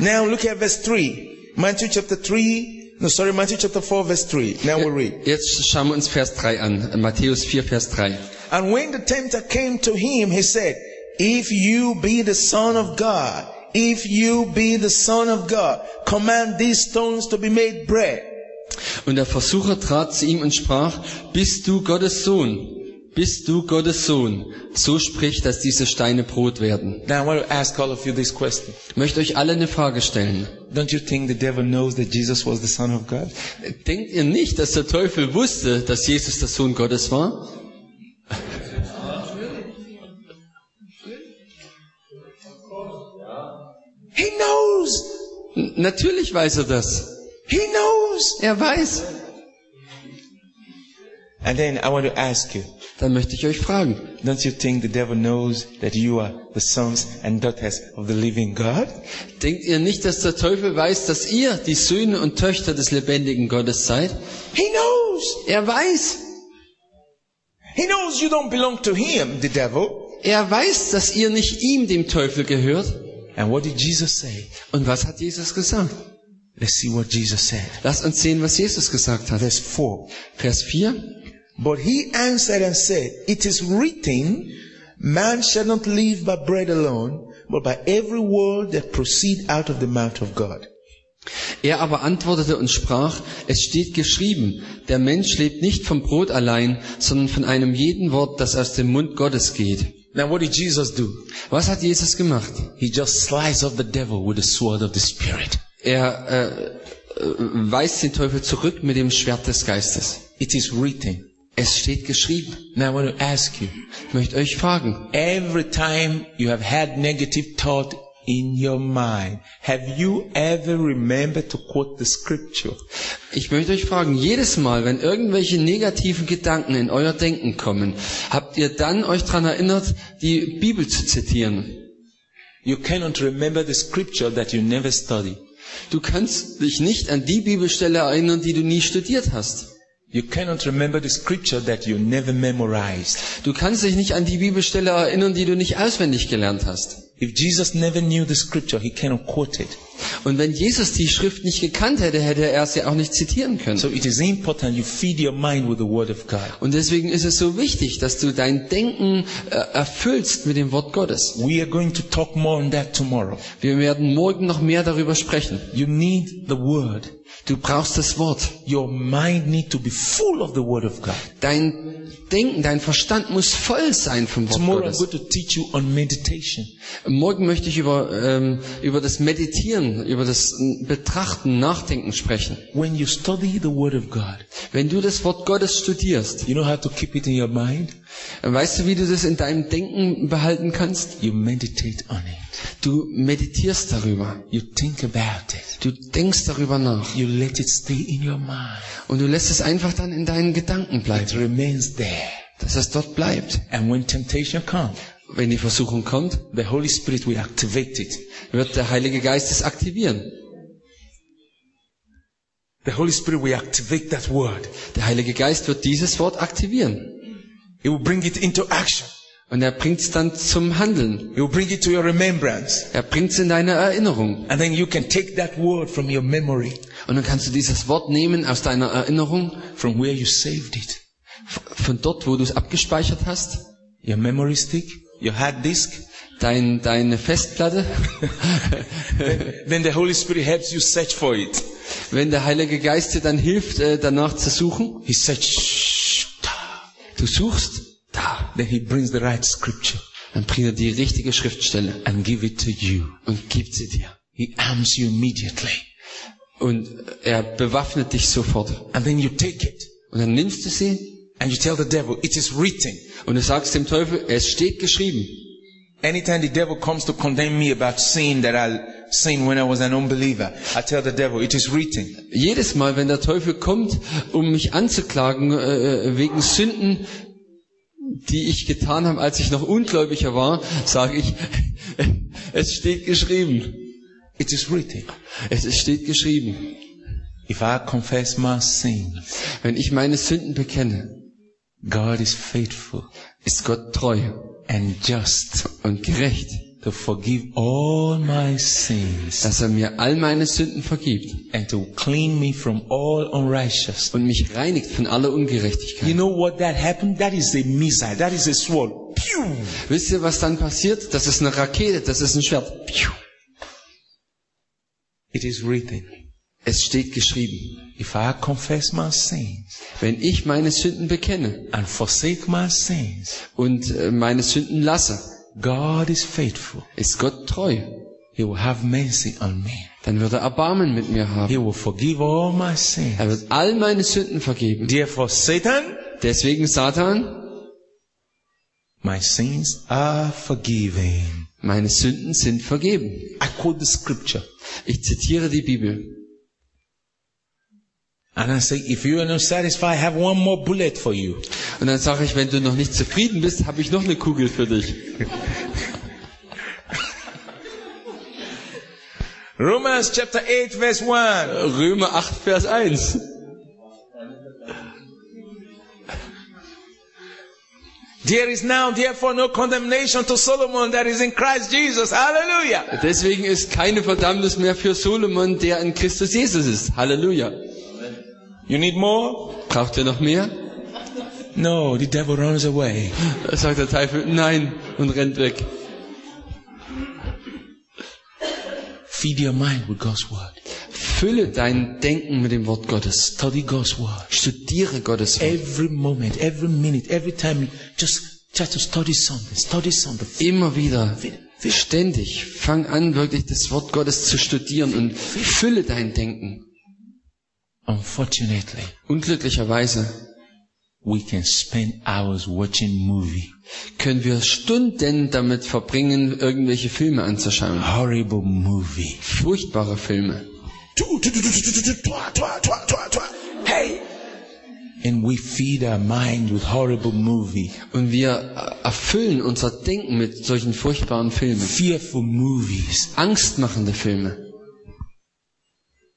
[SPEAKER 1] Now look at verse 3. Matthew chapter 3. No, sorry, Matthew chapter 4, verse 3. Now we read.
[SPEAKER 2] Jetzt schauen wir uns Vers 3 an. Matthäus 4, Vers 3.
[SPEAKER 1] And when the tempter came to him, he said, If you be the son of God, if you be the son of God, command these stones to be made bread.
[SPEAKER 2] Und der Versucher trat zu ihm und sprach, Bist du Gottes Sohn? Bist du Gottes Sohn? So spricht, dass diese Steine Brot werden.
[SPEAKER 1] Now I want to ask all of you this question.
[SPEAKER 2] Ich möchte euch alle eine Frage stellen.
[SPEAKER 1] Don't you think the devil knows that Jesus was the son of God?
[SPEAKER 2] Denkt ihr nicht, dass der Teufel wusste, dass Jesus der Sohn Gottes war?
[SPEAKER 1] He knows.
[SPEAKER 2] N natürlich weiß er das.
[SPEAKER 1] He knows.
[SPEAKER 2] Er weiß.
[SPEAKER 1] And then I want to ask you,
[SPEAKER 2] Dann möchte ich euch fragen,
[SPEAKER 1] don't you think the devil knows that you are the sons and daughters of the living God?
[SPEAKER 2] denkt ihr nicht, dass der Teufel weiß, dass ihr die Söhne und Töchter des lebendigen Gottes seid?
[SPEAKER 1] He knows.
[SPEAKER 2] Er weiß.
[SPEAKER 1] He knows you don't belong to him, the devil.
[SPEAKER 2] Er weiß, dass ihr nicht ihm, dem Teufel, gehört.
[SPEAKER 1] And what did Jesus say?
[SPEAKER 2] Und was hat Jesus gesagt?
[SPEAKER 1] Let's see what Jesus said.
[SPEAKER 2] Lasst uns sehen, was Jesus gesagt hat.
[SPEAKER 1] Verse 4.
[SPEAKER 2] Vers 4.
[SPEAKER 1] But he answered and said, It is written, Man shall not live by bread alone, but by every word that proceed out of the mouth of God.
[SPEAKER 2] Er aber antwortete und sprach, es steht geschrieben, der Mensch lebt nicht vom Brot allein, sondern von einem jeden Wort, das aus dem Mund Gottes geht.
[SPEAKER 1] Now what did Jesus do?
[SPEAKER 2] Was hat Jesus gemacht?
[SPEAKER 1] He just sliced off the devil with the sword of the Spirit.
[SPEAKER 2] Er äh, äh, weist den Teufel zurück mit dem Schwert des Geistes.
[SPEAKER 1] It is written.
[SPEAKER 2] Es steht geschrieben.
[SPEAKER 1] Now I want to ask you,
[SPEAKER 2] Ich möchte euch fragen,
[SPEAKER 1] every time you have had negative thought in your mind, have you ever remembered to quote the scripture?
[SPEAKER 2] ich möchte euch fragen, jedes Mal, wenn irgendwelche negativen Gedanken in euer Denken kommen, habt ihr dann euch daran erinnert, die Bibel zu zitieren?
[SPEAKER 1] You cannot remember the scripture that you never study.
[SPEAKER 2] Du kannst dich nicht an die Bibelstelle erinnern, die du nie studiert hast.
[SPEAKER 1] You cannot remember the scripture that you never memorized.
[SPEAKER 2] Du kannst dich nicht an die Bibelstelle erinnern, die du nicht auswendig gelernt hast.
[SPEAKER 1] If Jesus never knew the scripture, he cannot quote it.
[SPEAKER 2] Und wenn Jesus die Schrift nicht gekannt hätte, hätte er sie auch nicht zitieren können.
[SPEAKER 1] So it is important you feed your mind with the word of God.
[SPEAKER 2] Und deswegen ist es so wichtig, dass du dein Denken äh, erfüllst mit dem Wort Gottes.
[SPEAKER 1] We are going to talk more on that tomorrow.
[SPEAKER 2] Wir werden morgen noch mehr darüber sprechen.
[SPEAKER 1] You need the word.
[SPEAKER 2] Du brauchst das Wort.
[SPEAKER 1] Your mind need to be full of the word of God.
[SPEAKER 2] Dein Denken, dein Verstand muss voll sein vom Wort
[SPEAKER 1] Tomorrow I'm going
[SPEAKER 2] Gottes.
[SPEAKER 1] to teach you on meditation.
[SPEAKER 2] Morgen möchte ich über, ähm, über das Meditieren, über das äh, Betrachten, Nachdenken sprechen.
[SPEAKER 1] When you study the word of God,
[SPEAKER 2] Wenn du das Wort Gottes studierst,
[SPEAKER 1] you know how to keep it in your mind?
[SPEAKER 2] weißt du, wie du das in deinem Denken behalten kannst?
[SPEAKER 1] You meditate on it.
[SPEAKER 2] Du meditierst darüber.
[SPEAKER 1] You think about it.
[SPEAKER 2] Du denkst darüber nach.
[SPEAKER 1] You let it stay in your mind.
[SPEAKER 2] Und du lässt es einfach dann in deinen Gedanken
[SPEAKER 1] It
[SPEAKER 2] bleiben,
[SPEAKER 1] remains there.
[SPEAKER 2] dass es dort bleibt.
[SPEAKER 1] And when temptation comes,
[SPEAKER 2] Wenn die Versuchung kommt,
[SPEAKER 1] the Holy Spirit will activate it.
[SPEAKER 2] wird der Heilige Geist es aktivieren.
[SPEAKER 1] The Holy Spirit will activate that word.
[SPEAKER 2] Der Heilige Geist wird dieses Wort aktivieren.
[SPEAKER 1] It will bring it into action.
[SPEAKER 2] Und er bringt es dann zum Handeln.
[SPEAKER 1] It will bring it to your remembrance.
[SPEAKER 2] Er bringt es in deine Erinnerung.
[SPEAKER 1] And then you can take that word from your memory,
[SPEAKER 2] Und dann kannst du dieses Wort nehmen aus deiner Erinnerung,
[SPEAKER 1] from where you saved it.
[SPEAKER 2] von dort, wo du es abgespeichert hast,
[SPEAKER 1] Your memory stick, your hard disk.
[SPEAKER 2] dein, deine Festplatte.
[SPEAKER 1] Then the Holy Spirit helps you search for it.
[SPEAKER 2] Wenn der Heilige Geist dir dann hilft, äh, danach zu suchen,
[SPEAKER 1] He searches.
[SPEAKER 2] du suchst, da,
[SPEAKER 1] Then he brings the right scripture
[SPEAKER 2] dann bringt er die richtige Schriftstelle
[SPEAKER 1] and give it to you.
[SPEAKER 2] und gibt sie dir.
[SPEAKER 1] He arms you immediately.
[SPEAKER 2] Und er bewaffnet dich sofort.
[SPEAKER 1] And then you take it
[SPEAKER 2] Und dann nimmst du sie
[SPEAKER 1] and you tell the devil, it is written.
[SPEAKER 2] und du sagst dem Teufel, es steht geschrieben.
[SPEAKER 1] Anytime the devil comes to condemn me about sin that I sinned when I was an unbeliever, I tell the devil, it is written.
[SPEAKER 2] Jedes Mal, wenn der Teufel kommt, um mich anzuklagen äh, wegen Sünden, die ich getan habe, als ich noch ungläubiger war, sage ich, es steht geschrieben.
[SPEAKER 1] It is written.
[SPEAKER 2] Es ist- steht geschrieben.
[SPEAKER 1] If I confess my sin,
[SPEAKER 2] Wenn ich meine Sünden bekenne,
[SPEAKER 1] God is faithful
[SPEAKER 2] ist Gott treu
[SPEAKER 1] and just
[SPEAKER 2] und gerecht,
[SPEAKER 1] to forgive all my sins
[SPEAKER 2] dass er mir all meine Sünden vergibt
[SPEAKER 1] and to clean me from all unrighteousness.
[SPEAKER 2] und mich reinigt von aller
[SPEAKER 1] You
[SPEAKER 2] Ungerechtigkeit.
[SPEAKER 1] know what that happened? That is a missile. That is a sword. Pew!
[SPEAKER 2] Wisst ihr, was dann passiert? Das ist eine Rakete, das ist ein Schwert. Piu.
[SPEAKER 1] It is written.
[SPEAKER 2] Es steht geschrieben.
[SPEAKER 1] If I confess my sins
[SPEAKER 2] Wenn ich meine Sünden bekenne
[SPEAKER 1] and forsake my sins,
[SPEAKER 2] und äh, meine Sünden lasse,
[SPEAKER 1] God is faithful.
[SPEAKER 2] ist Gott treu.
[SPEAKER 1] He will have mercy on me.
[SPEAKER 2] Dann wird er Erbarmen mit mir haben.
[SPEAKER 1] He will forgive all my sins.
[SPEAKER 2] Er wird all meine Sünden vergeben.
[SPEAKER 1] Therefore, Satan,
[SPEAKER 2] Deswegen, Satan,
[SPEAKER 1] my sins are forgiven.
[SPEAKER 2] Meine Sünden sind vergeben.
[SPEAKER 1] I quote the scripture.
[SPEAKER 2] Ich zitiere die Bibel.
[SPEAKER 1] And I say, if you are not satisfied, I have one more bullet for you.
[SPEAKER 2] Und dann sage ich, wenn du noch nicht zufrieden bist, habe ich noch eine Kugel für dich.
[SPEAKER 1] Romans chapter 8 verse 1.
[SPEAKER 2] Römer 8, Vers 1.
[SPEAKER 1] There is now therefore no condemnation to Solomon that is in Christ Jesus. Hallelujah.
[SPEAKER 2] Deswegen ist keine Verdammnis mehr für Solomon, der in Christus Jesus ist. Halleluja.
[SPEAKER 1] You need more?
[SPEAKER 2] Braucht ihr noch mehr?
[SPEAKER 1] No, the devil runs away.
[SPEAKER 2] Da sagt der Teufel, nein, und rennt weg.
[SPEAKER 1] Feed your mind with God's word.
[SPEAKER 2] Fülle dein Denken mit dem Wort Gottes.
[SPEAKER 1] Study God's word.
[SPEAKER 2] Studiere Gottes Wort.
[SPEAKER 1] Every moment, every minute, every time, just try to study something. Study something.
[SPEAKER 2] Immer wieder. Ständig. Fang an, wirklich das Wort Gottes zu studieren und fülle dein Denken.
[SPEAKER 1] Unfortunately,
[SPEAKER 2] Unglücklicherweise
[SPEAKER 1] we can spend hours watching movie.
[SPEAKER 2] können wir Stunden damit verbringen, irgendwelche Filme anzuschauen.
[SPEAKER 1] Horrible movie.
[SPEAKER 2] Furchtbare Filme.
[SPEAKER 1] Hey! And we feed our mind with horrible movie,
[SPEAKER 2] Und wir erfüllen unser Denken mit solchen furchtbaren Filmen.
[SPEAKER 1] fearful movies.
[SPEAKER 2] Angstmachende Filme.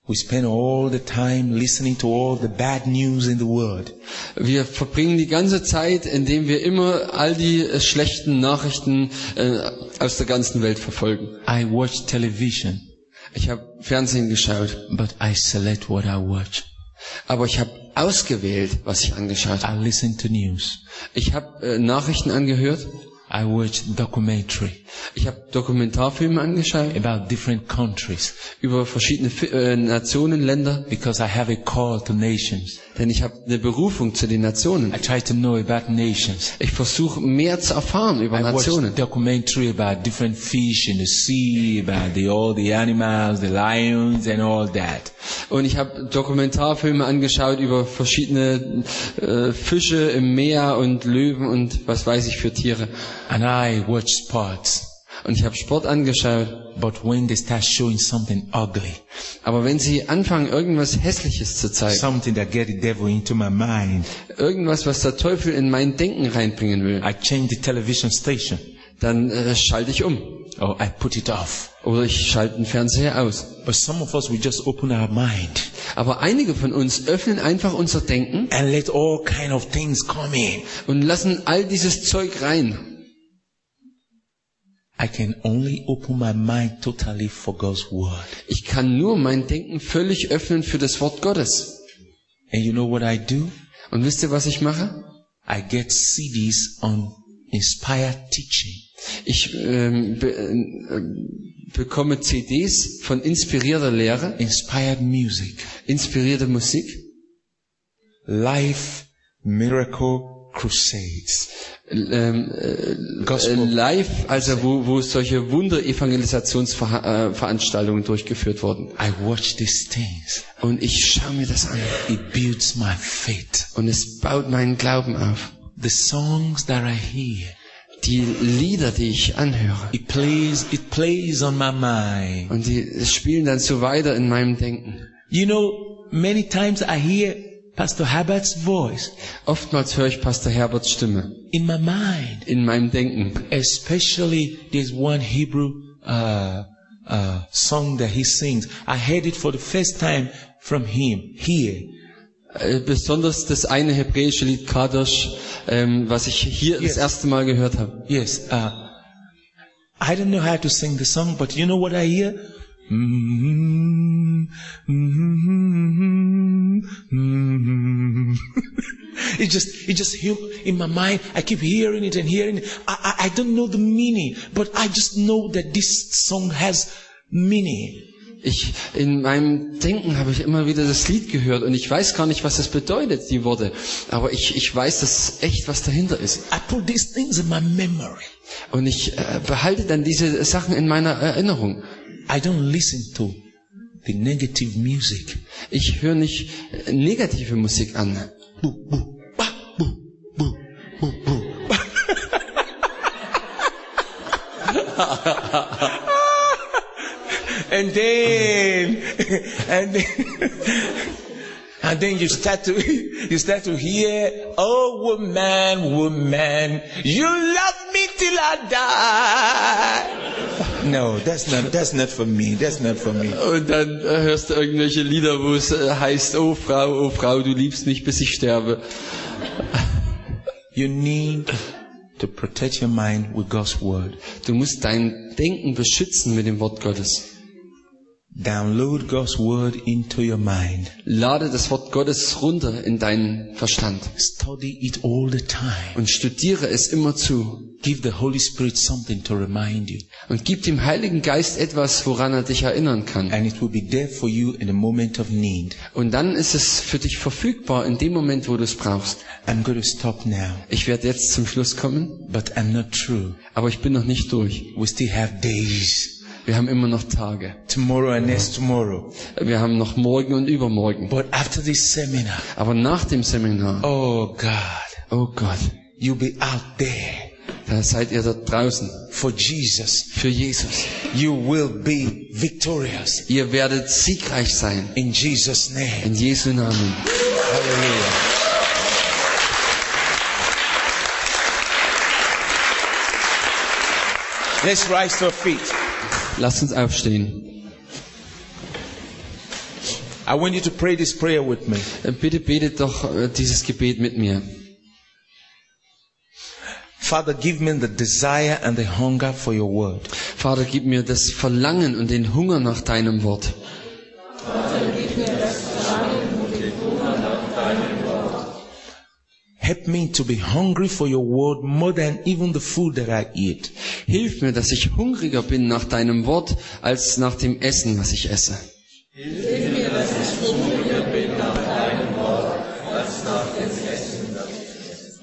[SPEAKER 1] We spend all the time listening to all the bad news in the world.
[SPEAKER 2] Wir verbringen die ganze Zeit, indem wir immer all die äh, schlechten Nachrichten äh, aus der ganzen Welt verfolgen.
[SPEAKER 1] I watch television,
[SPEAKER 2] Ich habe Fernsehen geschaut,
[SPEAKER 1] but I select what I watch.
[SPEAKER 2] aber ich habe ausgewählt, was ich angeschaut habe.
[SPEAKER 1] I listen to news.
[SPEAKER 2] Ich habe äh, Nachrichten angehört,
[SPEAKER 1] I watch documentary
[SPEAKER 2] ich habe Dokumentarfilme angeschaut
[SPEAKER 1] about different countries
[SPEAKER 2] über verschiedene Fi äh, Nationen, Länder,
[SPEAKER 1] because I have a call to nations.
[SPEAKER 2] denn ich habe eine Berufung zu den Nationen.
[SPEAKER 1] I try to know about nations.
[SPEAKER 2] Ich versuche mehr zu erfahren über
[SPEAKER 1] I watch
[SPEAKER 2] Nationen.
[SPEAKER 1] documentary about different fish in the sea, about the, all the animals, the lions and all that.
[SPEAKER 2] Und ich habe Dokumentarfilme angeschaut über verschiedene äh, Fische im Meer und Löwen und was weiß ich für Tiere.
[SPEAKER 1] And I watch sports.
[SPEAKER 2] Und ich habe Sport angeschaut.
[SPEAKER 1] But when they start showing something ugly,
[SPEAKER 2] Aber wenn sie anfangen, irgendwas Hässliches zu zeigen,
[SPEAKER 1] something that get the devil into my mind,
[SPEAKER 2] irgendwas, was der Teufel in mein Denken reinbringen will,
[SPEAKER 1] I change the television station
[SPEAKER 2] dann äh, schalte ich um.
[SPEAKER 1] or I put it off.
[SPEAKER 2] Oder ich schalte den Fernseher aus.
[SPEAKER 1] But some of us, we just open our mind
[SPEAKER 2] Aber einige von uns öffnen einfach unser Denken
[SPEAKER 1] and let all kind of things come in.
[SPEAKER 2] und lassen all dieses Zeug rein.
[SPEAKER 1] I can only open my mind totally for God's word.
[SPEAKER 2] Ich kann nur mein Denken völlig öffnen für das Wort Gottes.
[SPEAKER 1] And you know what I do?
[SPEAKER 2] Und wisst ihr, was ich mache?
[SPEAKER 1] I get CDs on inspired teaching.
[SPEAKER 2] Ich ähm, be, äh, bekomme CDs von inspirierter Lehre,
[SPEAKER 1] inspired music,
[SPEAKER 2] inspirierter Musik,
[SPEAKER 1] life, miracle, crusades.
[SPEAKER 2] ähm, äh, äh,
[SPEAKER 1] Gospel.
[SPEAKER 2] live, also wo, wo solche Wunder-Evangelisationsveranstaltungen durchgeführt wurden.
[SPEAKER 1] I watch these things.
[SPEAKER 2] Und ich schaue mir das an
[SPEAKER 1] It builds my faith.
[SPEAKER 2] und es baut meinen Glauben auf.
[SPEAKER 1] The songs that I hear,
[SPEAKER 2] Die Lieder, die ich anhöre,
[SPEAKER 1] it plays, it plays on my mind.
[SPEAKER 2] und die spielen dann so weiter in meinem Denken.
[SPEAKER 1] You know, many times I hear Pastor Herbert's voice
[SPEAKER 2] Oftmals höre ich Pastor Herberts Stimme
[SPEAKER 1] in my mind.
[SPEAKER 2] in meinem Denken.
[SPEAKER 1] Especially there's one Hebrew, uh, uh, song that he sings. I heard it for the first time from him here.
[SPEAKER 2] Äh, besonders das eine hebräische Lied Kadosh, ähm, was ich hier das
[SPEAKER 1] Yes.
[SPEAKER 2] erste Mal gehört habe.
[SPEAKER 1] Yes, uh, I don't know how to sing the song, but you know what I hear? Mm-hmm, mm-hmm, mm-hmm. it just, it just here in my mind. I keep hearing it and hearing it. I, I, I don't know the meaning, but I just know that this song has meaning.
[SPEAKER 2] Ich, in meinem Denken habe ich immer wieder das Lied gehört und ich weiß gar nicht, was das bedeutet, die Worte. Aber ich, ich weiß, dass echt was dahinter ist.
[SPEAKER 1] I put these things in my memory.
[SPEAKER 2] Und ich äh, behalte dann diese Sachen in meiner Erinnerung.
[SPEAKER 1] I don't listen to the negative music.
[SPEAKER 2] Ich höre nicht äh, negative Musik an.
[SPEAKER 1] and then and then and then you start to you start to hear oh woman woman you love me till i die no that's not that's not for me that's not for me
[SPEAKER 2] Und dann äh, hörst du irgendwelche Lieder, wo es äh, heißt, oh Frau, oh Frau, du liebst mich, bis ich sterbe.
[SPEAKER 1] you need to protect your mind with god's word
[SPEAKER 2] Du musst dein Denken beschützen mit dem Wort Gottes.
[SPEAKER 1] download god's word into your mind
[SPEAKER 2] Lade das Wort Gottes runter in deinen Verstand
[SPEAKER 1] study it all the time
[SPEAKER 2] und studiere es immer zu
[SPEAKER 1] give the holy spirit something to remind you
[SPEAKER 2] und gib dem Heiligen Geist etwas, woran er dich erinnern kann.
[SPEAKER 1] and it will be there for you in the moment of need
[SPEAKER 2] Und dann ist es für dich verfügbar in dem Moment, wo du es brauchst.
[SPEAKER 1] i'm going to stop now
[SPEAKER 2] Ich werde jetzt zum Schluss kommen,
[SPEAKER 1] but i'm not true
[SPEAKER 2] aber ich bin noch nicht durch.
[SPEAKER 1] we still have days
[SPEAKER 2] Wir haben immer noch Tage.
[SPEAKER 1] tomorrow and next tomorrow.
[SPEAKER 2] Wir haben noch morgen und übermorgen.
[SPEAKER 1] But after this seminar,
[SPEAKER 2] Aber nach dem Seminar,
[SPEAKER 1] oh God,
[SPEAKER 2] oh Gott,
[SPEAKER 1] you'll be out there
[SPEAKER 2] da seid ihr da draußen
[SPEAKER 1] for Jesus.
[SPEAKER 2] für Jesus.
[SPEAKER 1] You will be victorious
[SPEAKER 2] Ihr werdet siegreich sein.
[SPEAKER 1] in Jesus' name.
[SPEAKER 2] In Jesu Namen.
[SPEAKER 1] Hallelujah. Let's rise to our feet.
[SPEAKER 2] Lasst uns aufstehen.
[SPEAKER 1] I want you to pray this prayer with me.
[SPEAKER 2] Äh, Bitte betet doch äh, dieses Gebet mit mir.
[SPEAKER 1] Father, give me the desire and the hunger for your word.
[SPEAKER 2] Vater, gib mir das Verlangen und den Hunger nach deinem Wort.
[SPEAKER 1] Help me to be hungry for your word more than even the food that I eat.
[SPEAKER 2] Hilf mir, dass ich hungriger bin nach deinem Wort als nach dem Essen, was ich esse.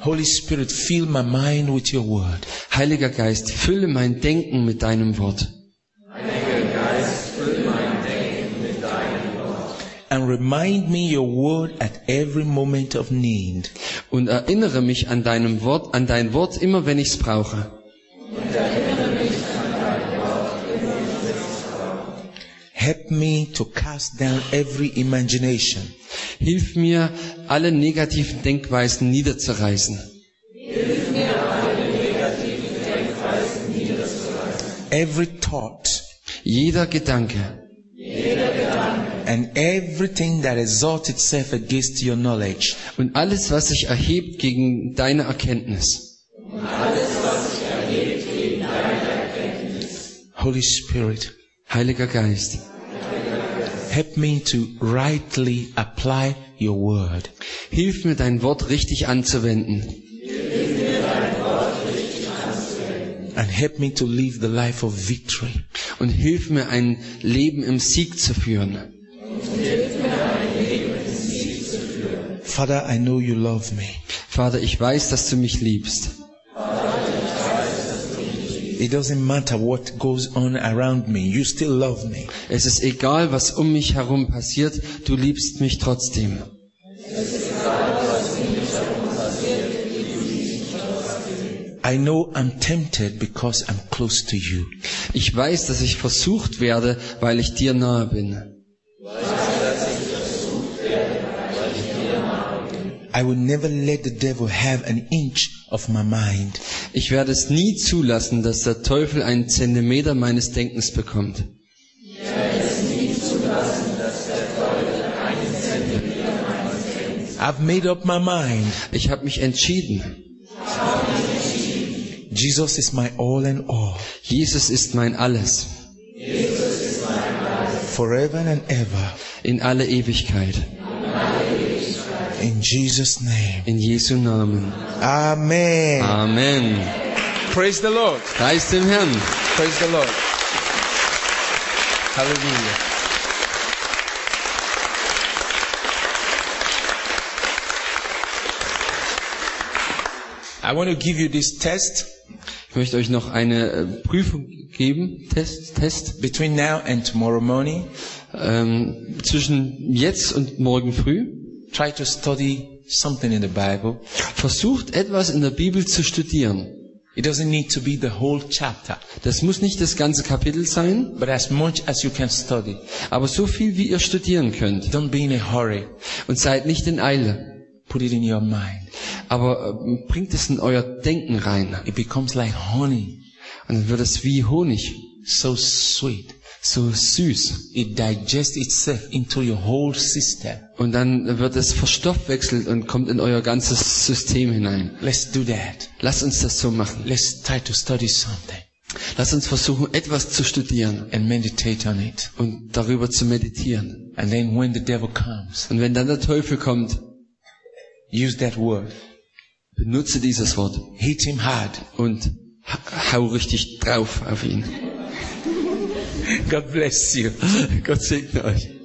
[SPEAKER 1] Holy Spirit, fill my mind with your word.
[SPEAKER 2] Heiliger Geist, fülle mein Denken mit deinem Wort
[SPEAKER 1] and remind me your word at every moment of need.
[SPEAKER 2] und erinnere mich an deinem Wort, an dein Wort immer, wenn ich es brauche.
[SPEAKER 1] Help me to cast down every imagination
[SPEAKER 2] Hilf mir, alle negativen Denkweisen niederzureißen
[SPEAKER 1] every thought
[SPEAKER 2] Jeder Gedanke
[SPEAKER 1] and everything that exalts itself against your knowledge.
[SPEAKER 2] und alles, was sich erhebt gegen deine Erkenntnis.
[SPEAKER 1] Holy Spirit,
[SPEAKER 2] Heiliger Geist,
[SPEAKER 1] help me to rightly apply your word.
[SPEAKER 2] hilf mir, dein Wort richtig anzuwenden
[SPEAKER 1] And help me to live the life of victory.
[SPEAKER 2] und hilf mir, ein Leben im Sieg zu führen.
[SPEAKER 1] Father, I know you love me.
[SPEAKER 2] Vater, ich weiß, dass du mich liebst.
[SPEAKER 1] It doesn't matter what goes on around me. You still love me.
[SPEAKER 2] Es ist egal, was um mich herum passiert, du liebst mich trotzdem.
[SPEAKER 1] I know I'm tempted because I'm close to you.
[SPEAKER 2] Ich weiß, dass ich versucht werde, weil ich dir nahe bin.
[SPEAKER 1] I will never let the devil have an inch of my mind.
[SPEAKER 2] Ich werde es nie zulassen, dass der Teufel einen Zentimeter meines Denkens bekommt.
[SPEAKER 1] I've made up my mind.
[SPEAKER 2] Ich habe mich entschieden.
[SPEAKER 1] Jesus is my all and all,
[SPEAKER 2] Jesus ist mein Alles.
[SPEAKER 1] forever and ever.
[SPEAKER 2] In alle Ewigkeit.
[SPEAKER 1] In Jesus' name.
[SPEAKER 2] In Jesu Namen.
[SPEAKER 1] Amen.
[SPEAKER 2] Amen.
[SPEAKER 1] Praise the Lord.
[SPEAKER 2] Preis dem Herrn.
[SPEAKER 1] Praise the Lord. Hallelujah. I want to give you this test
[SPEAKER 2] Ich möchte euch noch eine äh, Prüfung geben. Test, Test.
[SPEAKER 1] between now and tomorrow morning.
[SPEAKER 2] Ähm, zwischen jetzt und morgen früh.
[SPEAKER 1] Try to study something in the Bible.
[SPEAKER 2] Versucht etwas in der Bibel zu studieren.
[SPEAKER 1] It doesn't need to be the whole chapter,
[SPEAKER 2] Das muss nicht das ganze Kapitel sein,
[SPEAKER 1] but as much as you can study.
[SPEAKER 2] aber so viel, wie ihr studieren könnt.
[SPEAKER 1] Don't be in a hurry.
[SPEAKER 2] Und seid nicht in Eile,
[SPEAKER 1] Put it in your mind.
[SPEAKER 2] aber ähm, bringt es in euer Denken rein.
[SPEAKER 1] It becomes like honey,
[SPEAKER 2] Und dann wird es wie Honig,
[SPEAKER 1] so sweet.
[SPEAKER 2] so süß.
[SPEAKER 1] It digests itself into your whole system.
[SPEAKER 2] Und dann wird es verstoffwechselt und kommt in euer ganzes System hinein.
[SPEAKER 1] Let's do that.
[SPEAKER 2] Lasst uns das so machen.
[SPEAKER 1] Let's try to study something
[SPEAKER 2] Lasst uns versuchen, etwas zu studieren
[SPEAKER 1] and meditate on it.
[SPEAKER 2] und darüber zu meditieren.
[SPEAKER 1] And then when the devil comes,
[SPEAKER 2] Und wenn dann der Teufel kommt,
[SPEAKER 1] use that word.
[SPEAKER 2] benutze dieses Wort
[SPEAKER 1] Hit him hard.
[SPEAKER 2] und ha- hau richtig drauf auf ihn.
[SPEAKER 1] God bless you.
[SPEAKER 2] Gott segne euch.